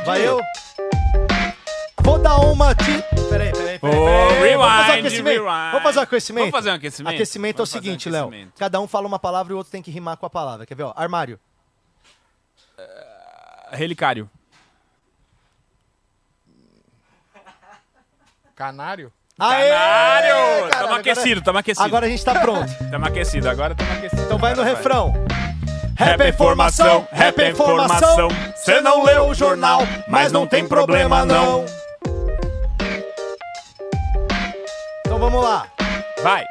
A: Vai eu? Vou dar uma ti. Peraí, peraí, peraí.
C: Ô,
A: peraí. É, Vamos fazer um
C: rewind,
A: aquecimento.
C: rewind.
A: Vamos fazer um aquecimento?
C: Vamos fazer um aquecimento?
A: Aquecimento é o
C: Vamos fazer um
A: seguinte, Léo.
C: aquecimento.
A: Cada um fala uma palavra e o outro tem que rimar com a palavra. Quer ver, ó? Armário.
C: Relicário.
F: é Canário?
A: Aê!
C: Canário! é-
A: Caralho,
C: Tamo
A: agora-
C: aquecido, tamo aquecido.
A: Agora a gente tá pronto.
C: Tamo aquecido, agora tamo aquecido.
A: Então vai no
C: Agora
A: refrão.
C: Rap é informação, rap é informação. Cê não leu o jornal, mas não tem problema não.
A: Então vamos lá.
C: Vai.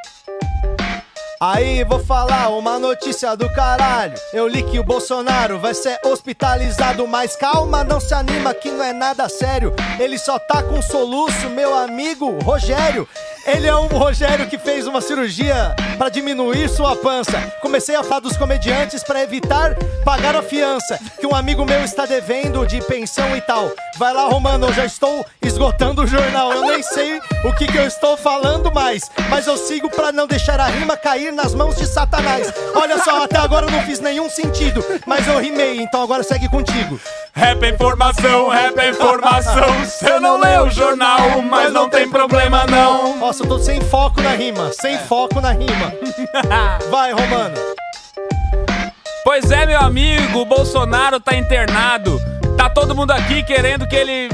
A: Aí vou falar uma notícia do caralho. Eu li que o Bolsonaro vai ser hospitalizado, mas calma, não se anima que não é nada sério. Ele só tá com soluço, meu amigo Rogério. Ele é um Rogério que fez uma cirurgia pra diminuir sua pança. Comecei a falar dos comediantes pra evitar pagar a fiança que um amigo meu está devendo de pensão e tal. Vai lá, Romano, eu já estou esgotando o jornal. Eu nem sei o que, que eu estou falando mais, mas eu sigo pra não deixar a rima cair nas mãos de Satanás. Olha só, até agora eu não fiz nenhum sentido, mas eu rimei, então agora segue contigo.
C: Rap é informação, rap é
A: (laughs)
C: informação. Cê não leu o jornal, mas não tem problema não. É.
A: Nossa, eu tô sem foco na rima, sem foco na
C: (laughs)
A: rima. Vai, Romano.
C: Pois é, meu amigo, o Bolsonaro tá internado. Tá todo mundo aqui querendo que ele.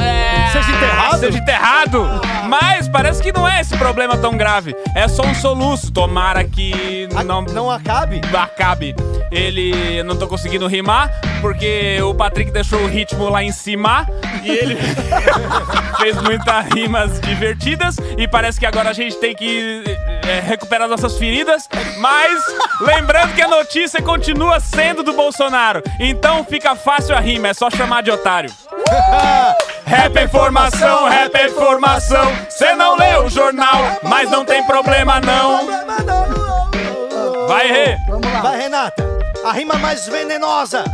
C: é,
A: Seja enterrado?
C: Seja enterrado! Mas parece que não é esse problema tão grave. É só um soluço. Tomara que
A: A-
C: não,
A: não acabe?
C: acabe. Ele. eu não tô conseguindo rimar, porque o Patrick deixou o ritmo lá em cima e ele (laughs) fez muitas rimas divertidas. E parece que agora a gente tem que é, recuperar nossas feridas. Mas lembrando que a notícia continua sendo do Bolsonaro. Então fica fácil a rima, é só chamar de (laughs) otário. Rap é informação, rap é informação. Cê não leu o jornal, mas não tem problema não. Vai, Rê.
D: Vamos lá.
A: Vai, Renata. A rima mais venenosa.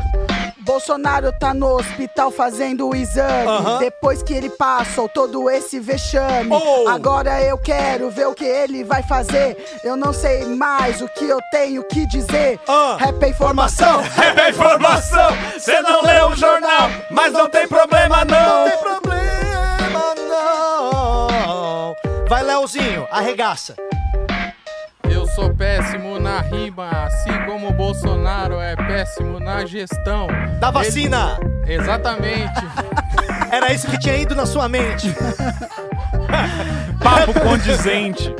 D: Bolsonaro tá no hospital fazendo o exame.
A: Aham.
D: Depois que ele passou todo esse vexame.
A: Oh.
D: Agora eu quero ver o que ele vai fazer. Eu não sei mais o que eu tenho que dizer.
A: Ah.
D: Rap é informação.
C: Rap é informação, cê não leu o jornal, mas não tem problema
A: Não
C: não.
A: tem problema, não. Vai, Leozinho, arregaça.
F: Eu sou péssimo na rima, assim como o Bolsonaro é péssimo na gestão.
A: Da vacina.
F: Ele- Exatamente.
A: Era isso que tinha ido na sua mente.
C: Papo condizente.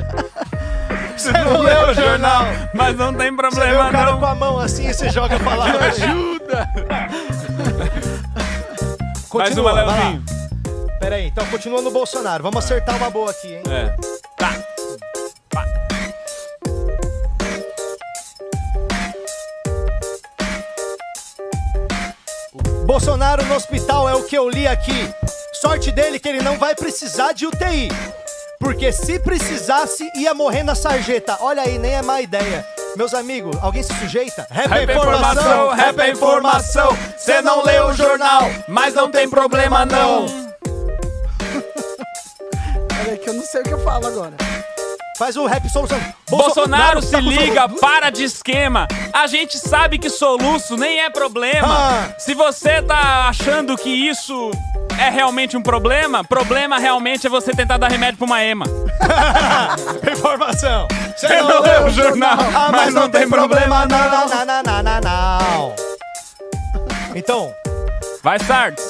C: Cê não leu o jornal, mas não tem
A: Você vê o
C: problema
A: cara com
C: não.
A: a mão assim e você joga a
C: (laughs)
A: palavra.
F: Ajuda!
C: Mais
A: Continua,
C: uma,
A: vai lá.
C: Leozinho.
A: Pera aí, então continua no Bolsonaro. Vamos acertar uma boa aqui, hein?
C: É. Tá. Pá.
A: Bolsonaro no hospital é o que eu li aqui. Sorte dele que ele não vai precisar de UTI. Porque se precisasse, ia morrer na sarjeta. Olha aí, nem é má ideia. Meus amigos, alguém se sujeita?
C: Rap é informação, rap é informação. Cê não leu o jornal, mas não tem problema não.
D: (laughs) Peraí, que eu não sei o que eu falo agora.
A: Faz o rap solução.
C: Bolsonaro
A: tá
C: se
A: com
C: liga,
A: soluço.
C: para de esquema. A gente sabe que soluço nem é problema.
A: Ah.
C: Se você tá achando que isso é realmente um problema, problema realmente é você tentar dar remédio pra uma ema.
A: Informação. Cê
C: Eu não leu o jornal,
A: Ah,
C: mas não tem problema
A: não.
C: não.
A: Não, não, não, não, não. Então,
C: Vai, Sardes.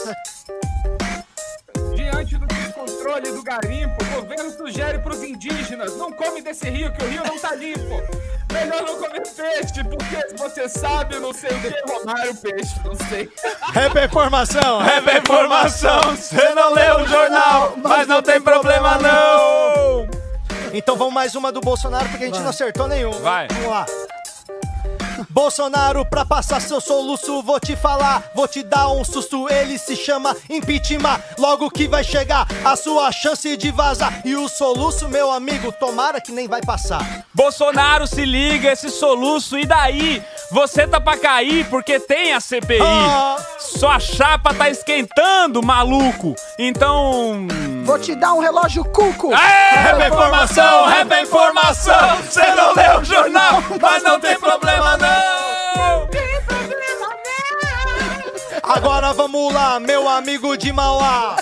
E: Diante do descontrole do garimpo, o governo sugere pros indígenas: não come desse rio, que o rio não tá limpo. Melhor não comer peixe, porque se você sabe, eu não sei o que é Romário Peixe, não sei.
A: rap é informação.
C: Rap é informação, cê não leu o jornal, mas não tem problema não.
A: Então vamos mais uma do Bolsonaro, porque a gente não acertou nenhuma.
C: Vai.
A: Vamos lá. Bolsonaro, pra passar seu soluço, vou te falar, vou te dar um susto. Ele se chama impeachment. Logo que vai chegar a sua chance de vazar. E o soluço, meu amigo, tomara que nem vai passar.
C: Bolsonaro se liga, esse soluço, e daí? Você tá pra cair porque tem a CPI.
A: Ah.
C: Sua chapa tá esquentando, maluco. Então.
D: Vou te dar um relógio cuco.
A: Ah,
C: Rap é informação, rap é informação. Você não leu o (laughs) jornal, mas não tem problema não.
A: Agora vamos lá, meu amigo de Mauá.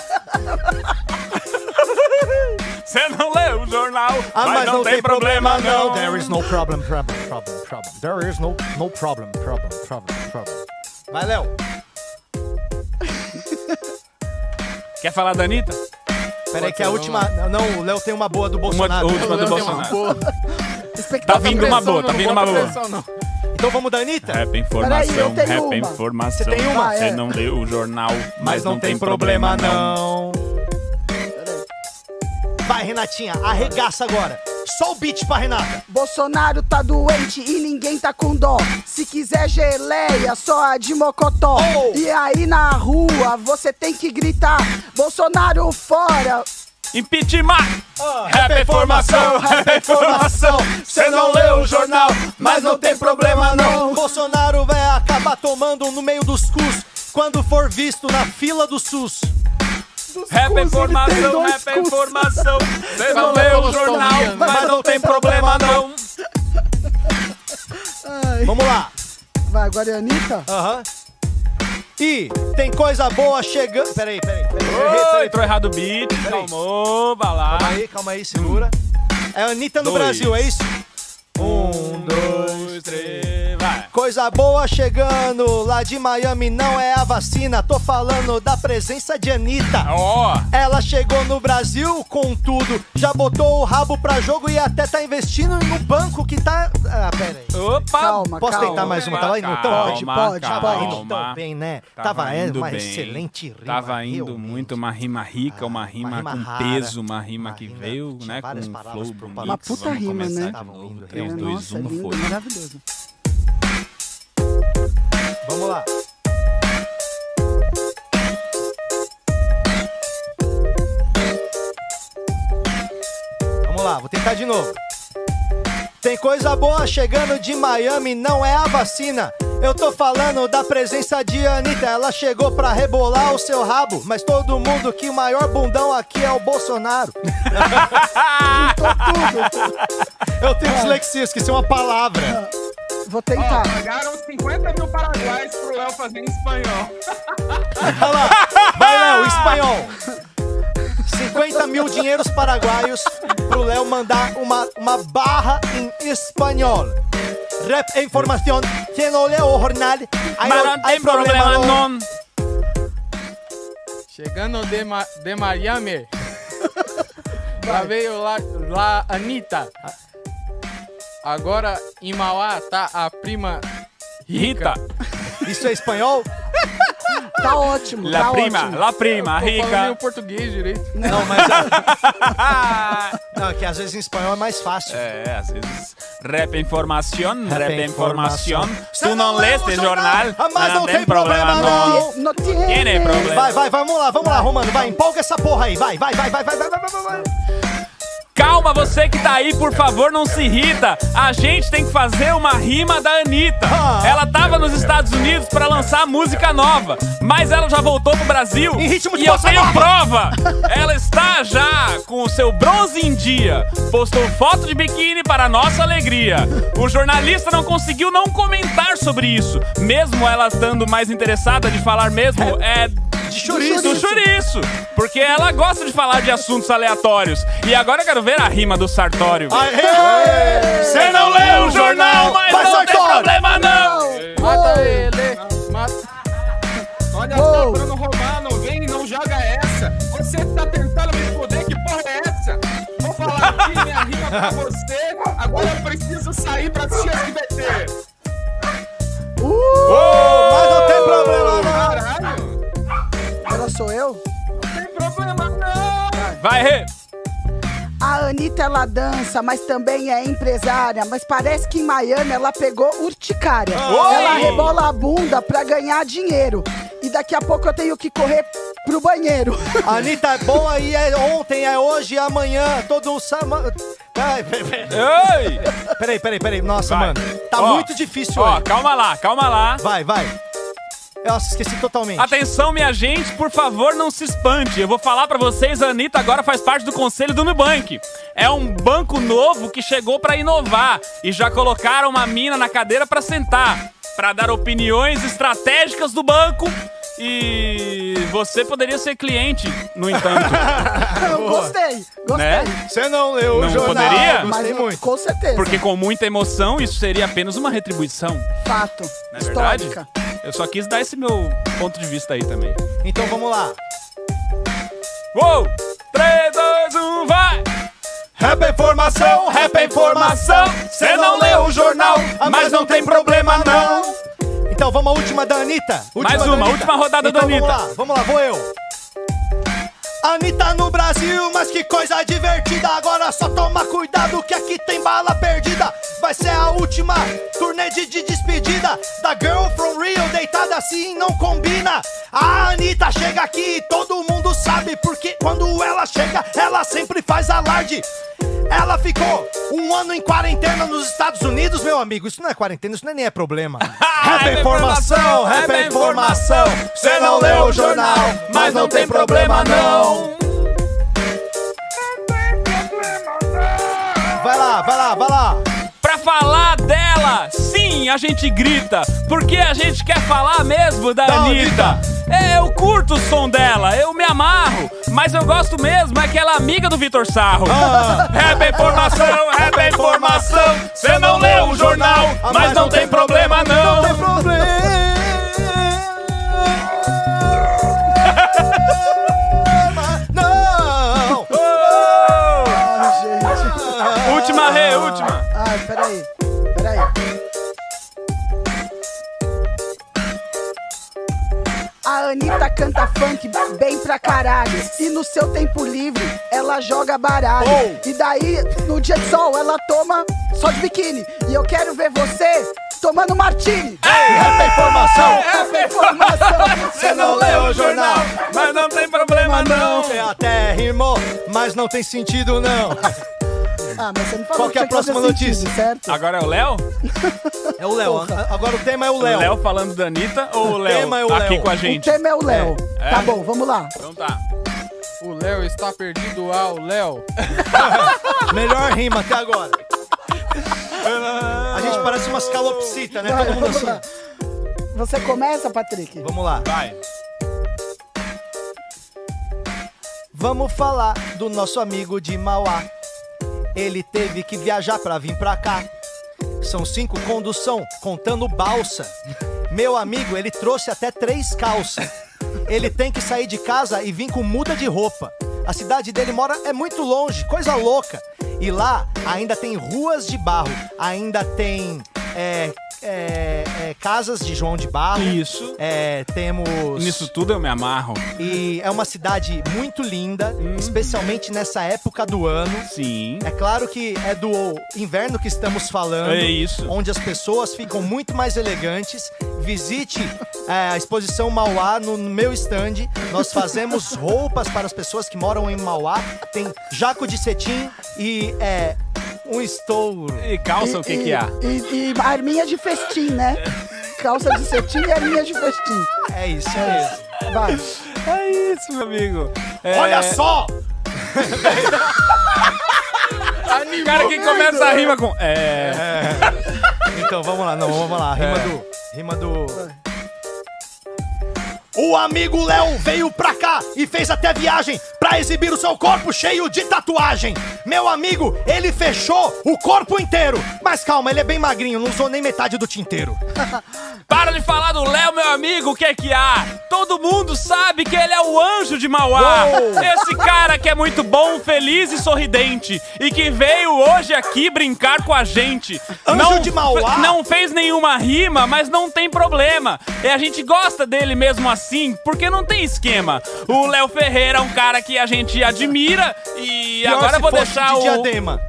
C: Você não leu o jornal,
A: Ah,
C: mas, não, tem problema, não.
A: There is no problem, problem, problem, problem. There is no, no problem, problem, problem, problem. Vai, Léo.
C: Quer falar da Anitta?
A: Peraí que a última... Não, o Léo tem uma boa do
C: Uma
A: Bolsonaro.
C: última do
F: Não tem uma
C: Bolsonaro.
F: boa.
C: Tá
D: Espectáculo.
C: vindo uma boa, tá
F: Não
C: vindo
F: bota
C: uma boa.
F: pressão, não.
A: Então vamos da Anitta?
C: Rap informação,
D: Peraí, eu tenho
C: rap é
D: uma.
C: informação.
A: Você tem uma?
D: Ah, é.
C: Você não leu o jornal, mas,
A: Mas não, tem, problema, não. Vai, Renatinha, arregaça agora. Só o beat pra Renata.
D: Bolsonaro tá doente e ninguém tá com dó. Se quiser geleia, só a de mocotó.
A: Oh!
D: E aí na rua você tem que gritar: Bolsonaro fora!
C: Impeachment!
A: rap informação, rap informação. Cê não leu o jornal, mas não tem problema não. Bolsonaro vai acabar tomando no meio dos cus quando for visto na fila do SUS.
C: Rap é
D: Cus, ele tem
C: informação,
D: dois
C: rap é
D: cus.
C: informação. Você
F: Vai
C: não
F: pra
C: leu o
F: Bolsonaro,
C: jornal,
F: mas
C: mas não tem problema não.
A: Vamos lá.
D: Vai, agora é a Anitta?
A: Aham. E tem coisa boa chegando. Peraí, peraí, peraí. Eu errei,
C: Ô,
A: peraí,
C: Entrou errado o beat, calmou, vai lá.
A: Calma aí, calma aí, segura. É a Anitta no
C: Dois.
A: Brasil, é isso? Um,
C: Dois, três, vai.
A: Coisa boa chegando lá de Miami, não é a vacina. Tô falando da presença de Anitta.
C: Ó,
A: Ela chegou no Brasil com tudo, já botou o rabo pra jogo e até tá investindo no banco que tá. Ah, pera aí.
C: opa.
D: Calma,
A: Posso
D: calma. É,
A: tentar mais uma? Tava indo tão
C: Calma,
A: ótimo.
D: pode,
A: Tava
D: calma.
A: indo tão bem, né?
C: Tava
A: Tava, era
C: indo
A: uma
C: bem.
A: excelente rima.
C: Tava indo
A: realmente.
C: muito uma rima rica, uma
A: Ah,
C: rima,
A: uma rima
C: com
A: rara,
C: peso, uma rima que
A: rima
C: veio,
A: tinha
C: né, com
A: várias
C: um
A: palavras
C: flow
A: pro
C: bonito.
A: palavrão.
D: Uma puta
C: Vamos
D: rima,
C: começar
D: né?
C: de
A: Estavam
C: novo.
A: indo,
C: 3,
A: realmente.
C: 2,
D: Nossa,
C: 1,
D: lindo, né?
C: foi.
D: maravilhoso.
A: Vamos lá. Vamos lá, vou tentar de novo. Tem coisa boa chegando de Miami, não é a vacina. Eu tô falando da presença de Anitta, ela chegou pra rebolar o seu rabo, mas todo mundo que o maior bundão aqui é o (laughs) Bolsonaro. Então, Eu tenho dislexia, esqueci uma palavra.
D: Vou
E: Ó,
D: tentar.
E: pagaram 50 mil paraguaios pro Léo fazer em espanhol.
A: Olha lá,
C: (laughs)
A: vai Léo, espanhol. 50 mil dinheiros paraguaios pro Léo mandar uma, uma barra em espanhol. Rep é informação, se não leu o jornal, aí é
C: Mas não tem problema não.
F: Chegando de, Ma
A: (laughs)
F: de Miami. Já veio lá, lá Anitta. Agora em Mauá tá a prima
C: Rita,
A: Isso é espanhol?
D: Tá ótimo,
C: la
D: tá
C: prima,
D: ótimo.
C: la prima,
F: Tô falando nem o
C: rica.
F: português direito.
A: Não, mas... é-
C: (laughs)
A: não, é que às vezes em espanhol é mais fácil.
C: É, às vezes... Rap informação,
A: Rap
C: rap informação.
A: informação.
C: Tu não leste esse este jornal,
A: Ah, mas não tem problema, não.
D: Não, não tem.
C: Tiene problema.
A: Vai, vai, vai, vamos lá, vamos lá, Romano, vai, empolga essa porra aí, vai, vai, vai, vai, vai, vai, vai, vai, vai.
C: Calma, você que tá aí, por favor, não se irrita. A gente tem que fazer uma rima da Anitta.
A: Ah.
C: Ela tava nos Estados Unidos pra lançar música nova, mas ela já voltou pro Brasil.
A: Em ritmo de
C: e eu
A: bossa
C: tenho
A: nova. (laughs)
C: prova. Ela está já com o seu bronze em dia. Postou foto de biquíni para nossa alegria. O jornalista não conseguiu não comentar sobre isso, mesmo ela estando mais interessada de falar mesmo é de chouriço. Do chouriço. Porque ela gosta de falar de assuntos aleatórios. E agora eu quero ver a rima do Sartório.
A: Aê!
C: Você não lê o jornal, mas
A: Vai,
C: não tem
A: Sartório!
C: problema não.
F: Mata ele. Mata.
E: Olha
D: Uou.
E: só, Bruno Romano, vem e não joga essa. Você tá tentando me foder, que porra é essa? Vou falar aqui minha rima pra você, agora eu preciso sair pra assistir a SBT.
D: Uh,
A: Mas não tem problema, não.
E: Caralho,
D: Ela sou eu?
E: não tem problema não.
C: Vai, Rê.
D: A Anitta, ela dança, mas também é empresária. Mas parece que em Miami ela pegou urticária. Ela rebola a bunda pra ganhar dinheiro. E daqui a pouco eu tenho que correr pro banheiro. (laughs)
A: Anitta é boa e é ontem, é hoje, é amanhã, todo o sama... Ai, peraí, peraí,
C: Ei.
A: peraí, peraí, peraí, nossa,
C: Vai.
A: mano. Tá
C: Ó,
A: muito difícil
C: Ó,
A: hoje.
C: calma lá, calma lá.
A: Vai, vai. Nossa, esqueci totalmente.
C: Ah, Atenção, minha gente, por favor, não se espante. Eu vou falar pra vocês, a Anitta agora faz parte do conselho do Nubank. É um banco novo que chegou pra inovar e já colocaram uma mina na cadeira pra sentar, pra dar opiniões estratégicas do banco e você poderia ser cliente, no entanto.
D: Eu gostei, gostei.
C: Né?
A: Você não leu o
C: Não
A: jornal.
C: poderia?
A: Gostei
D: Mas
A: muito.
D: com certeza.
C: Porque com muita emoção, isso seria apenas uma retribuição.
D: Fato.
C: Não é verdade?
D: histórica.
C: Eu só quis dar esse meu ponto de vista aí também.
A: Então vamos lá.
C: Uou! 3, 2, 1, vai!
A: Rap é informação,
C: rap é informação. Cê não lê o jornal,
A: Ah,
C: mas não tem problema não.
A: Então vamos à última da Anitta. Última
C: Mais
A: da
C: uma,
A: Anitta.
C: última rodada
A: então,
C: da Anitta.
A: Vamos lá, vamos lá, vou eu. Anitta no Brasil, mas que coisa divertida. Agora só toma cuidado que aqui tem bala perdida. Vai ser a última turnê de, de despedida da Girl from Rio, deitada assim não combina. A Anitta chega aqui, e todo mundo sabe, porque quando ela chega, ela sempre faz alarde. Ela ficou um ano em quarentena nos Estados Unidos, meu amigo. Isso não é quarentena, isso nem é problema.
C: (laughs)
A: Rap é informação, rap é informação. Você não lê o jornal, mas não tem problema não. Vai lá, vai lá, vai lá.
C: Pra falar dela, sim, a gente grita, porque a gente quer falar mesmo da
A: Da
C: Anitta. É, eu curto o som dela, eu me amarro, mas eu gosto mesmo, é que ela é amiga do Vitor Sarro.
A: Ah.
C: (laughs) Rap é informação, rap é informação, cê não lê o jornal,
A: Ah,
C: mas não tem problema
A: Não tem
C: não.
A: problema. Não.
D: Ai,
A: Ah,
D: gente.
C: Ah, Última ré, última.
D: Ai, peraí. Peraí. A Anitta canta funk bem pra caralho. E no seu tempo livre, ela joga baralho.
A: Oh.
D: E daí, no dia de sol, ela toma só de biquíni. E eu quero ver você tomando martini.
A: Rap é informação.
D: Essa informação.
A: (laughs) Você não lê o jornal,
C: mas não tem um problema não.
A: Você É até rimou, mas não tem sentido não.
D: Ah, mas você não falou
A: Qual que é a
D: tinha fazer
A: próxima notícia?
D: sentido, certo?
C: Agora é o Léo?
A: É o Léo. Agora o tema é o
C: Léo.
A: Léo.
C: falando da Anitta ou o Léo
A: tema é o
C: tá aqui
A: Léo.
C: com a
D: O
C: gente?
D: tema é o Léo.
C: É.
D: Tá bom, vamos lá.
C: Então tá.
F: O Léo está perdido ao Léo.
A: Melhor rima até agora. (laughs) A gente parece umas calopsita, né? Todo mundo
D: (laughs) Vamos lá.
A: assim.
D: Você começa, Patrick?
A: Vamos lá.
C: Vai.
A: Vamos falar do nosso amigo de Mauá. Ele teve que viajar pra vir pra cá. São cinco condução, contando balsa. Meu amigo, ele trouxe até três calças. Ele tem que sair de casa e vir com muda de roupa. A cidade dele mora é muito longe, coisa louca. E lá ainda tem ruas de barro, ainda tem é, é, é, casas de João de Barro.
C: Isso.
A: É, temos.
C: Nisso tudo eu me amarro.
A: E é uma cidade muito linda,
C: Uhum.
A: especialmente nessa época do ano.
C: Sim.
A: É claro que é do inverno que estamos falando.
C: É isso.
A: Onde as pessoas ficam muito mais elegantes. Visite é, a exposição Mauá no, no meu stand. Nós
C: (laughs)
A: fazemos roupas para as pessoas que moram em Mauá. Tem jaco de cetim e é, um estouro.
C: E calça o que que há?
D: E, e arminha de festim, né? Calça de cetim e arminha de festim.
A: É isso mesmo.
D: Vai.
C: É isso, meu amigo. É, (laughs)
A: só!
C: O cara que começa a rima com... É...
A: Então vamos lá, não, vamos lá. Rima do. Rima do. O amigo Léo veio pra cá e fez até viagem pra exibir o seu corpo cheio de tatuagem. Meu amigo, ele fechou o corpo inteiro. Mas calma, ele é bem magrinho, não usou nem metade do tinteiro.
C: Para de falar do Léo, meu amigo, o que é que há? Todo mundo sabe que ele é o anjo de Mauá.
A: Uou.
C: Esse cara que é muito bom, feliz e sorridente. E que veio hoje aqui brincar com a gente.
A: Anjo de Mauá?
C: fe- Não fez nenhuma rima, mas não tem problema. E a gente gosta dele mesmo assim, porque não tem esquema. O Léo Ferreira é um cara que a gente admira. E
A: Pior
C: agora
A: se
C: eu vou
A: fosse
C: deixar
A: de
C: o... (laughs)
A: diadema.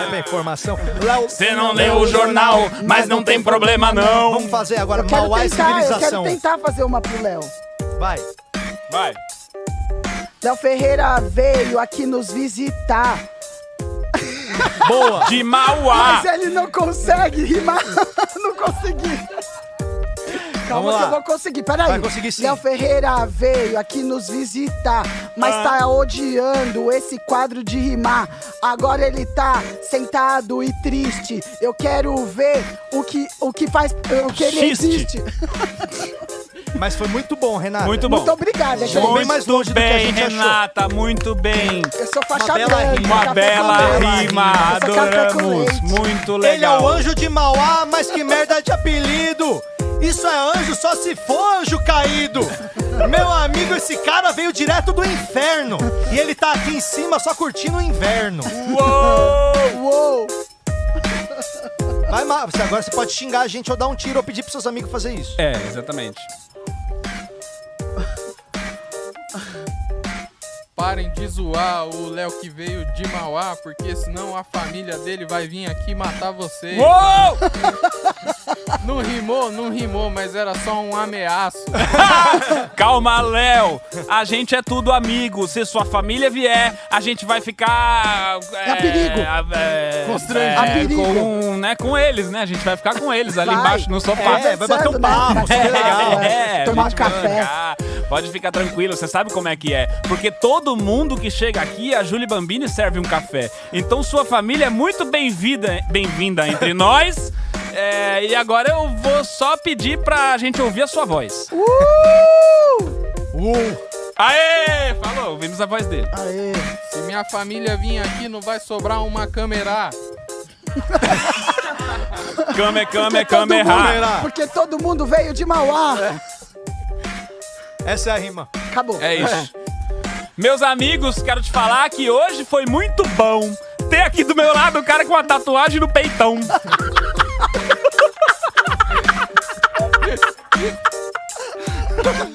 A: é bem informação. Léo,
C: Você não leu o jornal, mas não tem problema não.
A: vamos fazer agora
D: Eu quero,
A: Mauá e
D: tentar, eu quero
A: civilização.
D: tentar fazer uma pro Léo.
A: Vai.
C: Vai.
D: Léo Ferreira veio aqui nos visitar,
A: Boa.
C: De Mauá.
A: é Ah!
D: (laughs) mas ele não consegue rimar. não consegui. Calma
A: Vamos
D: que
A: lá.
D: eu vou conseguir, peraí.
A: Vai conseguir sim.
D: Léo Ferreira veio aqui nos visitar, mas
A: Ah.
D: tá odiando esse quadro de rimar. Agora ele tá sentado e triste. Eu quero ver o que, o que faz. O que ele
C: Xiste.
D: existe.
A: Mas foi muito Tá bom, Renato.
C: Muito bom.
D: Muito obrigada,
A: Bom,
D: gente.
A: bem mais longe do que a
C: bem,
A: gente achou. tá
C: Renata, muito bem.
D: Eu sou faixa
A: Uma bela
D: branca.
A: rima,
C: Uma
D: café com
C: bela
D: leite.
C: rima,
D: Eu sou café com
C: adoramos.
D: leite.
C: Muito
A: tá Ele é
C: legal.
A: o anjo de Mauá, mas que merda de apelido! Isso é anjo só se for anjo caído! Meu amigo, esse cara veio direto do inferno! E ele tá aqui em cima só curtindo o inverno!
C: Uou!
D: Uou!
A: Vai, Mar- você- agora você pode xingar a gente ou dar um tiro ou pedir pros seus amigos fazer isso.
C: É, exatamente.
F: Parem de zoar o Léo que veio de Mauá, porque senão a família dele vai vir aqui matar vocês.
C: Uou!
F: Não rimou, não rimou, mas era só um ameaço.
C: Calma, Léo. A gente é tudo amigo. Se sua família vier, a gente vai ficar. É,
D: perigo.
C: É,
F: Constrangido.
C: é,
D: A perigo.
C: Com, né, com eles, né? A gente vai ficar com eles ali
D: Vai.
C: embaixo no sofá.
A: É, vai bater um
D: Conversando, né?
A: papo,
D: Vai
A: é,
D: legal,
C: É,
D: né? Tomar
C: a
D: um
C: gente vai
D: café.
C: brincar. Pode ficar tranquilo, você sabe como é que é. Porque todo mundo que chega aqui, a Julie Bambini serve um café. Então sua família é muito bem-vinda bem-vinda entre nós. É, e agora eu vou só pedir pra gente ouvir a sua voz.
D: Uh!
A: Uh,
C: Aê! Falou, ouvimos a voz dele.
D: Aê!
F: Se minha família vir aqui, não vai sobrar uma câmera.
C: Kame, kame,
D: Porque todo
C: kame,
D: mundo-
C: ha.
A: errar.
D: Porque todo mundo veio de Mauá.
A: essa é a rima.
D: Acabou.
C: É isso. Meus amigos, quero te falar que hoje foi muito bom ter aqui do meu lado o cara com uma tatuagem no peitão.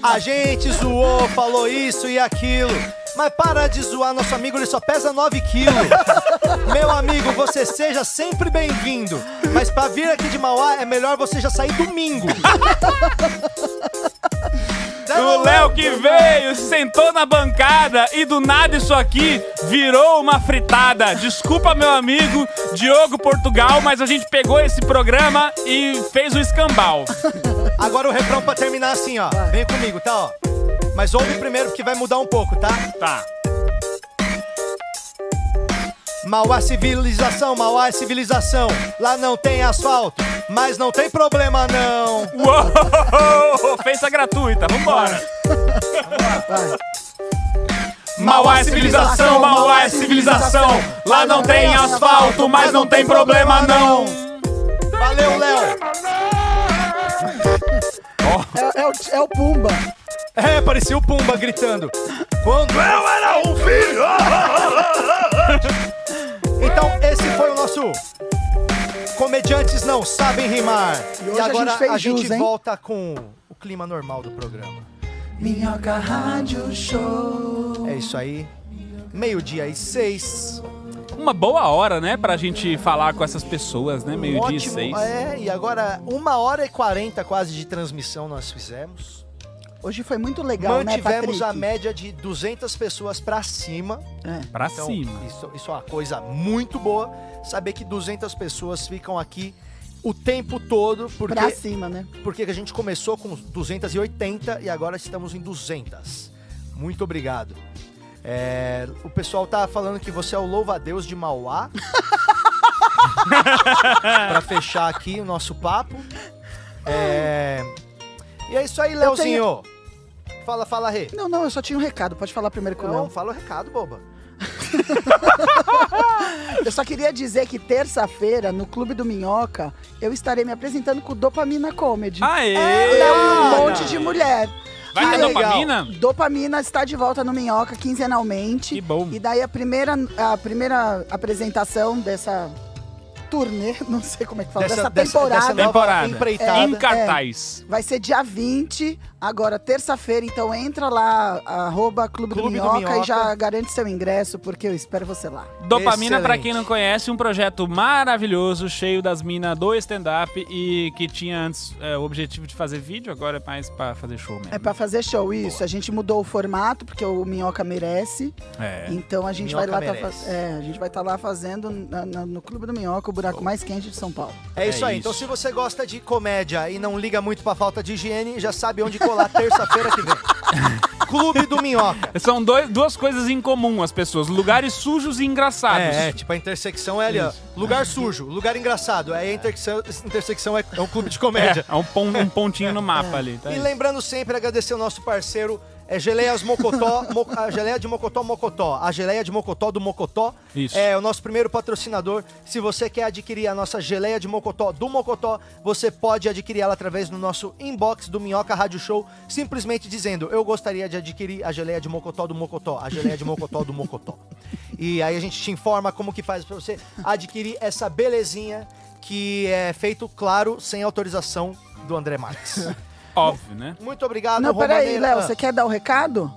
A: A gente zoou, falou isso e aquilo. Mas para de zoar, nosso amigo ele só pesa 9 quilos. Meu amigo, você seja sempre bem-vindo. Mas pra vir aqui de Mauá é melhor você já sair domingo.
C: O Léo que veio, se sentou na bancada e do nada isso aqui virou uma fritada. Desculpa, meu amigo Diogo Portugal, mas a gente pegou esse programa e fez o escambau.
A: Agora o refrão pra terminar assim, ó. Vem comigo, tá, ó. Mas ouve primeiro porque vai mudar um pouco, tá?
C: Tá.
A: Mauá é civilização, Mauá é civilização. Lá não tem asfalto, mas não tem problema não.
C: Uou! Ofensa gratuita, vambora.
D: Vai.
C: Mauá é civilização, Mauá é civilização. Lá não tem asfalto, mas não tem problema não.
A: Valeu, Léo.
D: É, é o, é o Pumba.
A: É, parecia o Pumba gritando. Quando eu era um filho! (laughs) então, esse foi o nosso. Comediantes não sabem rimar. E,
D: hoje a
A: agora
D: gente fez
A: a gente
D: jus, hein?
A: volta com o clima normal do programa.
D: Minhoca Rádio Show.
A: É isso aí. Meio-dia e seis.
C: Uma boa hora, né, pra gente falar com essas pessoas, né? Meio-dia e
A: Ótimo.
C: seis.
A: É, e agora uma hora e quarenta quase de transmissão nós fizemos.
D: Hoje foi muito legal, né,
A: Mantivemos
D: Patrick?
A: a média de 200 pessoas pra cima.
D: É.
C: Pra
A: Então,
C: cima.
A: Isso, isso é uma coisa muito boa. Saber que 200 pessoas ficam aqui o tempo todo, porque,
D: Pra cima, né?
A: porque a gente começou com 280 e agora estamos em 200. Muito obrigado. É, o pessoal tá falando que você é o louva-a-deus de Mauá. Pra fechar aqui o nosso papo. É, e é isso aí, Leozinho. Fala, fala, Rê.
D: Não, não, eu só tinha um recado. Pode falar primeiro com o
A: Não,
D: Léo.
A: fala o recado, boba.
D: Eu só queria dizer que terça-feira, no Clube do Minhoca, eu estarei me apresentando com Dopamina Comedy.
C: Aê!
D: É, Léo e um
A: Ana!
D: monte de mulher.
C: Vai ter
D: Ah, legal.
C: dopamina?
D: Dopamina está de volta no Minhoca quinzenalmente.
C: Que bom.
D: E daí a primeira, a primeira apresentação dessa turnê, (laughs) não sei como é que fala, dessa, temporada,
A: nova
C: Temporada.
A: empreitada.
C: Em cartaz.
D: vai ser dia 20 Agora, terça-feira, então entra lá, arroba Clube,
A: Clube
D: do,
A: do
D: Minhoca, e
A: Minhoca.
D: já garante seu ingresso, porque eu espero você lá.
C: Dopamina, pra
A: Excelente.
C: quem não conhece, um projeto maravilhoso, cheio das minas do stand-up e que tinha antes é, o objetivo de fazer vídeo, agora é mais pra fazer show mesmo.
D: É pra fazer show, isso. A gente mudou o formato, porque o Minhoca merece.
C: É.
D: Então a gente
A: Minhoca
D: vai lá tá
A: merece.
D: fa- é, a gente vai estar lá fazendo na- na- no Clube do Minhoca, o buraco mais quente de São Paulo.
A: É isso
C: É
A: aí.
C: isso.
A: Então, se você gosta de comédia e não liga muito pra falta de higiene, já sabe onde colar terça-feira que
C: (laughs)
A: vem. Clube do Minhoca.
C: São dois- duas coisas em comum as pessoas, lugares sujos e engraçados.
A: É, é, tipo, a intersecção é ali, ó. Lugar sujo, lugar engraçado. Aí a intersecção, intersecção é, é um clube de comédia.
C: É, um, pon- um pontinho no mapa ali. Tá
A: E
C: aí.
A: lembrando sempre, agradecer o nosso parceiro, é Geleias Mocotó, mo- a geleia de Mocotó Mocotó, a geleia de Mocotó do Mocotó.
C: Isso.
A: É o nosso primeiro patrocinador. Se você quer adquirir a nossa geleia de Mocotó do Mocotó, você pode adquirir ela através do nosso inbox do Minhoca Rádio Show, simplesmente dizendo, eu gostaria de adquirir a geleia de Mocotó do Mocotó, a geleia de Mocotó do Mocotó. E aí a gente te informa como que faz pra você adquirir essa belezinha que é feito, claro, sem autorização do André Marques.
C: Óbvio, né?
A: Muito obrigado,
D: não, peraí,
A: Romaneira.
D: Léo,
A: Ah,
D: você quer dar o recado?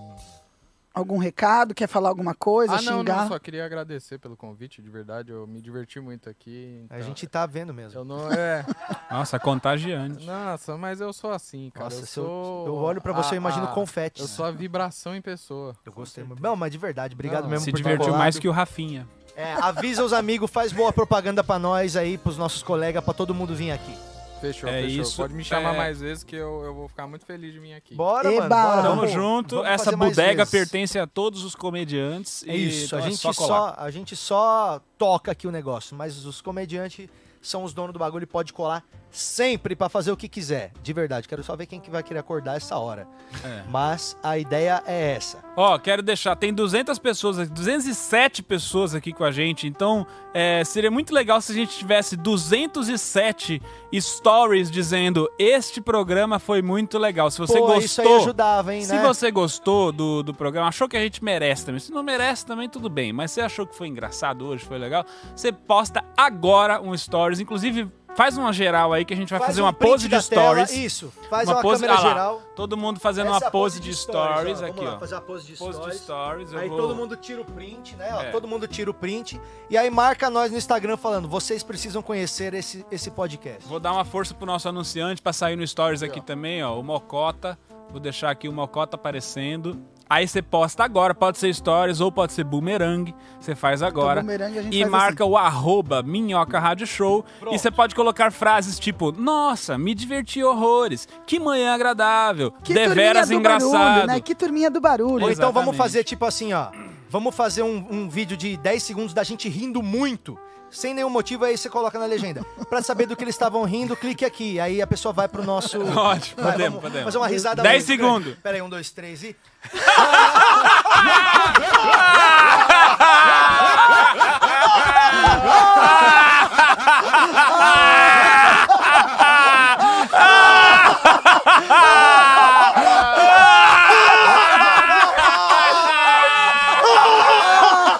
D: Algum recado? Quer falar alguma coisa?
F: Ah, não,
D: xingar?
F: não, só queria agradecer pelo convite, de verdade, eu me diverti muito aqui.
A: A
F: então-
A: gente tá vendo mesmo.
F: Eu não, é,
C: Nossa, contagiante.
F: nossa, mas eu sou assim, cara.
A: Nossa,
F: eu,
A: se eu-
F: sou
A: eu olho pra você, eu imagino confete. né?
F: Eu sou a vibração em pessoa.
A: Eu gostei muito. Não, mas de verdade, obrigado
F: Não,
A: mesmo
C: Se
A: por ter
C: divertiu
A: colado.
C: mais que o Rafinha.
A: É, avisa os amigos, faz boa propaganda pra nós aí, pros nossos colegas, pra todo mundo vir aqui.
F: Fechou,
C: É
F: fechou.
C: isso,
F: Pode me chamar
C: é.
F: mais vezes que eu, eu vou ficar muito feliz de vir aqui.
A: Bora,
D: Eba!
A: mano. Bora,
D: Tamo
C: Tamo
A: vamos-
C: junto.
A: vamos
C: Essa
A: fazer mais
C: bodega
A: vezes.
C: pertence a todos os comediantes.
A: É
C: e
A: isso, a
C: então é
A: gente,
C: colar.
A: só, a gente só toca aqui o negócio, mas os comediantes são os donos do bagulho e pode colar sempre pra fazer o que quiser. De verdade, quero só ver quem que vai querer acordar essa hora.
C: É.
A: Mas a ideia é essa.
C: Ó, quero deixar, tem 200 pessoas, aqui, 207 pessoas aqui com a gente, então é, seria muito legal se a gente tivesse 207 stories dizendo este programa foi muito legal. Se você
A: Pô,
C: gostou,
A: isso aí ajudava, hein,
C: se
A: né?
C: você gostou do, do programa, achou que a gente merece também. Se não merece também, tudo bem. Mas você achou que foi engraçado hoje, foi legal, você posta agora um stories. Inclusive, faz uma geral aí que a gente vai
A: Faz
C: fazer
A: um
C: uma
A: print
C: pose de
A: da tela,
C: stories.
A: Isso, faz uma, câmera
C: ah lá,
A: geral.
C: Todo mundo fazendo
A: Essa é
C: uma
A: a
C: pose, de stories,
A: ó.
C: aqui,
A: Vamos lá,
C: ó.
A: fazer a pose de
C: Pose de
A: stories.
C: stories, eu
A: Aí
C: vou...
A: todo mundo tira o print, né? ó,
C: É.
A: Todo mundo tira o print. E aí marca nós no Instagram falando, vocês precisam conhecer esse, esse podcast.
C: Vou dar uma força pro nosso anunciante pra sair no Stories aqui também, ó. O Mocota. Vou deixar aqui o Mocota aparecendo. Aí você posta agora, pode ser Stories ou pode ser Boomerang. Você faz agora.
D: bumerangue a gente
C: e
D: faz
C: marca o arroba Minhoca Rádio Show. E você pode colocar frases tipo: Nossa, me diverti horrores. Que manhã agradável.
D: Que
C: deveras
D: turminha do barulho,
C: engraçado.
D: né? Que turminha do barulho.
A: Ou então vamos
C: Exatamente.
A: fazer tipo assim, ó. Vamos fazer um, um vídeo de 10 segundos da gente rindo muito. Sem nenhum motivo, aí você coloca na legenda. Pra saber do que eles estavam rindo, clique aqui. Aí a pessoa vai pro nosso.
C: (laughs) Ótimo,
A: Vai,
C: (laughs) podemos,
A: vamos
C: podemos.
A: Fazer uma risada
C: 10
A: muito grande.
C: segundos.
A: Pera aí, um, dois, três e.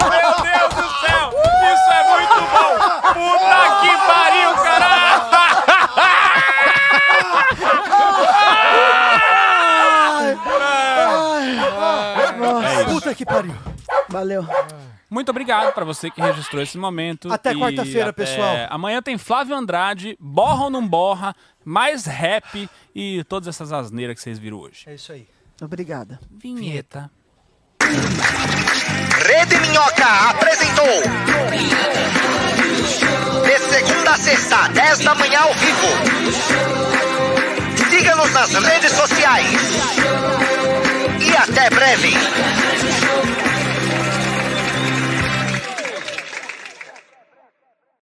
C: Meu Deus do céu! Isso é muito bom! Puta que pariu, caralho! É
A: Nossa, puta que pariu.
D: Valeu.
C: Muito obrigado pra você que registrou esse momento.
A: Até
C: E
A: quarta-feira,
C: até-
A: pessoal.
C: Amanhã tem Flávio Andrade, borra ou não borra, mais rap e todas essas asneiras que vocês viram hoje.
A: É isso aí.
D: Obrigada.
C: Vinheta.
B: Rede Minhoca apresentou. De segunda a sexta, 10 da manhã ao vivo. Siga-nos nas redes sociais. E até breve.